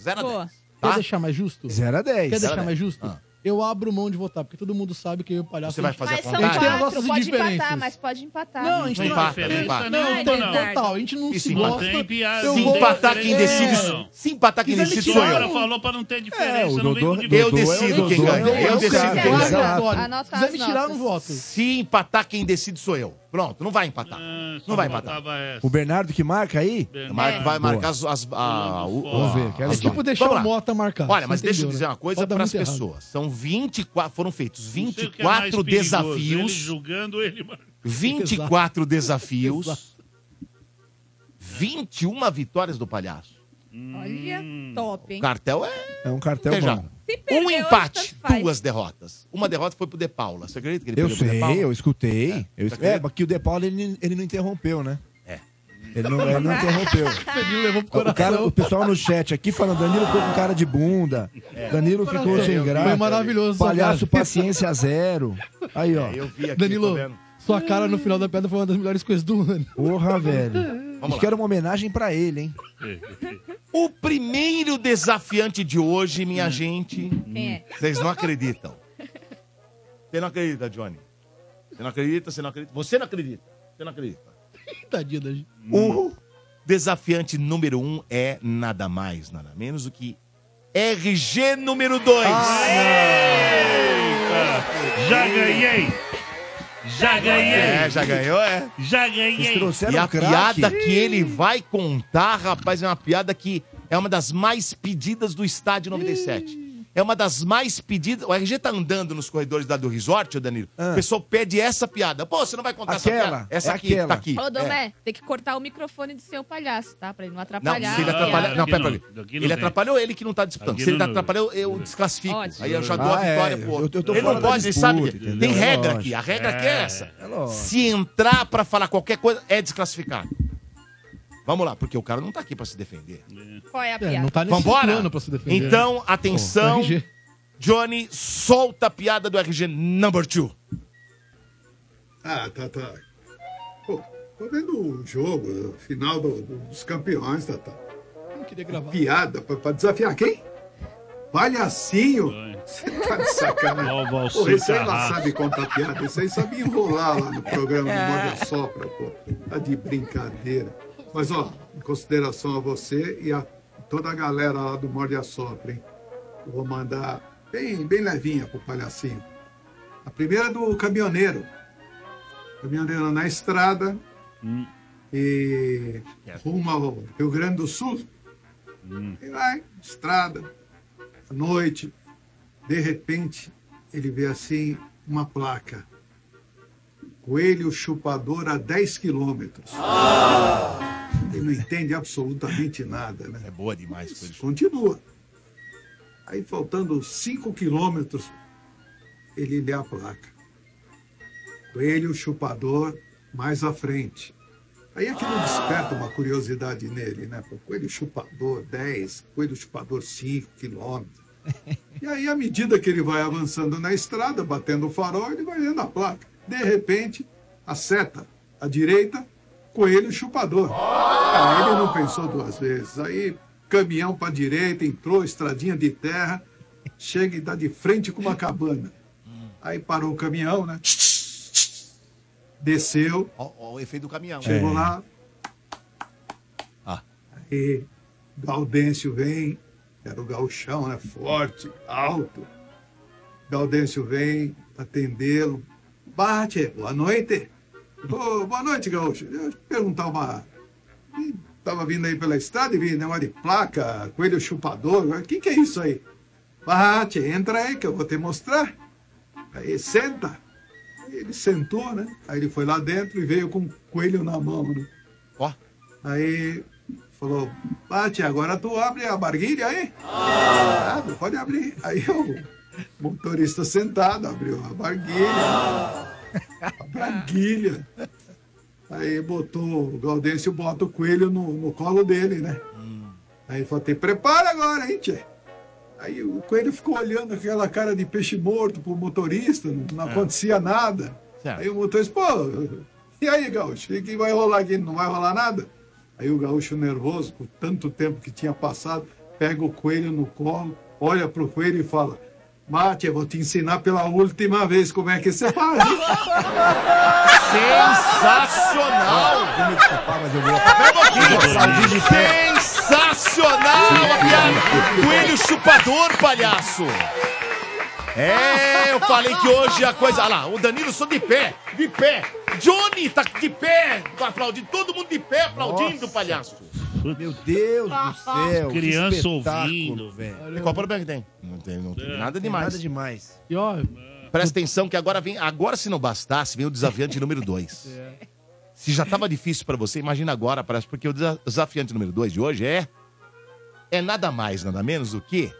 A: 0 a 10.
F: Quer
A: Tá?
F: deixar mais justo?
B: 0 a 10.
F: Quer
A: Zero
F: deixar
A: a
F: mais
A: dez. Ah.
F: justo? Eu abro mão de votar, porque todo mundo sabe que eu e o palhaço.
A: Você vai fazer a
F: gente-
A: Mas são contagem?
F: tem as
E: Quatro,
F: nossas
E: pode empatar,
F: diferenças.
E: mas pode empatar.
F: Não, a gente
A: Não
F: tem
A: empata, não
F: uma
A: empata.
F: Não,
E: Não,
F: tem
E: Bernardo.
F: total. A gente não
A: E
F: se
A: se
F: gosta.
C: Tem piada.
F: eu
A: Se
F: vou-
A: empatar quem
F: É.
A: decide. Se empatar quem
C: Ele
A: decide sou
C: agora
A: eu.
C: falou pra não ter
A: É,
C: diferença, Né? não vem com de
A: Eu decido quem ganha. é Eu decido quem ganha.
E: Anota as notas.
F: voto.
A: Se empatar, quem decide sou eu. Pronto, não vai empatar.
C: Ah,
A: não vai empatar.
B: O Bernardo que marca aí?
C: É.
A: Mar- Vai marcar
B: Boa.
A: as. as- a- o-
B: Vamos ver, quero
A: as
B: ver.
F: É tipo
A: notas.
F: deixar
A: Vamos
F: o
A: lá.
F: Mota marcar.
A: Olha,
F: Você
A: mas deixa eu
F: entendeu,
A: dizer
F: né?
A: uma coisa
F: Pode dar
A: para as
F: muito errado.
A: pessoas. São 24, foram feitos
C: Isso que é mais perigoso,
A: 24
C: Ele
A: desafios.
C: julgando ele, mano.
A: 24 desafios. 21 vitórias do palhaço.
E: Olha, top,
A: O
E: hein?
A: cartel é.
B: É um cartel
A: Veja,
B: bom.
A: Um
E: hoje,
A: empate,
E: tanto faz.
A: duas derrotas. Uma derrota foi pro De Paula. Você acredita que ele
B: Eu
A: perdeu pro De
B: sei,
A: Paula?
B: eu escutei. Eu escutei. É,
A: acredita?
B: porque o De Paulo ele, ele não interrompeu, né?
A: Tá É.
B: Ele não, ele não interrompeu.
F: [LAUGHS] Ele levou pro
B: O, cara, o pessoal no chat aqui falando, Danilo ficou com cara de bunda.
A: É.
B: Danilo ficou
F: Coração.
B: sem graça.
F: Foi maravilhoso,
B: Palhaço
F: saudade.
B: paciência zero. Aí, ó.
F: Danilo,
B: tô vendo.
F: sua cara no final da pedra foi uma das melhores coisas do ano.
B: Porra, velho.
A: Vamos
B: Acho
A: lá.
B: que era uma homenagem pra ele, hein?
H: Hum.
A: O primeiro desafiante de hoje, minha gente.
E: Quem é?
A: Vocês não acreditam. Você não acredita, Johnny. Você não acredita, você não acredita. Você não acredita. Você não acredita.
F: Tadinha da gente.
A: O desafiante número um é nada mais, nada menos do que RG número dois.
C: Já ganhei! Já ganhei!
A: É, já ganhou, é.
C: Já ganhei!
A: E a piada que ele vai contar, rapaz, é uma piada que é uma das mais pedidas do estádio 97. É uma das mais pedidas. O RG tá andando nos corredores lá do resort, ô Danilo. O pessoal pede essa piada. Pô, você não vai contar
B: Ah. Aquela,
A: essa piada? Essa
B: é
A: aqui,
B: aquela.
A: tá aqui.
E: Ô,
A: É.
E: Domé, tem que cortar o microfone do seu palhaço, tá? Pra ele não
A: Não,
E: atrapalhar.
A: se ele
E: a
A: atrapalhar.
E: piada.
A: Não, pera, pera.
C: aqui não
A: Ele
C: tem.
A: atrapalhou ele que não tá disputando.
C: Aqui
A: Se ele
C: não-
A: atrapalhou, eu desclassifico.
E: Ótimo.
A: Aí eu já dou a
B: Ah, é.
A: vitória pro
B: Eu- eu
A: outro.
B: tô
A: Ele
B: fora
A: não
B: da
A: pode, ele sabe?
B: disputa,
A: que
B: entendeu?
A: Tem
B: É
A: regra
B: lógico.
A: aqui. A regra aqui é essa.
B: É lógico.
A: Se entrar pra falar qualquer coisa, é desclassificado. Vamos lá, porque o cara não tá aqui pra se defender.
E: Qual é a
F: É,
E: piada?
F: não tá nesse
A: Vambora?
F: plano pra se defender. né?
A: Então, atenção.
F: Pô, RG.
A: Johnny, solta a piada do RG number two.
S: Ah, Tata. Pô, tô vendo um jogo, o final do- do- dos campeões, Tata.
F: Não queria gravar.
S: Piada pra, pra desafiar quem? Palhacinho? Você tá de
C: Ó, o
S: sacanagem.
C: Valsir
S: Pô, esse aí lá
C: Carrasco.
S: sabe contar piada, esse aí sabe enrolar lá no programa do Manda Sopra, pô. Tá de brincadeira. Mas, ó, em consideração a você e a toda a galera lá do Morde a Sopra, hein? Eu vou mandar bem, bem levinha pro palhacinho. A primeira é do caminhoneiro. Caminhoneiro na estrada
C: Hum.
S: e rumo ao Rio Grande do Sul.
H: Hum.
S: E vai, estrada, à noite. De repente, ele vê assim uma placa. Coelho chupador a 10 quilômetros. Ele não entende absolutamente nada, né?
A: Ah! É boa demais. coisa.
S: Continua. Aí faltando 5 quilômetros, ele lê a placa. Coelho chupador mais à frente. Aí aquilo desperta uma curiosidade nele, né? Pô, Coelho chupador 10, coelho chupador 5 quilômetros. E aí, à medida que ele vai avançando na estrada, batendo o farol, ele vai lendo a placa. De repente, a seta à direita, coelho chupador. Aí ele não pensou duas vezes. Aí, caminhão para direita, entrou, estradinha de terra, chega e dá de frente com uma cabana. Aí parou o caminhão, né? Desceu,
A: Ó, ó o efeito do caminhão.
S: chegou
A: É.
S: lá.
A: Ah.
S: Aí, Gaudêncio vem, era o gauchão, né? Forte, alto. Gaudêncio vem atendê-lo. Bate, boa noite. Ô, boa noite, gaúcho. Deixa eu te perguntar uma. Ih, Tava vindo aí pela estrada e vi negócio de placa, coelho chupador. O que, que é isso aí? Bate, entra aí que eu vou te mostrar. Aí senta. Aí Ele sentou, né? Aí ele foi lá dentro e veio com um coelho na mão, né? Ó. Aí falou, Bate, agora tu abre a barguilha aí? Ah, não pode abrir. Aí o motorista sentado abriu a barguilha. A barguilha. Aí botou, o Gaudêncio bota o coelho no, no colo dele, né? Aí ele falou, te prepara agora, hein, tchê? Aí o coelho ficou olhando assim, aquela cara de peixe morto pro motorista, não, não
A: É.
S: acontecia nada.
A: Certo.
S: Aí o motorista, pô, e aí, Gaúcho, o que que vai rolar aqui? Não vai rolar nada? Aí o gaúcho nervoso, por tanto tempo que tinha passado, pega o coelho no colo, olha pro coelho e fala: Mate, eu vou te ensinar pela última vez como é que você faz.
A: Sensacional!
B: Me desculpar, mas eu vou.
A: Sensacional a piada. Coelho chupador, palhaço. É, eu falei que hoje a coisa... Olha lá, o Danilo só de pé, de pé. Johnny tá de pé, aplaudindo. Todo mundo de pé aplaudindo, palhaço.
B: Meu Deus do céu. que
A: Criança
B: espetáculo,
A: ouvindo.
B: velho.
A: Qual problema que tem? Não tem, não tem nada
B: tem
A: demais.
B: nada demais.
F: E ó,
A: Presta atenção que agora vem, agora se não bastasse, vem o desafiante número 2. Se já tava difícil pra você, imagina agora, parece, porque o desa- desafiante número 2 de hoje é é nada mais, nada menos do que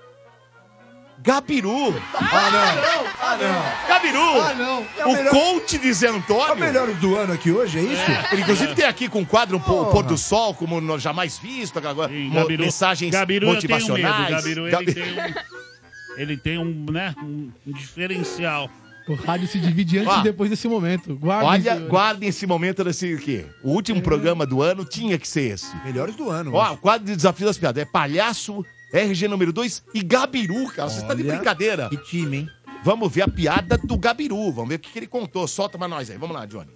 A: Gabiru. Ah, não. Ah, não. Gabiru.
B: Ah, não. É o
A: o
B: melhor-
A: coach de Zé Antônio.
B: É o melhor do ano aqui hoje, é isso?
A: É. Inclusive tem aqui com o quadro um pô- o pôr do sol, como nós jamais visto, aquela coisa, mo-
C: Gabiru-
A: mensagens
C: Gabiru eu tenho um medo,
A: motivacionais.
C: Gabiru, ele tem um Ele tem um, né, um um [LAUGHS] diferencial.
F: O rádio se divide antes
C: Ó.
F: e depois desse momento.
A: [LAUGHS]
F: Guarda
A: Olha,
F: isso.
A: guardem esse momento desse aqui. O
C: É.
A: último programa do ano tinha que ser esse.
B: Melhores do ano.
A: Ó, o quadro de desafio das piadas é Palhaço, RG número 2 e Gabiru, cara. Você tá de
B: Olha,
A: brincadeira. Que
B: time, hein?
A: Vamos ver a piada do Gabiru. Vamos ver o que, que ele contou. Solta pra nós aí. Vamos lá, Johnny.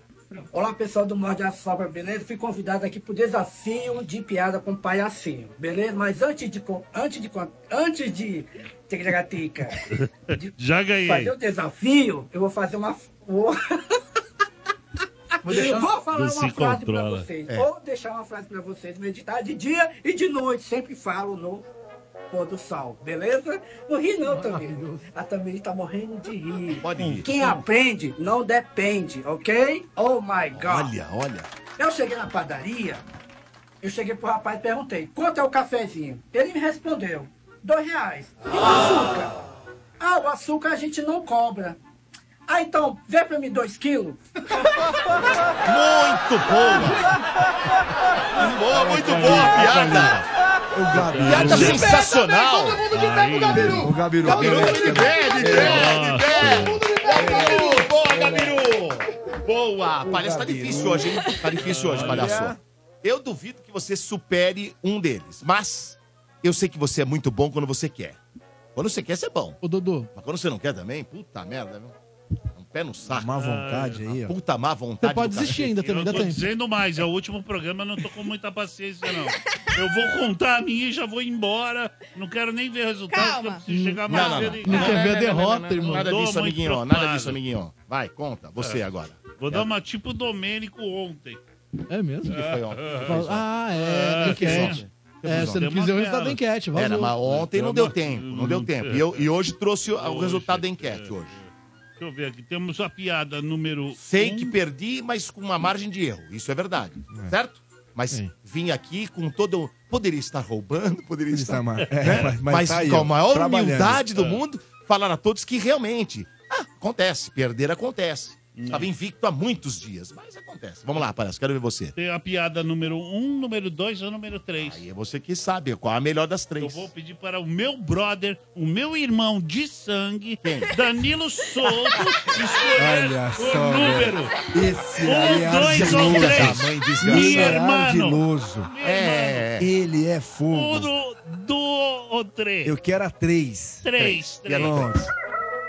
T: Olá pessoal do Morde a Sobra, beleza? Fui convidado aqui pro desafio de piada com palhacinho, beleza? Mas antes de. con- Antes de. con- Antes de. Tica-tica-tica.
C: Já ganhei.
T: Fazer o desafio, eu vou fazer uma. Vou, [LAUGHS] vou, deixar- vou falar
C: Não
T: uma
C: se
T: frase pra
C: controla.
T: vocês.
C: É.
T: Vou deixar uma frase pra vocês meditar de dia e de noite. Sempre falo no pôr do sol, beleza? Não ri não, Tamir. A Tamir tá morrendo de rir.
A: Pode rir.
T: Quem aprende não depende, ok? Oh my God.
A: Olha, olha.
T: Eu cheguei na padaria, eu cheguei pro rapaz e perguntei, quanto é o cafezinho? Ele me respondeu, dois reais. E o açúcar? Ah, o açúcar a gente não cobra. Ah, então, vê pra mim dois quilos.
A: Muito boa!
B: Tá
A: Boa, muito boa a piada!
B: O Gabiru.
A: Piada sensacional!
B: O Gabiru.
A: Gabiru,
B: merece
A: de
B: também.
A: pé, de pé, de pé! Gabiru, boa, Gabiru! Boa! Palhaço tá difícil hoje, hein? Tá difícil hoje, palhaço. Eu duvido que você supere um deles, mas eu sei que você é muito bom quando você quer. Quando você quer, você é bom.
F: Ô, Dodô.
A: Mas quando você não quer também, puta merda, meu. É Um pé no saco. Ah,
B: Má vontade aí, ó.
A: Puta má vontade. do cacete.
C: Eu não tô dizendo mais, é o último programa, eu não tô com muita paciência, não. Eu vou contar a minha e já vou embora. Não quero nem ver resultado, porque eu preciso chegar mais cedo em casa.
A: Nada
C: Tô
A: disso,
C: muito
A: amiguinho. Nada
C: preocupado.
A: disso, amiguinho. Vai, conta. Você
C: É.
A: agora.
C: Vou dar uma tipo Domênico ontem.
F: É mesmo?
A: Que foi ontem? Que
F: Fala-
A: fez ontem?
F: Ah, é,
A: Que fez
F: enquete.
A: ontem? Que
F: É,
A: fez
F: você
A: ontem?
F: não quis ver o resultado da enquete, vazou.
A: Era, mas ontem
C: Deu
A: não deu
C: uma-
A: tempo. Não deu tempo. E, eu- e hoje trouxe o resultado da enquete hoje.
C: Deixa eu ver aqui. Temos a piada número.
A: Sei que perdi, mas com uma margem de erro. Isso é verdade. Certo? Mas vim aqui com todo. Poderia estar roubando, poderia estar.
B: mar-
A: né?
B: [LAUGHS] É, mas-
A: mas
B: mas tá aí,
A: com a
B: ó,
A: maior
B: trabalhando.
A: humildade do
B: É.
A: mundo, falar a todos que realmente. Ah, Acontece, perder acontece.
B: Hum.
A: Estava invicto há muitos dias, mas acontece. Vamos lá, Palhaço, quero ver você.
C: Tem a piada número 1, um, número 2 ou número 3.
A: E é você que sabe qual a melhor das
C: Eu
A: três.
C: vou pedir para o meu brother, o meu irmão de sangue, Danilo Souto, escolher
B: Olha
C: o
B: só,
C: número.
B: velho. Esse aí é
C: um, dois ou
B: ardiloso.
C: três. Minha irmã.
B: Ardiloso.
C: É.
B: Ele é fogo.
C: Uno, duas ou três.
B: Eu quero a três.
C: Três, três.
B: Pronto.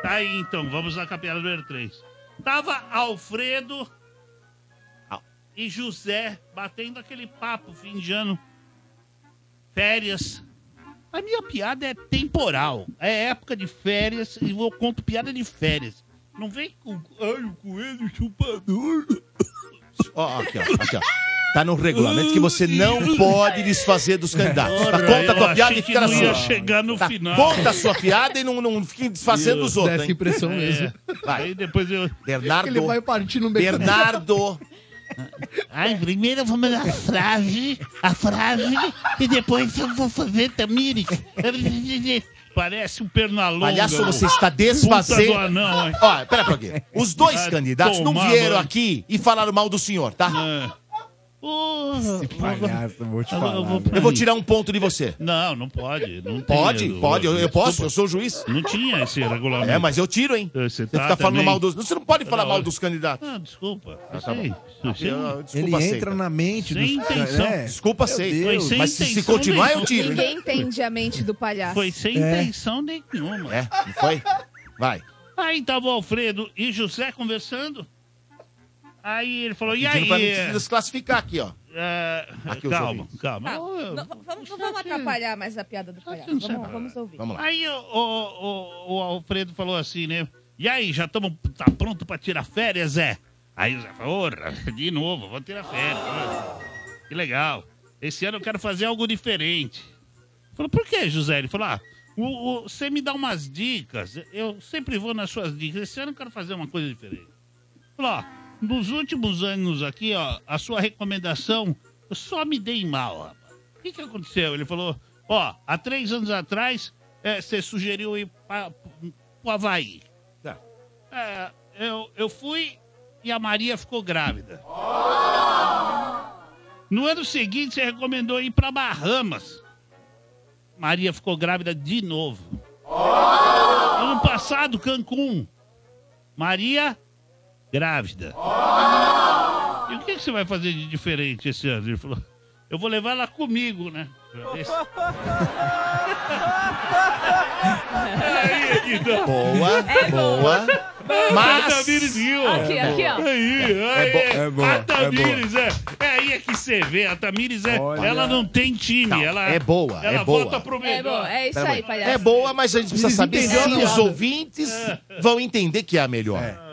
C: Tá aí então, vamos na capela número 3. Tava Alfredo e José batendo aquele papo, fim de ano, férias. A minha piada é temporal, é época de férias e eu conto piada de férias. Não vem com. Ai, o coelho chupador.
A: Ó, aqui, ó, aqui, ó. Tá no regulamento que você não pode desfazer dos candidatos. Tá, conta a tua piada e fica na
C: não ia
A: sua.
C: chegar no
A: Tá,
C: final.
A: Conta a sua piada e não, não fique desfazendo
C: Eu-
A: os outros.
C: dessa
A: hein?
C: impressão mesmo.
A: Vai.
C: É, Aí depois eu.
A: Bernardo.
C: Ele vai partir no meio.
A: Bernardo.
C: [LAUGHS] Ai, primeiro vamos na frase, a frase, e depois eu vou fazer Tamiri. [LAUGHS] Parece um pernalonga.
A: Palhaço,
C: o
A: você
C: puta
A: está
C: do
A: desfazendo.
C: anão, hein?
A: Ó, pera pra quê? Os dois
C: Vai
A: candidatos não
C: tomar É.
A: vieram
C: banho.
A: aqui e falaram mal do senhor, tá?
C: Esse
B: palhaço, eu vou te
C: falar,
A: Eu vou tirar um ponto de você.
C: Não, não pode. Não tem,
A: Pode, pode, eu- eu posso, eu sou juiz.
C: Não tinha esse regulamento.
A: É, mas eu tiro, hein?
C: Você
A: Você tá falando mal dos. Você não pode falar mal dos candidatos.
C: Ah, desculpa.
A: Ah, tá
C: Sim,
A: bom.
C: sim.
A: Eu- desculpa,
B: Ele
A: aceita.
B: entra na mente
C: Sem
B: dos
C: intenção.
B: É.
A: Desculpa,
B: Meu
A: aceita.
B: Deus.
C: Foi sem
A: Mas se, se
C: intenção
A: continuar, eu
C: nenhuma.
A: tiro.
U: Ninguém entende a mente do palhaço.
C: Foi sem
B: É.
F: É.
C: intenção nenhuma.
A: É, não foi? Vai.
C: Aí tava o Alfredo e José conversando. Aí ele falou, e
A: Pedindo pra
C: aí?
A: me desclassificar aqui, ó.
C: É,
A: Aqui os
C: calma,
A: ouvintes.
C: calma.
U: Tá, não, vamos, não vamos atrapalhar mais a piada do palhaço. Vamos, vamos ouvir.
C: Aí o, o- o- o Alfredo falou assim, né? E aí, já estamos tá pronto pra tirar férias, Zé? Aí o Zé falou, "Ora, de novo, vou tirar férias. olha. Que legal. Esse ano eu quero fazer algo diferente. Falou, por que, José? Ele falou, ah, o- o- você me dá umas dicas. Eu sempre vou nas suas dicas. Esse ano eu quero fazer uma coisa diferente. Falou, ó, nos últimos anos aqui, ó, a sua recomendação eu só me dei mal, rapaz. O que, que aconteceu? Ele falou, ó, há três anos atrás, eh, você sugeriu ir para o Havaí. É, eu, eu fui e a Maria ficou grávida. No ano seguinte, você recomendou ir para Bahamas. Maria ficou grávida de novo. Ano passado, Cancún. Maria grávida. E o que, que você vai fazer de diferente esse ano? Ele falou, eu vou levar ela comigo, né? Esse- Aí, Guidão.
A: Boa, boa.
C: Mas...
A: Mas-
C: Tamires riu.
A: É Aqui,
C: É
A: aqui,
C: boa.
A: ó.
C: Aí,
A: É
C: aí.
A: bo- é boa,
C: a Tamires, é, é. aí é que você vê. A Tamires, é, ela não tem time. ela,
A: é boa,
C: Ela
A: é boa.
C: vota tá pro
U: É, bom,
C: melhor.
U: é isso
A: Pera
U: aí, palhaço.
A: É boa, mas a gente precisa
U: Eles
A: saber se
U: entenderam a
A: os
U: piada.
A: ouvintes vão entender que é a melhor.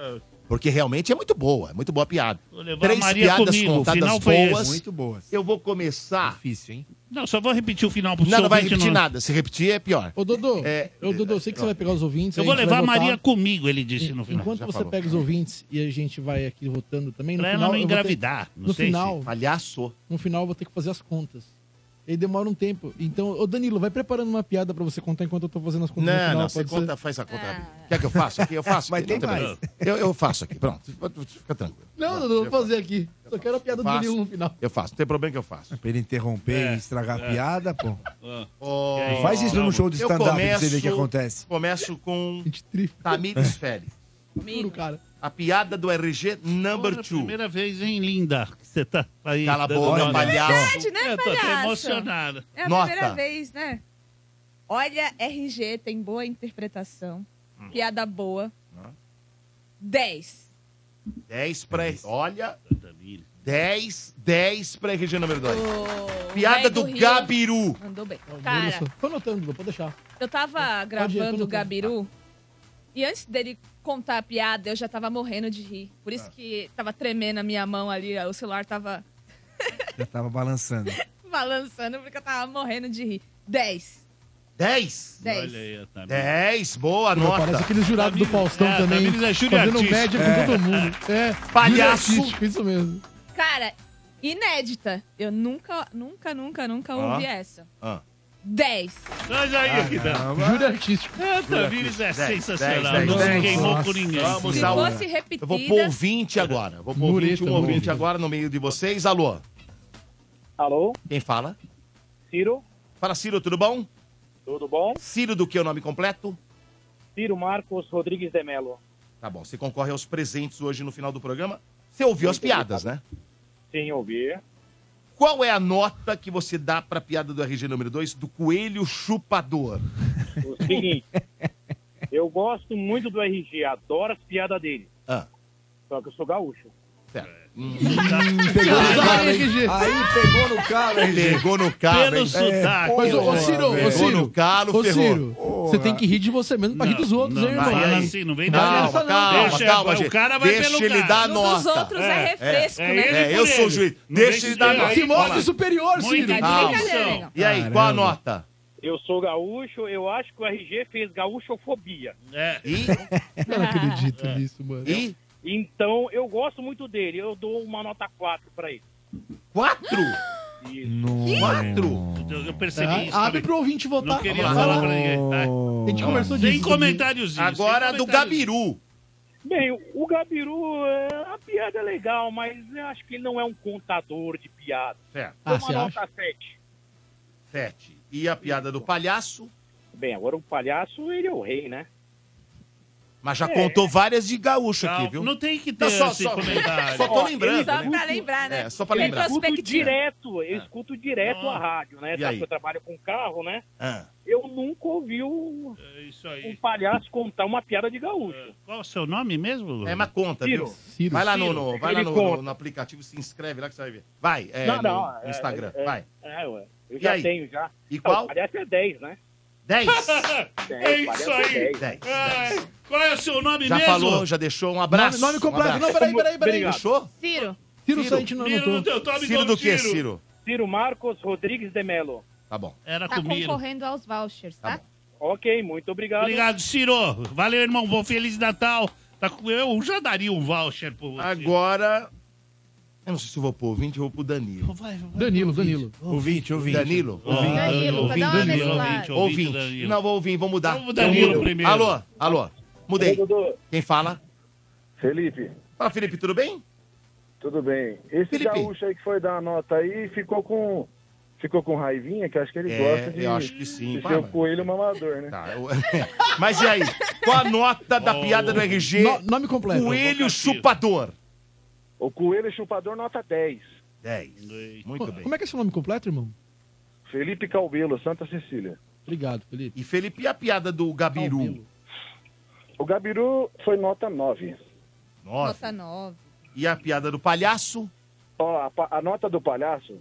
A: Porque realmente é muito boa, é muito boa a piada.
C: Vou levar a
A: Três
C: Maria
A: piadas
C: comigo, o
A: contadas
C: final foi esse.
A: boas.
C: Muito
A: boas. Eu vou começar.
B: Difícil, hein?
C: Não, só vou repetir o final pro
A: Não,
C: seu
A: não vai
C: ouvinte,
A: repetir nada. Se repetir é pior.
F: Ô, Dodô, ô, Dodô, eu sei que você vai pegar os ouvintes.
C: Eu
F: aí
C: vou
F: gente
C: levar a
F: vai votar.
C: Maria comigo, ele disse no final.
F: Enquanto
C: Já
F: você
C: falou.
F: pega os ouvintes e a gente vai aqui votando também, no
C: Pra ela
F: final.
C: não
F: eu vou ter-
C: engravidar, não
F: no
C: sei
F: final.
C: se-
A: Palhaço.
F: No final eu vou ter que fazer as contas. E demora um tempo. Então, ô Danilo, vai preparando uma piada pra você contar enquanto eu tô fazendo as contas. no
A: Não,
F: final,
A: não, você
F: pode ser?
A: conta, faz a conta.
C: Ah.
A: Quer que eu faça aqui? Eu faço.
F: Mas
A: aqui, não
F: tem
A: problema.
F: mais.
A: Eu, eu faço aqui, pronto. Fica tranquilo.
F: Não, Dodô, eu vou fazer aqui. Só quero a piada do
A: Faço.
F: Danilo no final.
A: Eu faço, não tem problema que eu faço.
B: Pra ele
C: É,
B: interromper e estragar a piada, pô.
A: Ó,
B: Faz isso num show de
A: eu
B: stand-up pra você ver o que
A: começo-
B: acontece.
A: Começo
C: [LAUGHS]
A: com
C: É.
A: Tamires Félix. A piada do RG number two.
C: Primeira vez, hein, linda? que Você tá aí.
A: Cala a
C: dando
A: boca,
C: uma-
A: palhaço.
U: Verdade, né,
C: Eu tô até
U: palhaço?
C: emocionado.
U: É a primeira vez, né? Olha, RG tem boa interpretação.
A: Hum.
U: Piada boa. 10.
A: 10 pra. Olha. 10, 10 pra RG número 2.
U: velho
A: Piada do
U: do Rio.
A: Gabiru.
U: Mandou bem.
F: Olha só,
U: Cara,
F: Tô anotando, Dodô, pode deixar.
U: eu tava
F: tudo
U: gravando o
F: bem.
U: Gabiru e antes dele contar a piada, eu já tava morrendo de rir. Por isso que tava tremendo a minha mão ali, o celular tava [LAUGHS]
B: Já tava balançando.
U: balançando porque eu tava morrendo de rir. 10.
A: 10?
U: Dez.
C: aí, a Tamires.
A: 10, boa
F: Pô,
A: nota.
F: Parece aqueles jurados do Faustão
C: é,
F: também.
C: Tamires é
F: fazendo
C: juriartístico.
F: média com
C: É.
F: todo mundo. É.
A: Palhaço.
F: juriartístico, Isso mesmo.
U: Cara, inédita. Eu nunca, nunca, nunca, nunca
A: Ah.
U: ouvi essa. Ah.
A: Ah.
E: 10.
C: Mas aí, aqui dá.
F: Júlio artístico.
C: É, Tamires é sensacional. não se queimou com ninguém.
A: Vamos
E: Se
A: dar um-
E: fosse repetida-
A: Eu vou pôr ouvinte agora. Vou pôr ouvinte, um ouvinte agora no meio de vocês. Alô?
V: Alô?
A: Quem fala?
V: Ciro.
A: Fala, Ciro, tudo bom?
V: Tudo bom?
A: Ciro do que é o nome completo?
V: Ciro Marcos Rodrigues de Melo.
A: Tá bom, você concorre aos presentes hoje no final do programa. Você ouviu as piadas, né?
V: Sim, ouvi.
A: Qual é a nota que você dá pra piada do RG número 2 do coelho chupador?
V: O seguinte, eu gosto muito do RG, adoro as piadas dele.
A: Ah. Hum.
V: Só que eu sou gaúcho.
A: Certo.
B: pegou no cara, hein? Aí pegou no cara, RG.
A: Pegou no calo,
B: Pelo
A: hein?
B: sotaque,
F: Mas, ô, ô,
A: Porra,
F: Ciro,
A: velho.
F: ô,
A: Pegou
F: Ciro.
A: no calo,
F: ô,
A: ferrou.
F: Ciro, você tem que rir de você mesmo pra rir dos outros, hein,
A: não,
F: irmão?
A: fala assim, não vem dar essa, não. Deixa, o cara vai pelo cara. No dos outros é refresco, né? É, eu sou juiz. Deixa ele dar nota.
F: Se
A: Olha lá.
F: mostre superior, Ciro.
A: Calma. E aí, qual a nota?
V: Eu sou gaúcho, eu acho que o RG fez gaúchofobia.
C: É.
F: [LAUGHS] Eu não acredito nisso, mano.
V: Então, eu gosto muito dele. Eu dou uma nota 4 pra ele.
A: Quatro?
C: Quatro? Eu, eu percebi
F: Ah,
C: isso.
F: abre
C: também.
F: pro ouvinte votar.
A: Tá.
C: Não queria
F: Vamos lá.
C: falar pra ninguém. Vai.
F: A gente conversou
C: Sem
F: disso.
C: comentáriozinho.
A: Agora do Gabiru.
V: Bem, o- o Gabiru, é, a piada é legal, mas eu acho que ele não é um contador de piada.
A: Certo.
F: Ah,
V: Dou uma nota 7.
A: Ah, Sete. E a piada do palhaço?
V: Bem, agora o palhaço, ele é o rei, né?
A: Mas já
V: É.
A: contou várias de gaúcho aqui, viu?
C: Não tem que ter
A: Não, só-
C: esse
A: só-
C: comentário.
A: só tô lembrando,
E: Só
J: tá
A: né?
E: pra lembrar, né?
A: É, só pra lembrar. Ah.
V: Eu escuto
E: Retrospectiva.
V: direto, eu escuto direto a rádio, né?
A: E
V: Sabe
A: aí?
V: que eu trabalho com carro, né?
A: Ah.
V: Eu nunca ouvi o,
J: É
V: um palhaço contar uma piada de gaúcho.
C: Qual o seu nome mesmo?
A: É, mas conta, viu?
V: Ciro.
A: Vai lá, no,
V: Ciro.
A: no- vai lá
V: Ele
A: no,
V: conta.
A: no- no aplicativo, se inscreve lá que você vai ver. Vai, é,
V: Não,
A: no-
V: não,
A: no
V: é,
A: Instagram,
V: é,
A: vai.
V: É, ué. Eu
A: E
V: já
A: aí?
V: tenho, já.
A: E
V: Ah,
A: qual?
V: O palhaço é 10, né?
A: 10.
C: [LAUGHS] É isso aí.
A: Dez.
C: É, Qual é o seu nome
A: Já
C: mesmo?
A: falou, já deixou um abraço.
C: Nome- nome
A: Um
C: completo. Não,
A: abraço.
C: peraí, peraí, peraí.
A: Obrigado. Deixou?
E: Ciro.
F: Ciro, Sante não
C: Ciro,
F: anotou.
C: eu tô me
A: Ciro
C: dando
A: do quê,
C: tiro.
A: Ciro?
V: Ciro Marcos Rodrigues de Melo.
A: Tá bom.
C: Era
E: Tá
C: comigo.
E: concorrendo aos vouchers, tá?
V: Ok, muito obrigado.
C: Obrigado, Ciro. Valeu, irmão. Bom Feliz Natal. Tá com- Eu já daria um voucher pro você.
A: Agora. Eu não sei se eu vou pro ouvinte ou vou pro Danilo.
F: Danilo, Danilo.
A: Ouvinte, ouvinte. Danilo?
F: Ouvinte. Danilo, pra dar uma
A: Danilo,
F: mesclada.
A: ouvinte. ouvinte. Não, vou ouvir, vou mudar.
C: Vamos pro Danilo
A: Eu mudo.
C: primeiro.
A: Alô, alô. Mudei.
W: Oi, Dudu.
A: Quem fala?
W: Felipe.
A: Fala, Felipe, tudo bem?
W: Tudo bem. Esse
A: Felipe.
W: gaúcho aí que foi dar a nota aí ficou com. Ficou com raivinha, que eu acho que ele
A: É,
W: gosta de.
A: eu acho que sim.
W: de
A: Pá,
W: ser o
A: mas-
W: coelho mamador, né?
A: [LAUGHS] Mas e aí? Qual a nota Tá, da piada do RG?
W: No-
F: nome completo.
A: Coelho chupador.
W: O coelho chupador nota 10.
A: 10.
F: Co- Como é que é seu nome completo, irmão?
W: Felipe Calbelo, Santa Cecília.
F: Obrigado, Felipe.
A: E Felipe, e a piada do Gabiru?
W: O Gabiru foi nota 9.
A: Nove.
E: Nota 9.
A: E a piada do palhaço?
W: Ó, a, pa- a nota do palhaço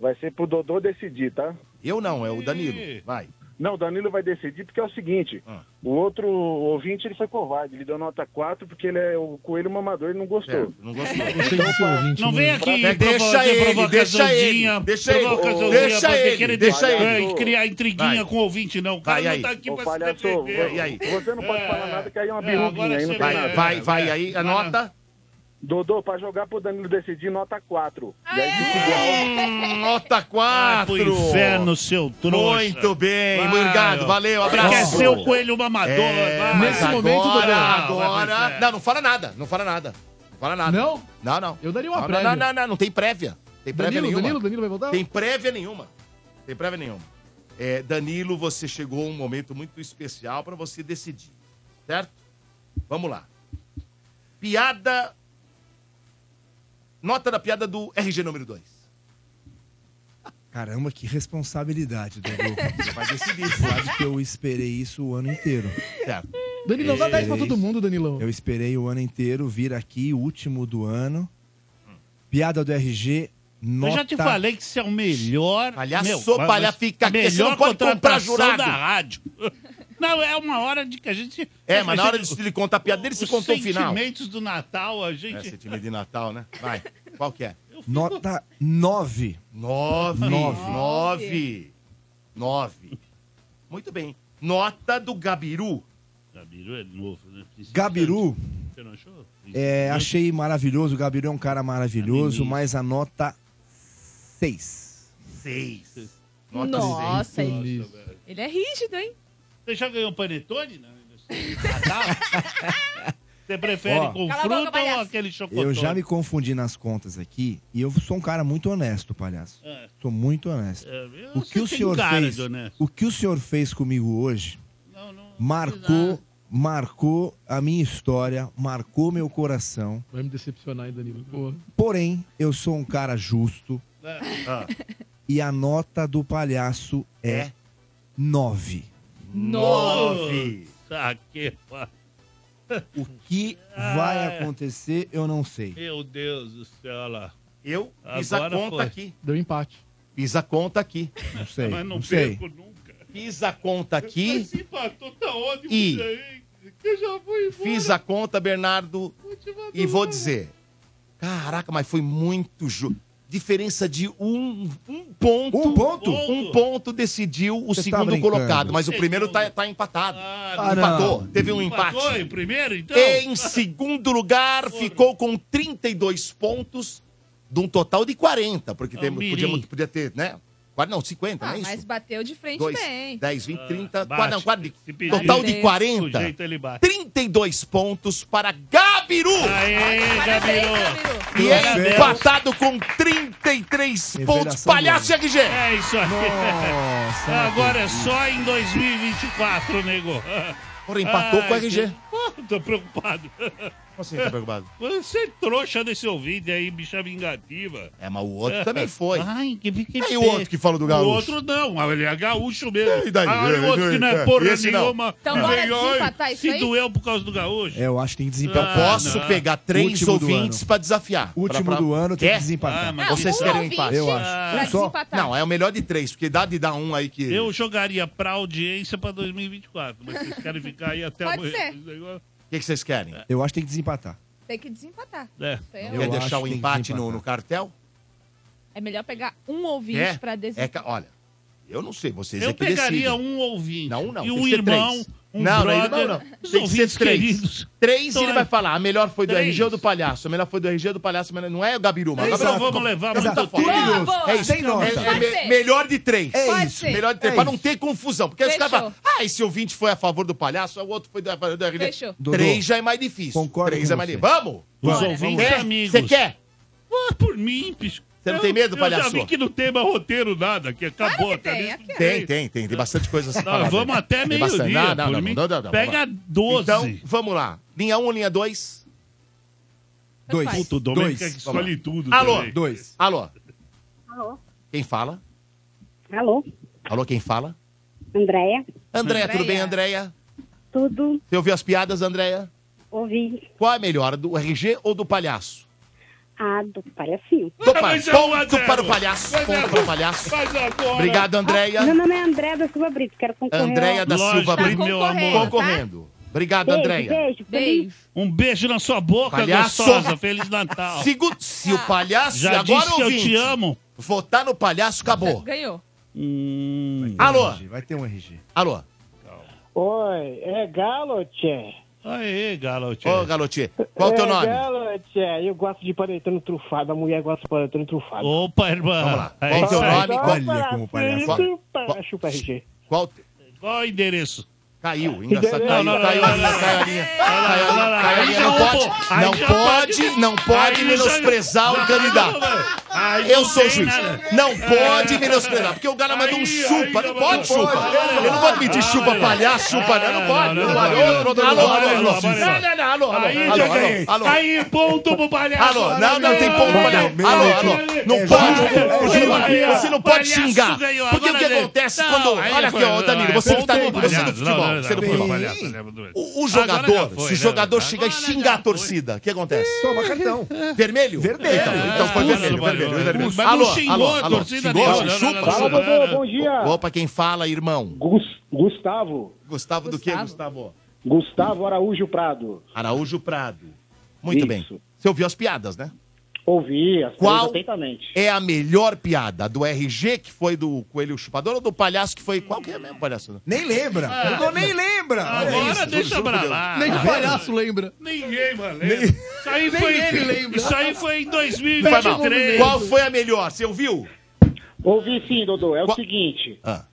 W: vai ser pro Dodô decidir, tá?
A: Eu não, é o Danilo. Vai. Ah.
W: Não, o Danilo vai decidir porque é o seguinte, o outro ouvinte ele foi covarde, ele deu nota 4 porque ele é o coelho mamador e não gostou.
A: É, não gostou.
J: Então,
C: Não vem aqui
W: Pra-
C: provo-
W: deixa
C: ter
W: ele,
C: provocaçãozinha,
W: deixa ele, deixa ele,
C: provocaçãozinha
W: deixa
C: pra ter
W: ele,
C: querer
W: deixa
C: ter-
W: ele.
C: criar intriguinha
W: Vai.
C: com o ouvinte, não. O cara
W: Vai,
C: não
W: aí.
C: tá aqui
W: Ô,
C: pra
W: palhaço,
C: se defender.
W: vai, aí. Você não pode falar nada que aí é uma
C: agora
W: birrubinha, aí não
C: você
W: tem
C: vai-
W: nada.
C: vai, vai,
A: aí, anota.
W: Dodô, pra jogar pro Danilo decidir, nota 4. E aí fica
A: igual. Hum, Nota 4.
C: Pro inferno, seu trouxa.
A: Muito bem, obrigado, valeu, abraço.
C: Quer ser o coelho mamador.
A: É,
C: vai. é.
A: mas
C: Dudu.
A: Agora. Não, não fala nada, não fala nada. Não fala nada. Não? Não, não. Eu
F: daria uma
A: não,
F: prévia.
A: Não, não, não, não tem prévia. Tem prévia
F: Danilo,
A: nenhuma.
F: Danilo, Danilo vai voltar?
A: Tem prévia nenhuma. Tem prévia nenhuma. É, Danilo, você chegou a um momento muito especial pra você decidir, certo? Vamos lá. Piada. Nota da piada do RG número 2.
B: Caramba, que responsabilidade, Dudu.
A: Você vai decidir.
B: Sabe que eu esperei isso o ano inteiro.
A: Certo.
F: Danilão, dá 10 pra todo mundo, Danilão.
B: Eu esperei o ano inteiro vir aqui, o último do ano. Piada do RG, nota...
C: Eu já te falei que você é o melhor.
B: Palhaço,
C: mas-
A: palha- fica aqui, você não pode comprar
C: contratação
A: jurado.
C: da rádio. Não, é uma hora de que a gente.
A: É, mas na hora de ele contar a piada dele,
C: Os
A: se contou o final.
C: sentimentos do Natal, a
A: É,
C: gente.
A: sentimento de Natal, né? Vai. Qual que é?
B: Nota 9.
A: 9.
B: Nove.
A: 9. 9. Muito bem. Nota do Gabiru.
C: Gabiru é novo, né?
B: Gabiru,
C: Você não achou?
B: é, achei maravilhoso. O Gabiru é um cara maravilhoso, mas a nota 6.
A: 6. Nota
E: Nossa,
A: cem.
E: ele, ele é rígido, hein?
C: Você já ganhou um panetone? Não. assim. Você prefere
B: Ó.
C: com
E: Cala a
C: fruta
E: boca,
C: ou
E: palhaço.
C: aquele chocotone?
B: Eu já me confundi nas contas aqui e eu sou um cara muito honesto, palhaço.
C: É.
B: Sou muito honesto.
C: É,
B: o
C: você
B: que o
C: tem
B: senhor
C: cara
B: fez?
C: de honesto.
B: O que o senhor fez comigo hoje? marcou, marcou a minha história, marcou meu coração.
F: Vai me decepcionar ainda, Danilo. Porra.
B: Porém, eu sou um cara justo
A: Ah.
B: e a nota do palhaço é 9.
C: Nove. Tá que pa-
B: O que
C: Ah, é.
B: vai acontecer, eu não sei.
C: Meu Deus do céu, olha lá.
A: Eu
B: fiz a conta aqui.
F: Deu empate.
A: Fiz a conta aqui.
B: Não sei.
A: Mas não
B: não sei.
A: perco Fiz a conta Tá aqui.
C: Esse empatou tá ótimo
A: E-
C: isso aí. Que eu já fui embora.
A: Fiz a conta, Bernardo. E vou dizer. Caraca, mas foi muito ju... Diferença de um, um ponto. Um ponto? Um ponto decidiu o
N: Você tá
A: segundo
N: brincando.
A: colocado, mas o primeiro tá, tá empatado.
N: Ah,
A: empatou.
N: não.
A: Teve um empate. É,
C: Empatou em primeiro, então?
A: Em segundo lugar, ficou com 32 pontos, de um total de 40, porque
E: É o
A: tem-
E: mirim.
A: podia, podia ter, né? Quar- Não, 50,
E: Ah,
A: não é isso?
E: mas bateu de frente
A: 2,
E: bem.
A: 10, 20, 30,
C: bate.
A: quadra- quadra de-
C: Ah, Se pedir,
A: um total de
C: do
A: 40.
C: jeito ele bate.
A: 32 pontos para Gabiru!
C: Aê, Gabiru!
A: E é
C: Parabéns.
A: empatado com 33 pontos.
C: Revelação
A: Palhaço
C: do ano.
A: RG!
C: É isso aí.
A: Nossa,
C: Agora é
A: Matheus.
C: só em 2024, nego.
A: Porra, empatou com o RG.
C: Pô, tô preocupado.
A: Você tá preocupado?
C: Você é trouxa desse ouvido aí, bicha vingativa. Ah,
A: É, mas o outro também foi.
C: Ai, que, que
A: E o outro que falou do gaúcho?
C: O outro não, ele é gaúcho mesmo.
A: E daí?
C: Agora o outro que não é porra
A: Esse não.
C: nenhuma.
E: Então bora
C: Ai, ai,
E: desempatar isso
C: se
E: aí?
C: doeu por causa do gaúcho.
B: É, eu acho que tem que
A: Eu
B: desempatar.
C: Ah,
A: posso
B: Não.
A: pegar três
B: Último do
A: ouvintes
B: ano.
A: pra desafiar.
B: Último
A: Pra- pra-
B: do ano tem
A: Quer?
B: que desempatar.
C: É? mas-
A: Vocês
C: um
A: querem um
C: ouvinte
A: empate?
C: Eu acho. pra
A: Um só?
C: desempatar.
A: Não, é o melhor de três, porque dá de dar um aí que.
C: Eu jogaria pra audiência pra 2024, mas vocês querem ficar aí até
E: Pode
C: amanhã.
E: ser.
A: O que que vocês querem?
B: Eu acho que tem que desempatar.
E: Tem que desempatar.
A: É.
E: Isso aí é
A: Quer
E: um-
A: deixar
B: acho
A: o
B: que tem que
A: empate no,
B: desempatar.
A: no cartel?
E: É melhor pegar um ouvinte
A: Quer?
E: pra
A: É
E: desempatar.
A: ca- olha, eu não sei, vocês
C: Eu
A: é que
C: pegaria
A: decidem.
C: um ouvinte
A: Não, não.
C: e
A: tem
C: um
A: que ser
C: irmão,
A: três.
C: um
A: não,
C: brother.
A: Não, é irmão, não.
C: Os
A: Tem que ser
C: ouvintes
A: três.
C: queridos.
A: Três
C: Então
A: ele
C: é.
A: vai falar. A melhor foi do
C: Três.
A: RG ou do palhaço? A melhor foi do RG ou do palhaço? mas Não é o Gabiru, mas o
C: Então
A: Gabiru
C: vamos
A: ficou-
C: levar
A: Mas
C: muito
A: tá
C: tempo.
A: fora.
C: Boa, boa.
A: É isso.
C: Sem nota.
A: É- é
C: Pode
A: me-
C: ser.
A: melhor de três.
C: É Pode isso. ser.
A: Melhor de três.
C: É
A: pra não
C: isso.
A: ter confusão. Porque os caras
C: Fechou.
A: falam, ah, esse ouvinte foi a favor do palhaço, o outro foi do, do RG.
C: Fechou.
A: Três
C: Dodô,
A: já é mais difícil.
C: concordo
A: Três
C: com
A: é mais
C: você.
A: difícil. Vamos?
C: Os
A: Bora,
C: ouvintes
A: quer?
C: amigos.
A: Você quer?
C: Ah, por mim, bicho.
A: Você não tem medo,
C: Eu
A: palhaço?
C: já vi que não tem mais roteiro nada, que acabou. tá
A: tem, é.
C: visto?
A: Tem, tem, tem. Tem bastante coisa a se
C: Não,
A: falar,
C: vamos
A: né?
C: até
A: Tem
C: meio-dia,
A: bastante- Não, não,
C: por
A: não,
C: mim.
A: não, não, não,
C: Pega
A: vamos lá.
C: 12.
A: Então, vamos lá. Linha 1, um, linha 2.
C: Dois. Puta, o Domênico é que escolhe tudo
A: Alô.
C: também.
A: Dois. Alô.
D: Alô?
A: Quem fala?
D: Alô?
A: Alô, quem fala?
D: Andréia?
A: Andréia, tudo bem, Andréia?
D: Tudo,
A: Você ouviu as piadas, Andréia?
D: ouvi.
A: Qual é melhor, a do RG ou do palhaço?
D: Ah, do palhacinho.
A: Do pa-
C: é um
A: ponto para o palhaço. Ponto para o palhaço. Obrigado,
C: né?
A: Andréia.
D: Ah, meu nome é Andréia da Silva Brito, quero concorrer.
A: Andréia
D: ao-
A: da Silva
C: tá
A: Brito, Tá concorrendo. Obrigado, Andréia.
D: Beijo, beijo.
C: Um beijo na sua boca,
A: Palhaço.
C: gostosa. Feliz
A: [LAUGHS]
C: Natal.
A: Segundo, se o palhaço
C: Já
A: agora
C: disse que eu
A: ouvinte,
C: te amo.
A: Votar no palhaço acabou.
E: Ganhou.
C: Hum.
A: Alô?
B: Vai ter um RG.
A: Alô?
X: Oi, é Galo, tchê.
C: Aê, Galote.
A: Ô, Galote, qual o teu
X: é
A: nome?
X: Galo, tchê. Eu gosto de panetone trufado. A mulher gosta de panetone trufado.
C: Opa, irmã.
A: Vamos lá.
C: É
A: Qual o
C: isso
A: teu
C: aí.
A: nome? Qual- Qual-
X: Qual... Chupa RG.
A: Qual,
C: qual o endereço?
A: Caiu,
C: engraçado.
A: Caiu, caiu a linha, caiu a linha. Caiu a linha, caiu a linha. Não pode, não pode, não pode menosprezar o candidato. Eu sou juiz. Não pode menosprezar, porque o cara mandou um chupa. Não pode chupa. Eu não vou admitir chupa palhaço, chupa não. Não pode, não pode. Alô, alô, alô, alô. Não, não, não, alô, tá alô.
C: Aí
A: Alô,
C: já
A: alô,
C: ganhei.
A: alô.
C: Aí, ponto pro palhaço.
A: Alô, não, não tem ponto pra dar. Alô, alô, não pode. Você não- Você não pode
C: Palhaço
A: xingar.
C: ganhou,
A: Porque o
C: agora
A: que
C: ganhou.
A: acontece
C: Não,
A: quando.
C: aí
A: Olha aqui,
C: foi-
A: ó, Danilo,
C: não,
A: você
C: é
A: que tá do
C: ponto,
A: você do
C: palhaço. Não,
A: futebol.
C: não,
A: Você do
C: não,
A: futebol.
C: palhaço, né?
A: O, o
C: Agora
A: jogador,
C: já foi,
A: se o
C: né?
A: jogador
C: Agora É.
A: chegar e xingar a torcida, o que acontece?
B: Toma cartão.
A: Vermelho? Vermelho. Então, então foi vermelho, vermelho, vermelho.
C: Mas não xingou a torcida
A: xingou,
C: dele. Não,
A: chupa.
C: não, não, Fala, não, Dodô, não. bom
X: dia.
A: Opa, quem fala, irmão?
X: Gustavo.
A: Gustavo do que, Gustavo?
X: Gustavo Araújo Prado.
A: Araújo Prado. Muito bem. Você ouviu as piadas, né?
X: Ouvi, as
A: Qual
X: três atentamente.
A: é a melhor piada? A do RG, que foi do Coelho Chupador, ou do Palhaço, que foi... Qual que é mesmo, Palhaço?
B: Nem lembra.
C: É.
A: Ah,
B: Dodô nem lembra.
A: Agora
B: Olha isso,
A: deixa
B: juro por
A: pra
B: Deus.
A: lá.
B: Nem
A: Tá
B: o
A: vendo?
B: palhaço
C: lembra. Ninguém, mano. Isso aí
A: Nem
C: foi.
A: ele lembra. um
C: Isso aí foi em
A: Foi mal.
C: 2023.
A: Qual foi a melhor? Você ouviu?
I: Ouvi sim, Dodô. É o seguinte.
A: Ah.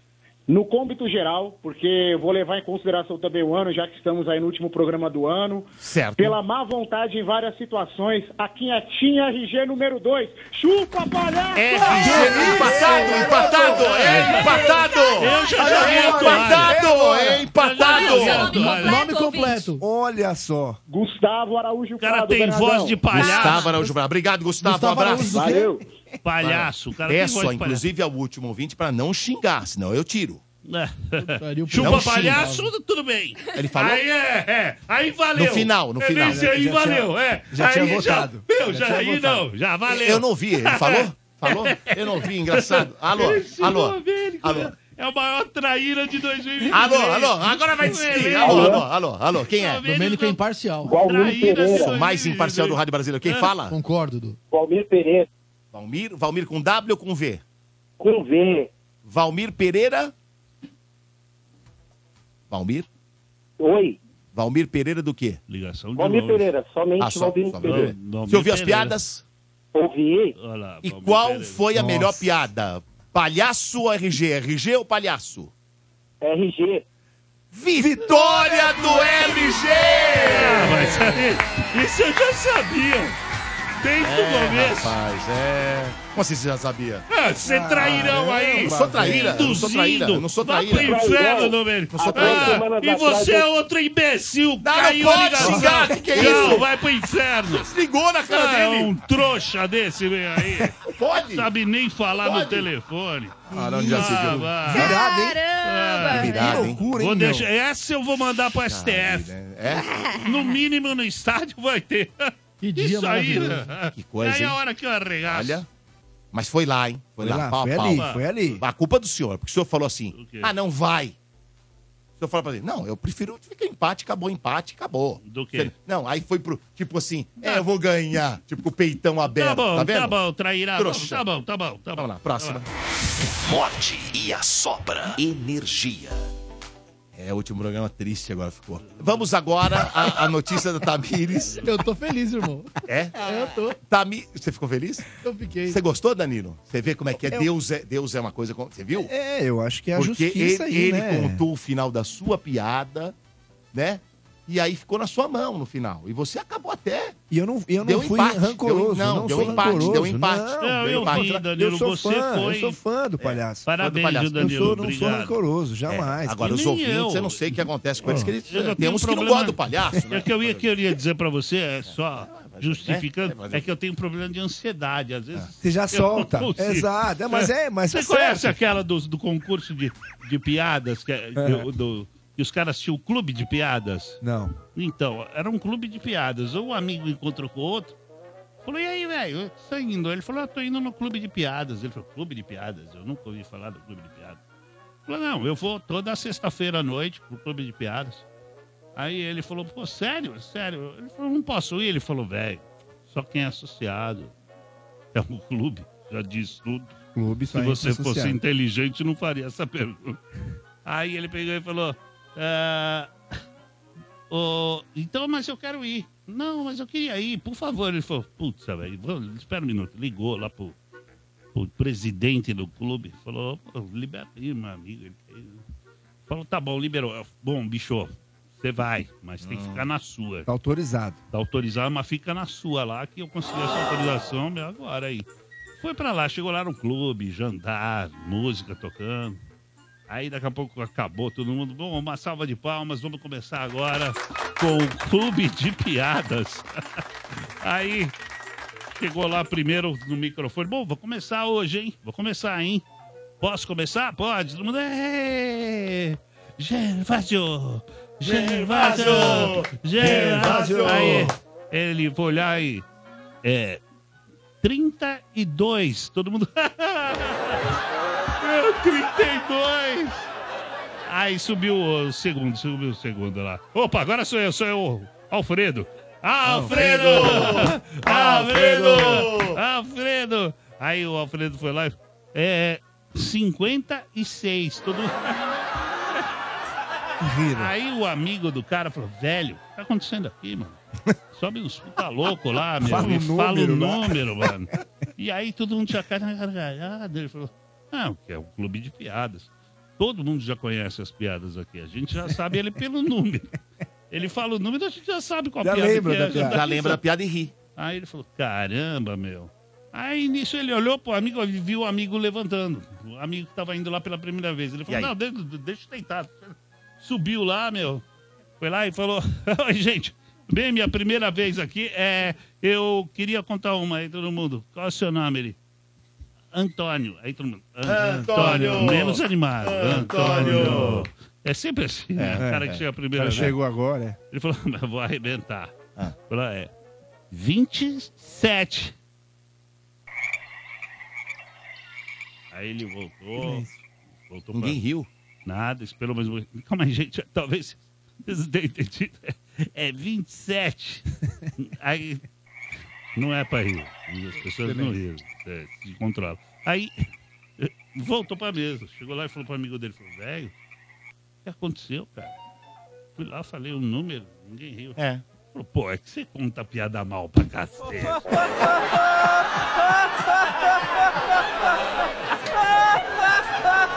I: No cômbito geral, porque eu vou levar em consideração também o ano, já que estamos aí no último programa do ano.
A: Certo.
I: Pela má vontade em várias situações, a quinhatinha RG número 2. Chupa, palhaço!
C: É,
A: RG É, empatado, empatado, é empatado!
I: Eu já joguei
A: É empatado, é empatado!
B: Nome completo. Olha só.
I: Gustavo Araújo
C: cara Prado, tem Bernardão. voz de palhaço.
A: Gustavo Araújo Prado. Obrigado, Gustavo.
C: Gustavo
A: um abraço.
C: Araújo, o quê? Valeu. Palhaço, o cara tem
A: Peço,
C: voz de
A: inclusive, ao último ouvinte para não xingar, senão eu tiro.
C: É.
A: Não
C: Chupa
A: xinga.
C: palhaço, tudo bem.
A: Ele falou?
C: Aí é, é. Aí valeu.
A: No final, no
C: É,
A: final.
C: nesse aí
A: Já tinha-
C: valeu, é.
A: já
C: aí
A: tinha votado.
C: Meu,
A: Já
C: já,
A: tinha
C: aí
A: votado.
C: não, já valeu.
A: Eu não vi, ele
C: [LAUGHS]
A: falou? Falou? Eu não vi, engraçado. Alô,
C: Ele xingou
A: alô,
C: a América.
A: alô.
C: É o maior traíra de 2023.
A: Alô, alô, agora vai descobrir. Alô, alô, alô, alô, quem é?
F: Domênico é imparcial.
A: Sou É. mais imparcial do Rádio Brasileiro. Quem fala?
F: Concordo, Du.
A: Valmir Pereira. Valmir, Valmir com W ou com V? Com V. Valmir Pereira? Valmir? Oi. Valmir Pereira do quê?
C: Ligação
A: de
X: Valmir longe. Pereira, somente
A: Ah,
X: Valmir Pereira.
A: Você ouviu as
X: Pereira.
A: piadas?
X: Ouvi.
A: E qual foi a
X: Nossa.
A: melhor piada? Palhaço ou RG? RG ou palhaço?
X: RG.
A: Vitória do RG!
C: Ah, mas aí, isso eu já sabia. Desde o começo.
A: É, Rapaz, é. Como assim você já sabia?
C: Ah, Você trairão
A: Ah,
C: aí.
A: eu não sou traíra, eu não sou traíra, eu não sou
C: Vai
A: traíra.
C: pro inferno,
A: Trairão.
C: Domênico.
A: Não sou traíra.
C: Ah,
A: Semanas
C: e
A: atrás
C: você
A: eu-
C: é outro imbecil.
A: Não, não
C: Caiu
A: pode
C: a ligação.
A: xingar, que que é
C: não,
A: isso?
C: vai pro inferno.
A: [LAUGHS] Desligou na cara
C: ah,
A: dele.
C: um trouxa desse vem aí.
A: [LAUGHS] Pode?
C: Sabe nem falar no
A: Pode?
C: telefone.
A: Ah, não, já se viu.
C: Ah, vai.
A: Virada, hein?
C: Ah,
A: Virada, hein?
C: Vou
A: Vou
C: deixar- Essa eu vou mandar pro STF.
A: É?
C: No mínimo no estádio vai ter. Que
A: dia
C: Isso aí,
A: maravilhoso.
C: né?
A: Que coisa,
C: Aí é
A: hein?
C: a hora que eu arregaço.
A: Olha. Mas foi lá, hein? Foi,
B: Foi
A: lá,
B: lá,
A: pau,
B: foi
A: pau.
B: ali, foi ali.
A: A culpa é do senhor, porque o senhor falou assim: ah, não vai. O senhor fala pra ele: não, eu prefiro ficar empate, acabou, empate, acabou. Do
C: quê?
A: Não, aí foi pro, tipo assim: é, eu vou ganhar. Tipo, com o peitão aberto.
C: Tá bom, tá,
A: vendo?
C: bom, trairá.
A: Trouxa.
C: Tá bom, tá bom, tá bom. Tá
A: Vamos lá, próxima.
H: Morde e assopra. Energia.
A: É, o último programa triste agora ficou. Vamos agora à, à notícia da
F: [LAUGHS]
A: Tamires.
F: Eu tô feliz, irmão.
A: É?
F: Eu tô.
A: Tami... Você ficou feliz?
F: Eu fiquei.
A: Você gostou, Danilo? Você vê como é que é?
F: Eu-
A: Deus é, Deus é uma coisa. como- Você viu?
B: É, eu acho que é a
A: Porque ele,
B: justiça aí,
A: ele
B: né?
A: contou o final da sua piada, né? E aí ficou na sua mão no final. E você acabou até.
B: E eu não, eu não
A: Deu
B: fui
A: empate,
B: rancoroso.
A: deu- não,
B: Não,
A: deu
B: sou
A: empate,
B: rancoroso,
A: deu empate.
B: Não,
A: Não, eu vi,
B: eu
A: Danilo,
B: sou
A: você
B: fã,
A: foi-
B: Eu sou fã do palhaço.
A: Parabéns,
B: Fã do palhaço.
A: Danilo,
B: Eu sou, não sou
A: obrigado.
B: rancoroso,
A: É,
B: jamais.
A: agora, os
C: Nem
A: ouvintes,
C: eu.
A: eu. não sei o que acontece com eles, que eles
C: Eu já
A: tem
C: tenho
A: uns
C: um
A: que não
C: problema-
A: gostam do palhaço.
C: É
A: Né? Ah,
C: que eu ia queria dizer pra você, é só justificando, é que eu tenho um problema de ansiedade, às vezes.
B: Você já
C: eu
B: solta.
C: não consigo.
B: Exato. É, mas é- mas
C: Você
B: é
C: conhece
B: certo.
C: aquela do, do concurso de, de piadas que, é- do- do- que os caras tinham o clube de piadas?
B: Não.
C: Então, era um clube de piadas. Um amigo encontrou com o outro. Falou, e aí, velho? Eu Tô indo. Ele falou, ah, tô indo no clube de piadas. Ele falou, clube de piadas? Eu nunca ouvi falar do clube de piadas. Falou, não, eu vou toda sexta-feira à noite pro clube de piadas. Aí ele falou, pô, sério, sério. Ele falou, não posso ir. Ele falou, velho, só quem é associado é o clube. Já diz tudo.
B: Clube só
C: Se
B: entra
C: você fosse
B: associado.
C: inteligente, não faria essa pergunta. Aí ele pegou e falou, ah, ô, então, mas eu quero ir. Não, mas eu queria ir, por favor. Ele falou, putz, velho, vamos, espera um minuto. Ligou lá pro, o presidente do clube falou, "Pô, libera aí, meu amigo. Ele fez. Falou, tá bom, liberou. Eu, Bom, bicho, você vai, mas tem que ficar na sua.
B: Tá autorizado.
C: Tá autorizado, mas fica na sua lá, que eu consegui essa autorização meu, agora aí. Foi pra lá, chegou lá no clube, jantar, música tocando. Aí daqui a pouco acabou todo mundo. Bom, uma salva de palmas, vamos começar agora com o clube de piadas. [LAUGHS] aí chegou lá primeiro no microfone. Bom, vou começar hoje, hein? Vou começar, hein? Posso começar? Pode. Todo mundo. "É, Gervásio! Gervásio! Gervásio!
J: Gervásio!
C: Aí ele foi olhar e. É. 32. Todo mundo. [LAUGHS] É, Meu, 32! Aí subiu o segundo, subiu o segundo lá. Opa, agora sou eu, sou eu, Alfredo. Alfredo!
J: Alfredo!
C: Alfredo! Alfredo! Aí o Alfredo foi lá e. É. 56. Todo
J: [LAUGHS]
C: Aí o amigo do cara falou: velho, o que tá acontecendo aqui, mano? Sobe uns puta louco lá, meu.
J: Fala
C: e
J: o
C: Fala
J: [LAUGHS]
C: o
J: número né?" lá."
C: número, mano. E aí todo mundo já cai na gargalhada. Ele falou: Não, que é o clube de piadas. Todo mundo já conhece as piadas aqui. A gente já sabe ele pelo número. Ele fala o número, a gente já sabe qual
A: Já
C: piada
A: lembra
C: que é.
A: da piada. Já lembra da
C: piada e ri. Aí ele falou, caramba, meu. Aí nisso ele olhou pro amigo e viu o amigo levantando. O amigo que tava indo lá pela primeira vez. Ele falou,
J: aí?
C: não, deixa, deixa eu tentar. Subiu lá, meu. Foi lá e falou, [LAUGHS] oi, gente. Bem, minha primeira vez aqui, é, eu queria contar uma aí, todo mundo. Qual é o seu nome, ele? Antônio. Aí todo mundo. "An-
J: Antônio.
C: Menos animado.
J: Antônio.
C: Antônio. É sempre assim, né? o cara que chega primeiro.
B: É. O cara
C: né?
B: chegou agora, é.
C: Ele falou, mas vou arrebentar. Falou, é. 27. Aí ele
B: é
C: voltou. voltou
A: Ninguém
C: riu. Nada, esperou mais um pouquinho. Calma aí, gente. Talvez [LAUGHS] vocês não tenham entendido. É 27. aí. Não é pra rir. As pessoas não riram. É, se controlam. Aí. Voltou pra mesa. Chegou lá e falou pro amigo dele: falou, velho, o que aconteceu, cara? Fui lá, falei um número, ninguém riu. É. Falou, pô, é que você conta piada mal pra cacete.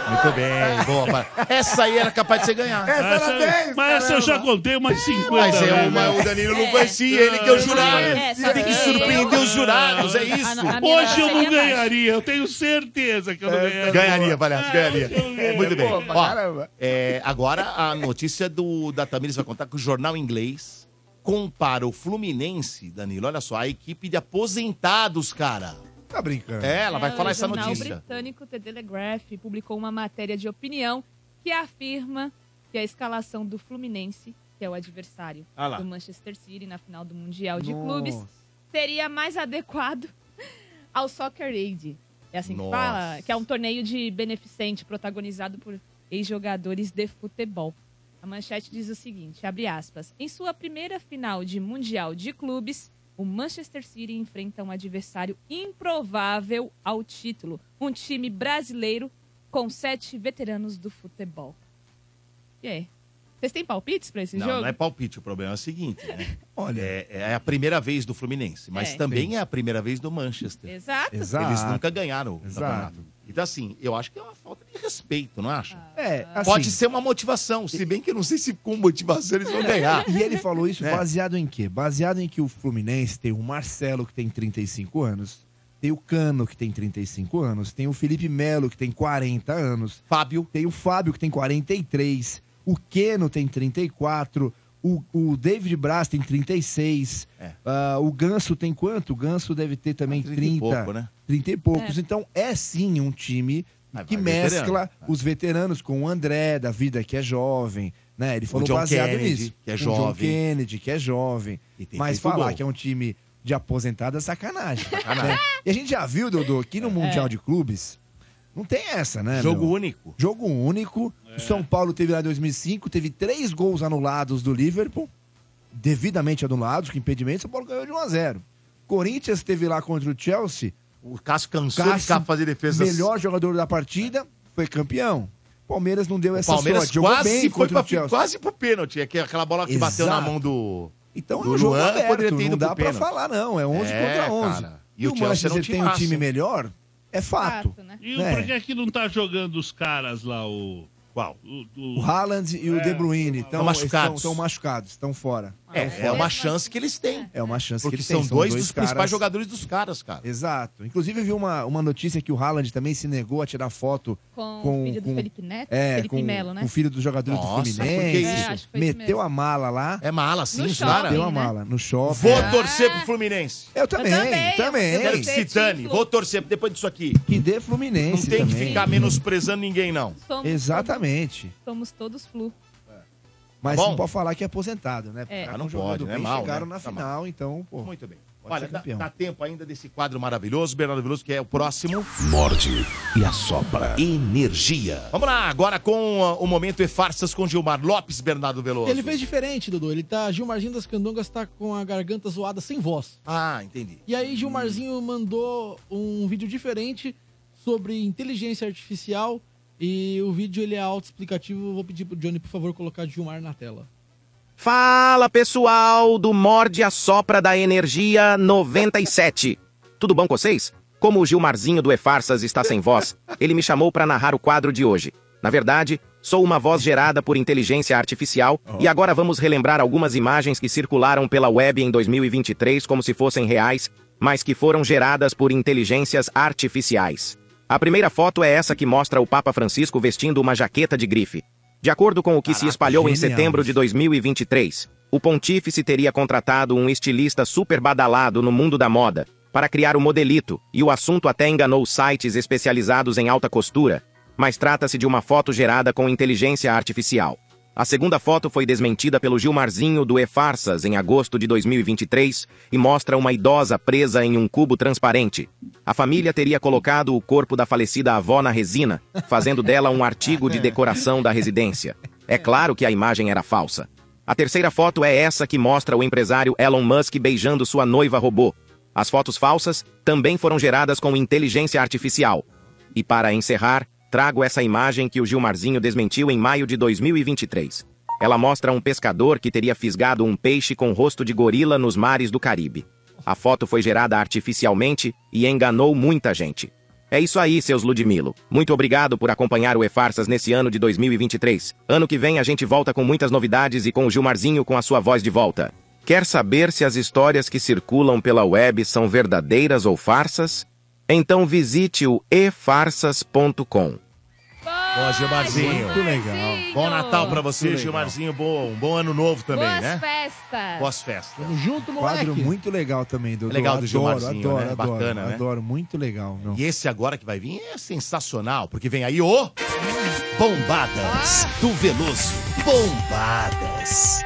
A: Muito bem, boa. pa- Essa aí era capaz de você ganhar.
C: Essa era Essa- 10, mas essa eu caramba. já contei umas 50
A: Mas é
C: vezes,
A: uma,
C: né?
A: o Danilo não
C: É.
A: conhecia, ele que é
C: Eu
A: o
C: não
A: jurado.
C: conhecia.
A: Tem que surpreender os jurados, é isso.
C: Hoje eu não ganharia, eu tenho certeza que eu não ganharia.
A: É, Ganharia, palhaço, ganharia. É
C: ganhei.
A: Muito bem.
C: Boa pra
A: Ó,
C: caramba.
A: é, agora a notícia do, da Tamires vai contar que o jornal inglês compara o Fluminense, Danilo, olha só, a equipe de aposentados, cara.
B: Tá brincando.
A: É, ela vai
E: É,
A: falar essa
E: O
A: notícia.
E: jornal britânico The Telegraph publicou uma matéria de opinião que afirma que a escalação do Fluminense, que é o adversário
K: Ah lá.
E: do Manchester City na final do Mundial de
K: Nossa.
E: Clubes, seria mais adequado ao Soccer Aid. É assim
K: Nossa.
E: que fala, que é um torneio de beneficente protagonizado por ex-jogadores de futebol. A manchete diz o seguinte, abre aspas. Em sua primeira final de Mundial de Clubes, o Manchester City enfrenta um adversário improvável ao título. Um time brasileiro com sete veteranos do futebol. E aí? Vocês têm palpites pra esse
A: Não,
E: jogo?
A: não é palpite, o problema é o seguinte, né? Olha, é, é a primeira vez do Fluminense, mas
E: É.
A: também
E: Sim.
A: é a primeira vez do Manchester.
E: Exato.
A: Eles nunca ganharam o
B: Exato.
A: campeonato. Então, assim, eu acho que é uma falta de respeito, não acha?
B: É,
E: Ah.
B: assim-
A: Pode ser uma motivação, se bem que eu não sei se com motivação eles vão ganhar.
B: E ele falou isso
A: Né?
B: baseado em quê? Baseado em que o Fluminense tem o Marcelo, que tem 35 anos, tem o Cano, que tem 35 anos, tem o Felipe Melo, que tem 40 anos.
A: Fábio.
B: Tem o Fábio, que tem 43. O Keno tem 34. O, o David Braz tem 36. ah, o Ganso tem quanto? O Ganso deve ter também 30. 30
A: É. e pouco, né? Ah,
B: 30 e poucos. Então, é sim um time que
A: veterano.
B: mescla os veteranos com o André da vida que é jovem, né? Ele falou
A: John
B: baseado
A: Kennedy,
B: nisso.
A: que é
B: O John
A: jovem.
B: Kennedy, que é jovem.
A: tem
B: Mas
A: feito
B: falar
A: gol.
B: que é um time de aposentado
A: [LAUGHS]
B: é sacanagem.
A: Sacanagem.
B: né? E a gente já viu, Dodô, que no Mundial de Clubes não tem essa, né?
A: Jogo único. É.
B: Jogo único. O São Paulo teve lá em 2005, teve três gols anulados do Liverpool, devidamente anulados, com impedimento. São Paulo ganhou de 1 a 0 Corinthians teve lá contra o Chelsea.
A: O Cássio cansou de ficar fazendo defesas-
B: Melhor jogador da partida, foi campeão. Palmeiras não deu
A: O
B: essa
A: Palmeiras
B: sorte. Jogou bem
A: quase, foi
B: contra
A: pra,
B: o Chelsea.
A: quase pro pênalti. é que Aquela bola que bateu na
B: Exato.
A: mão do.
B: Então é
A: do
B: um jogo
A: Luan,
B: aberto,
A: poderia ter
B: não
A: ido
B: dá
A: pro
B: pra
A: pênalti.
B: falar não, é 11
A: É,
B: contra 11.
A: cara.
B: E, o Manchester tem um time melhor, é fato.
C: E
B: né?
C: por que é que não tá jogando os caras lá, o...
A: Qual?
C: O,
B: O Haaland e o
C: É,
B: De Bruyne Então,
C: tão
B: estão
C: machucados.
B: Estão machucados, estão fora.
A: É, é uma chance que eles têm.
B: É uma chance
A: Porque
B: que eles
A: são
B: têm,
A: dois dos principais
B: caras.
A: jogadores dos caras, cara.
B: Exato. Inclusive, eu vi uma, uma notícia que o Haaland também se negou a tirar foto
E: Com o filho do Felipe Neto?
B: É,
E: Felipe
B: com,
E: Melo, né?
B: com o filho dos jogadores
A: Nossa,
B: do
A: por que
B: Fluminense.
A: isso? É, acho que foi isso
B: Meteu a mala lá.
A: É mala, sim,
B: no
A: os caras.
B: Meteu a
E: né?
B: mala no shopping.
A: Vou torcer pro Fluminense.
B: Eu também, Eu também, eu também. vou
A: Quero que se
B: torcer
A: dane. Vou torcer depois disso aqui.
B: Que dê Fluminense.
A: Não tem que
B: também.
A: ficar menosprezando ninguém, não.
E: Somos
B: Exatamente.
E: Somos todos flu.
B: Mas
A: Bom.
B: não pode falar que é aposentado, né?
E: É.
B: Tá
A: Ah, não
B: com jogando
A: pode, né?
B: bem,
A: Mal,
B: Chegaram
A: né?
B: na
A: Tá
B: final, então, pô.
A: Muito bem.
B: Pode
A: Olha,
B: ser
A: dá,
B: campeão.
A: dá tempo ainda desse quadro maravilhoso, Bernardo Veloso, que é o próximo.
H: Morde e assopra. Energia.
A: Vamos lá, agora com ah, o momento e farsas com Gilmar Lopes, Bernardo Veloso.
F: Ele fez diferente, Dudu. Ele tá. Gilmarzinho das Candongas tá com a garganta zoada sem voz.
A: Ah, entendi.
F: E aí, Gilmarzinho mandou um vídeo diferente sobre inteligência artificial. E o vídeo ele é autoexplicativo. Eu Vou pedir pro Johnny, por favor, colocar Gilmar na tela.
L: Fala pessoal do Morde a Sopra da Energia 97. Tudo bom com vocês?
G: Como o Gilmarzinho do E Farsas está sem voz, ele me chamou para narrar o quadro de hoje. Na verdade, sou uma voz gerada por inteligência artificial e agora vamos relembrar algumas imagens que circularam pela web em 2023 como se fossem reais, mas que foram geradas por inteligências artificiais. A primeira foto é essa que mostra o Papa Francisco vestindo uma jaqueta de grife. De acordo com o que se espalhou em
K: genial
G: setembro de 2023, o pontífice teria contratado um estilista super badalado no mundo da moda para criar o modelito, e o assunto até enganou sites especializados em alta costura, mas trata-se de uma foto gerada com inteligência artificial. A segunda foto foi desmentida pelo Gilmarzinho do E-Farsas em agosto de 2023 e mostra uma idosa presa em um cubo transparente. A família teria colocado o corpo da falecida avó na resina, fazendo dela um artigo de decoração da residência. É claro que a imagem era falsa. A terceira foto é essa que mostra o empresário Elon Musk beijando sua noiva robô. As fotos falsas também foram geradas com inteligência artificial. E para encerrar, trago essa imagem que o Gilmarzinho desmentiu em maio de 2023. Ela mostra um pescador que teria fisgado um peixe com rosto de gorila nos mares do Caribe. A foto foi gerada artificialmente e enganou muita gente. É isso aí, seus Ludmilo. Muito obrigado por acompanhar o E-Farsas nesse ano de 2023. Ano que vem a gente volta com muitas novidades e com o Gilmarzinho com a sua voz de volta. Quer saber se as histórias que circulam pela web são verdadeiras ou farsas? Então visite o efarsas.com.
A: Ó, Gilmarzinho.
B: Muito Ah, legal.
A: Bom Natal pra você,
B: Muito legal.
A: Gilmarzinho. Bom, um bom ano novo também,
E: Boas
A: né?
E: festas.
A: Boas festas.
B: Tamo junto, Quadro muito legal também, Dodô.
A: É legal do
B: adoro,
A: Gilmarzinho,
B: adoro,
A: né?
B: adoro,
A: Bacana, né?
B: adoro, muito legal. Meu.
A: E esse agora que vai vir é sensacional, porque vem aí o Bombadas do Veloso. Bombadas do Veloso. Bombadas.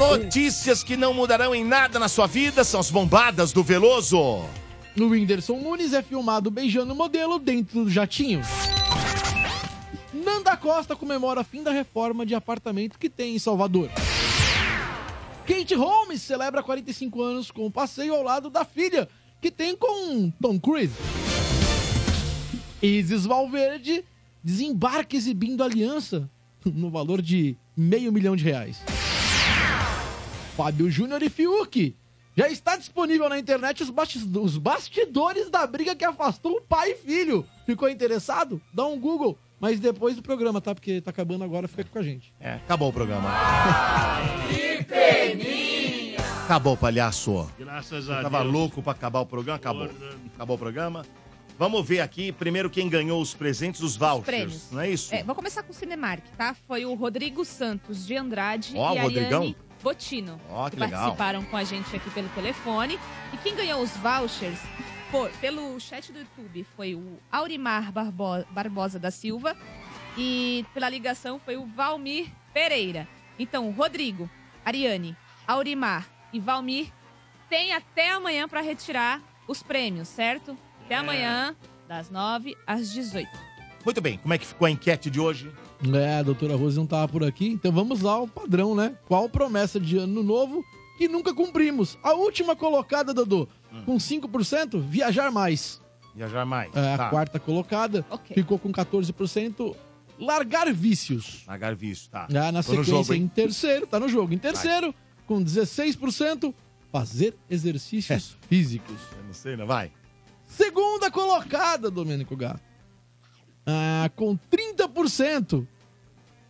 A: Notícias que não mudarão em nada na sua vida são as bombadas do Veloso.
F: No Whindersson Nunes é filmado beijando o modelo dentro do jatinho. Nanda Costa comemora fim da reforma de apartamento que tem em Salvador. Kate Holmes celebra 45 anos com um passeio ao lado da filha, que tem com Tom Cruise. Isis Valverde desembarca exibindo aliança [LAUGHS] no valor de meio milhão de reais. Fábio Júnior e Fiuk. Já está disponível na internet os, basti- os bastidores da briga que afastou o pai e filho. Ficou interessado? Dá um Google. Mas depois do programa, tá? Porque tá acabando agora, fica com a gente.
A: É, acabou o programa. Acabou, palhaço.
C: Graças
A: Eu
C: a
A: tava
C: Deus.
A: louco pra acabar o programa, acabou. Acabou o programa. Vamos ver aqui primeiro quem ganhou os presentes, os vouchers,
E: prêmios.
A: não é isso?
E: É, vou começar com o Cinemark, tá? Foi o Rodrigo Santos de Andrade
A: Ó,
E: e
A: o
E: a
A: Rodrigão.
E: Ariane Botino.
A: Ó, que legal.
E: participaram com a gente aqui pelo telefone. E quem ganhou os vouchers por- pelo chat do YouTube foi o Aurimar Barbo- Barbosa da Silva. E pela ligação foi o Valmir Pereira. Então, Rodrigo, Ariane, Aurimar e Valmir têm até amanhã para retirar os prêmios, certo? Até amanhã, das 9 às 18.
A: Muito bem, como é que ficou a enquete de hoje?
F: É, a doutora Rose não tava por aqui, então vamos lá ao padrão, né? Qual promessa de ano novo que nunca cumprimos? A última colocada, Dodô, com 5%, viajar mais.
A: Viajar mais.
F: É, a
A: Tá.
F: quarta colocada ficou com 14%, largar vícios.
A: Largar vício, tá.
F: Ah, na
A: Tô no
F: sequência,
A: jogo,
F: em
A: hein?
F: terceiro, tá no jogo. Em terceiro, com 16%, fazer exercícios físicos.
A: É. Eu não sei, não vai.
F: Segunda colocada, Domênico Gato. Ah, com 30%,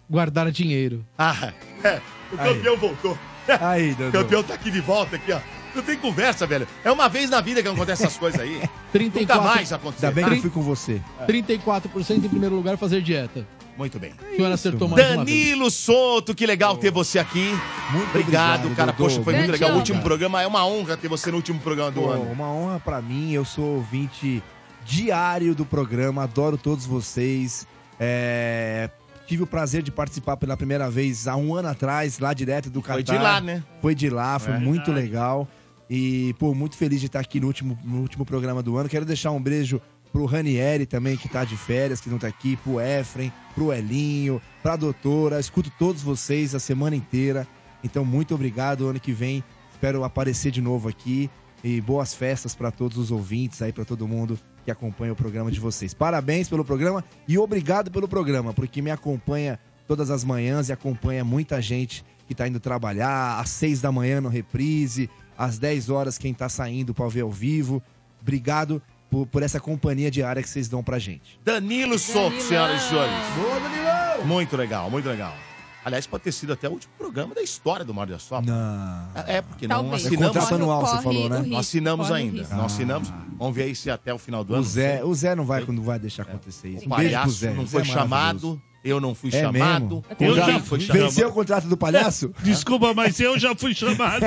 F: guardar dinheiro.
A: Ah, é. O campeão voltou. [LAUGHS]
B: Aí,
A: O campeão tá aqui de volta, aqui, ó. Não tem conversa, velho. É uma vez na vida que acontece essas coisas
F: [LAUGHS]
A: aí.
F: 34.
A: Nunca mais aconteceu. Ah,
B: Ainda bem que eu fui com você.
F: 34% em primeiro lugar, fazer dieta.
A: Muito bem.
F: Joana acertou mais uma vez.
A: Danilo Souto, que legal ter você aqui. Muito obrigado,
B: obrigado,
A: cara.
B: Dodô.
A: Poxa, foi muito
B: Grande
A: legal. O
B: honra.
A: último programa é uma honra ter você no último programa do
B: Pô,
A: ano.
B: uma honra pra mim, eu sou ouvinte diário do programa, adoro todos vocês. É, Tive o prazer de participar pela primeira vez há um ano atrás, lá direto do Catar.
A: Foi de lá, né?
B: Foi de lá, foi
A: É.
B: muito
A: Verdade.
B: legal. E, pô, muito feliz de estar aqui no último, no último programa do ano. Quero deixar um beijo pro Ranieri também, que tá de férias, que não tá aqui, pro Efren, pro Elinho, pra doutora. Escuto todos vocês a semana inteira. Então, muito obrigado. Ano que vem, espero aparecer de novo aqui. E boas festas pra todos os ouvintes aí, pra todo mundo que acompanha o programa de vocês. Parabéns pelo programa e obrigado pelo programa, porque me acompanha todas as manhãs e acompanha muita gente que tá indo trabalhar, às seis da manhã no reprise, às 10 horas quem tá saindo para ver ao vivo. Obrigado por, por essa companhia diária que vocês dão pra gente.
A: Danilo Soft,
B: Danilão!
A: senhoras e senhores.
B: Boa, Danilão!
A: Muito legal, muito legal. Aliás, pode ter sido até o último programa da história do Mar de Sopra.
B: Não.
A: É, é porque não
B: Talvez. É
A: assinamos.
B: contrato anual, você Corre falou, né? o risco,
A: Não assinamos
B: corre o
A: ainda.
B: risco.
A: Não assinamos. Vamos ver aí se até o final do
B: O
A: ano. É.
B: Zé, o Zé não vai quando vai deixar acontecer isso.
A: O
B: Um beijo pro
A: palhaço
B: Zé.
A: não
B: Zé
A: foi
B: é
A: chamado. Eu não fui
B: É
A: chamado.
B: mesmo? Eu
A: Ninguém
B: já fui Venceu o contrato do palhaço?
C: Desculpa, mas eu já fui
A: [LAUGHS]
C: chamado.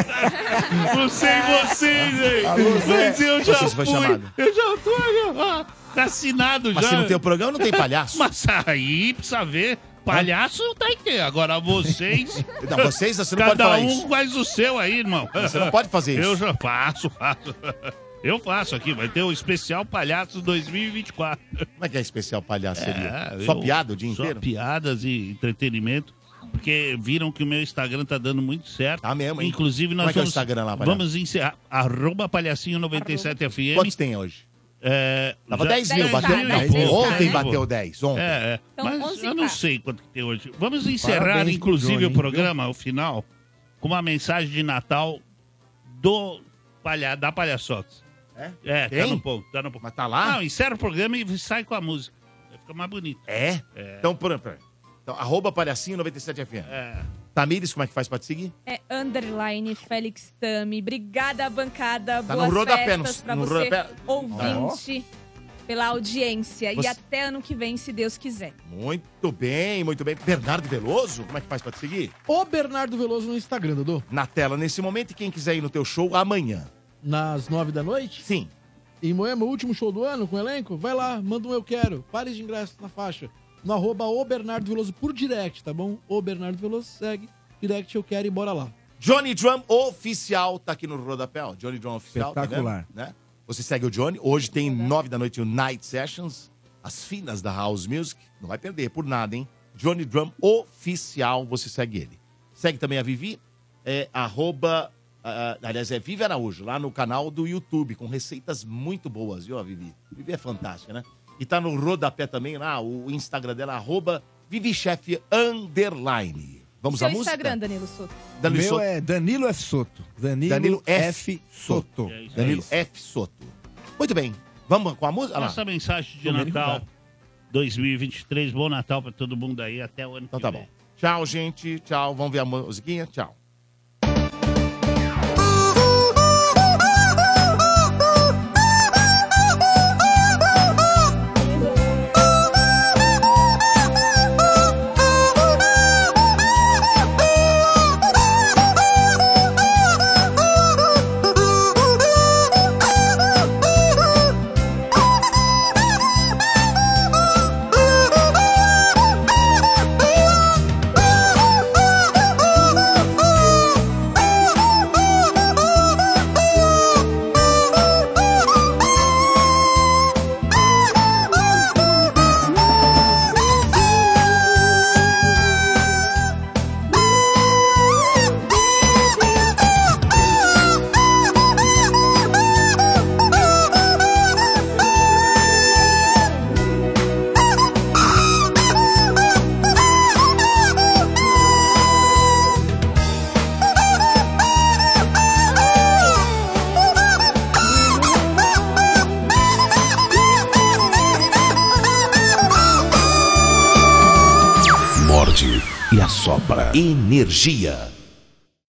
C: Não sei vocês, hein?
A: Alô, Zé.
C: Mas eu já
A: Vocês foi
C: fui.
A: chamado.
C: Eu já tô aí, ó, tá assinado
A: Mas
C: já.
A: se não tem o programa,
C: [LAUGHS]
A: não tem palhaço.
C: mas aí precisa ver. Palhaço não tem que ter. Agora vocês.
A: Não, vocês, você não
C: Cada
A: pode falar
C: um
A: isso.
C: faz o seu aí, irmão.
A: Você não pode fazer isso.
C: Eu já faço, faço. Eu faço aqui, vai ter o especial Palhaço 2024.
A: Como é que é especial palhaçaria?
C: É,
A: Só
C: eu-
A: piada o dia
C: só
A: inteiro?
C: piadas e entretenimento. Porque viram que o meu Instagram tá dando muito certo. Tá
A: mesmo, hein?
C: Inclusive, nós
A: Como é que é o
C: vamos,
A: Instagram lá, palhaço?
C: vamos encerrar. Arroba palhacinho97fm.
A: Quantos tem hoje?
C: É,
A: Tava
C: já-
A: 10 mil, bateu
C: 10 mil e
A: 10
C: pouco.
A: Ontem bateu 10, ontem.
C: É, é.
A: Então,
C: Mas
A: 11
C: eu
A: tá.
C: não sei quanto que tem hoje. Vamos encerrar,
A: Parabéns pro
C: inclusive,
A: Johnny,
C: o programa, o final, com uma mensagem de Natal do palha, da Palhaçotes.
A: É?
C: É, tá
A: Tem?
C: no pouco, tá no pouco.
A: Mas tá lá?
C: Não, encerra o programa e sai com a música. Fica mais bonito.
A: É?
C: É.
A: Então, por exemplo, então, arroba palhacinho97fm.
C: É.
A: Tamires, como é que faz pra te seguir?
E: É underline Félix Tami. Obrigada, bancada.
A: Tá
E: Boas
A: no rodapé,
E: festas
A: no-
E: pra
A: no
E: você,
A: rodapé.
E: ouvinte, pela audiência. E
A: Você-
E: até ano que vem, se Deus quiser.
A: Muito bem, muito bem. Bernardo Veloso, como é que faz pra te seguir?
F: O Bernardo Veloso no Instagram, Dudu.
A: Na tela nesse momento e quem quiser ir no teu show amanhã.
F: Nas nove da noite?
A: Sim.
F: Em Moema, o último show do ano com o elenco? Vai lá, manda um eu quero. Pares de ingresso na faixa. No arroba o Bernardo Veloso por direct, tá bom? O Bernardo Veloso segue. Direct eu quero e bora lá.
A: Johnny Drum Oficial tá aqui no rodapé, ó. Johnny Drum Oficial,
B: Espetacular.
A: tá vendo? Né? Você segue o Johnny. Hoje tem nove da noite o Night Sessions, as finas da House Music. Não vai perder por nada, hein? Johnny Drum Oficial, você segue ele. Segue também a Vivi, é arroba, ah, ah, aliás, é Vivi Araújo, lá no canal do YouTube, com receitas muito boas, viu, a Vivi? Vivi é fantástica, né? E tá no rodapé também lá, o Instagram dela, arroba Vivichef Underline. Vamos
E: Seu
A: à música?
E: Instagram, Danilo Souto.
B: O
A: Danilo
B: meu
A: Soto.
B: é Danilo F. Soto. Danilo, é
A: Danilo é
B: F.
A: F.
B: Soto.
C: É
A: Danilo F. Soto. Muito bem. Vamos com a música? Olha lá.
C: Nossa mensagem de
A: Domênico
C: Natal
A: Gato.
C: 2023. Bom Natal pra todo mundo aí. Até o ano
A: Então
C: que
A: tá
C: vem.
A: bom. Tchau, gente. Tchau. Vamos ver a musiquinha? Tchau.
H: Morde e assopra. Energia.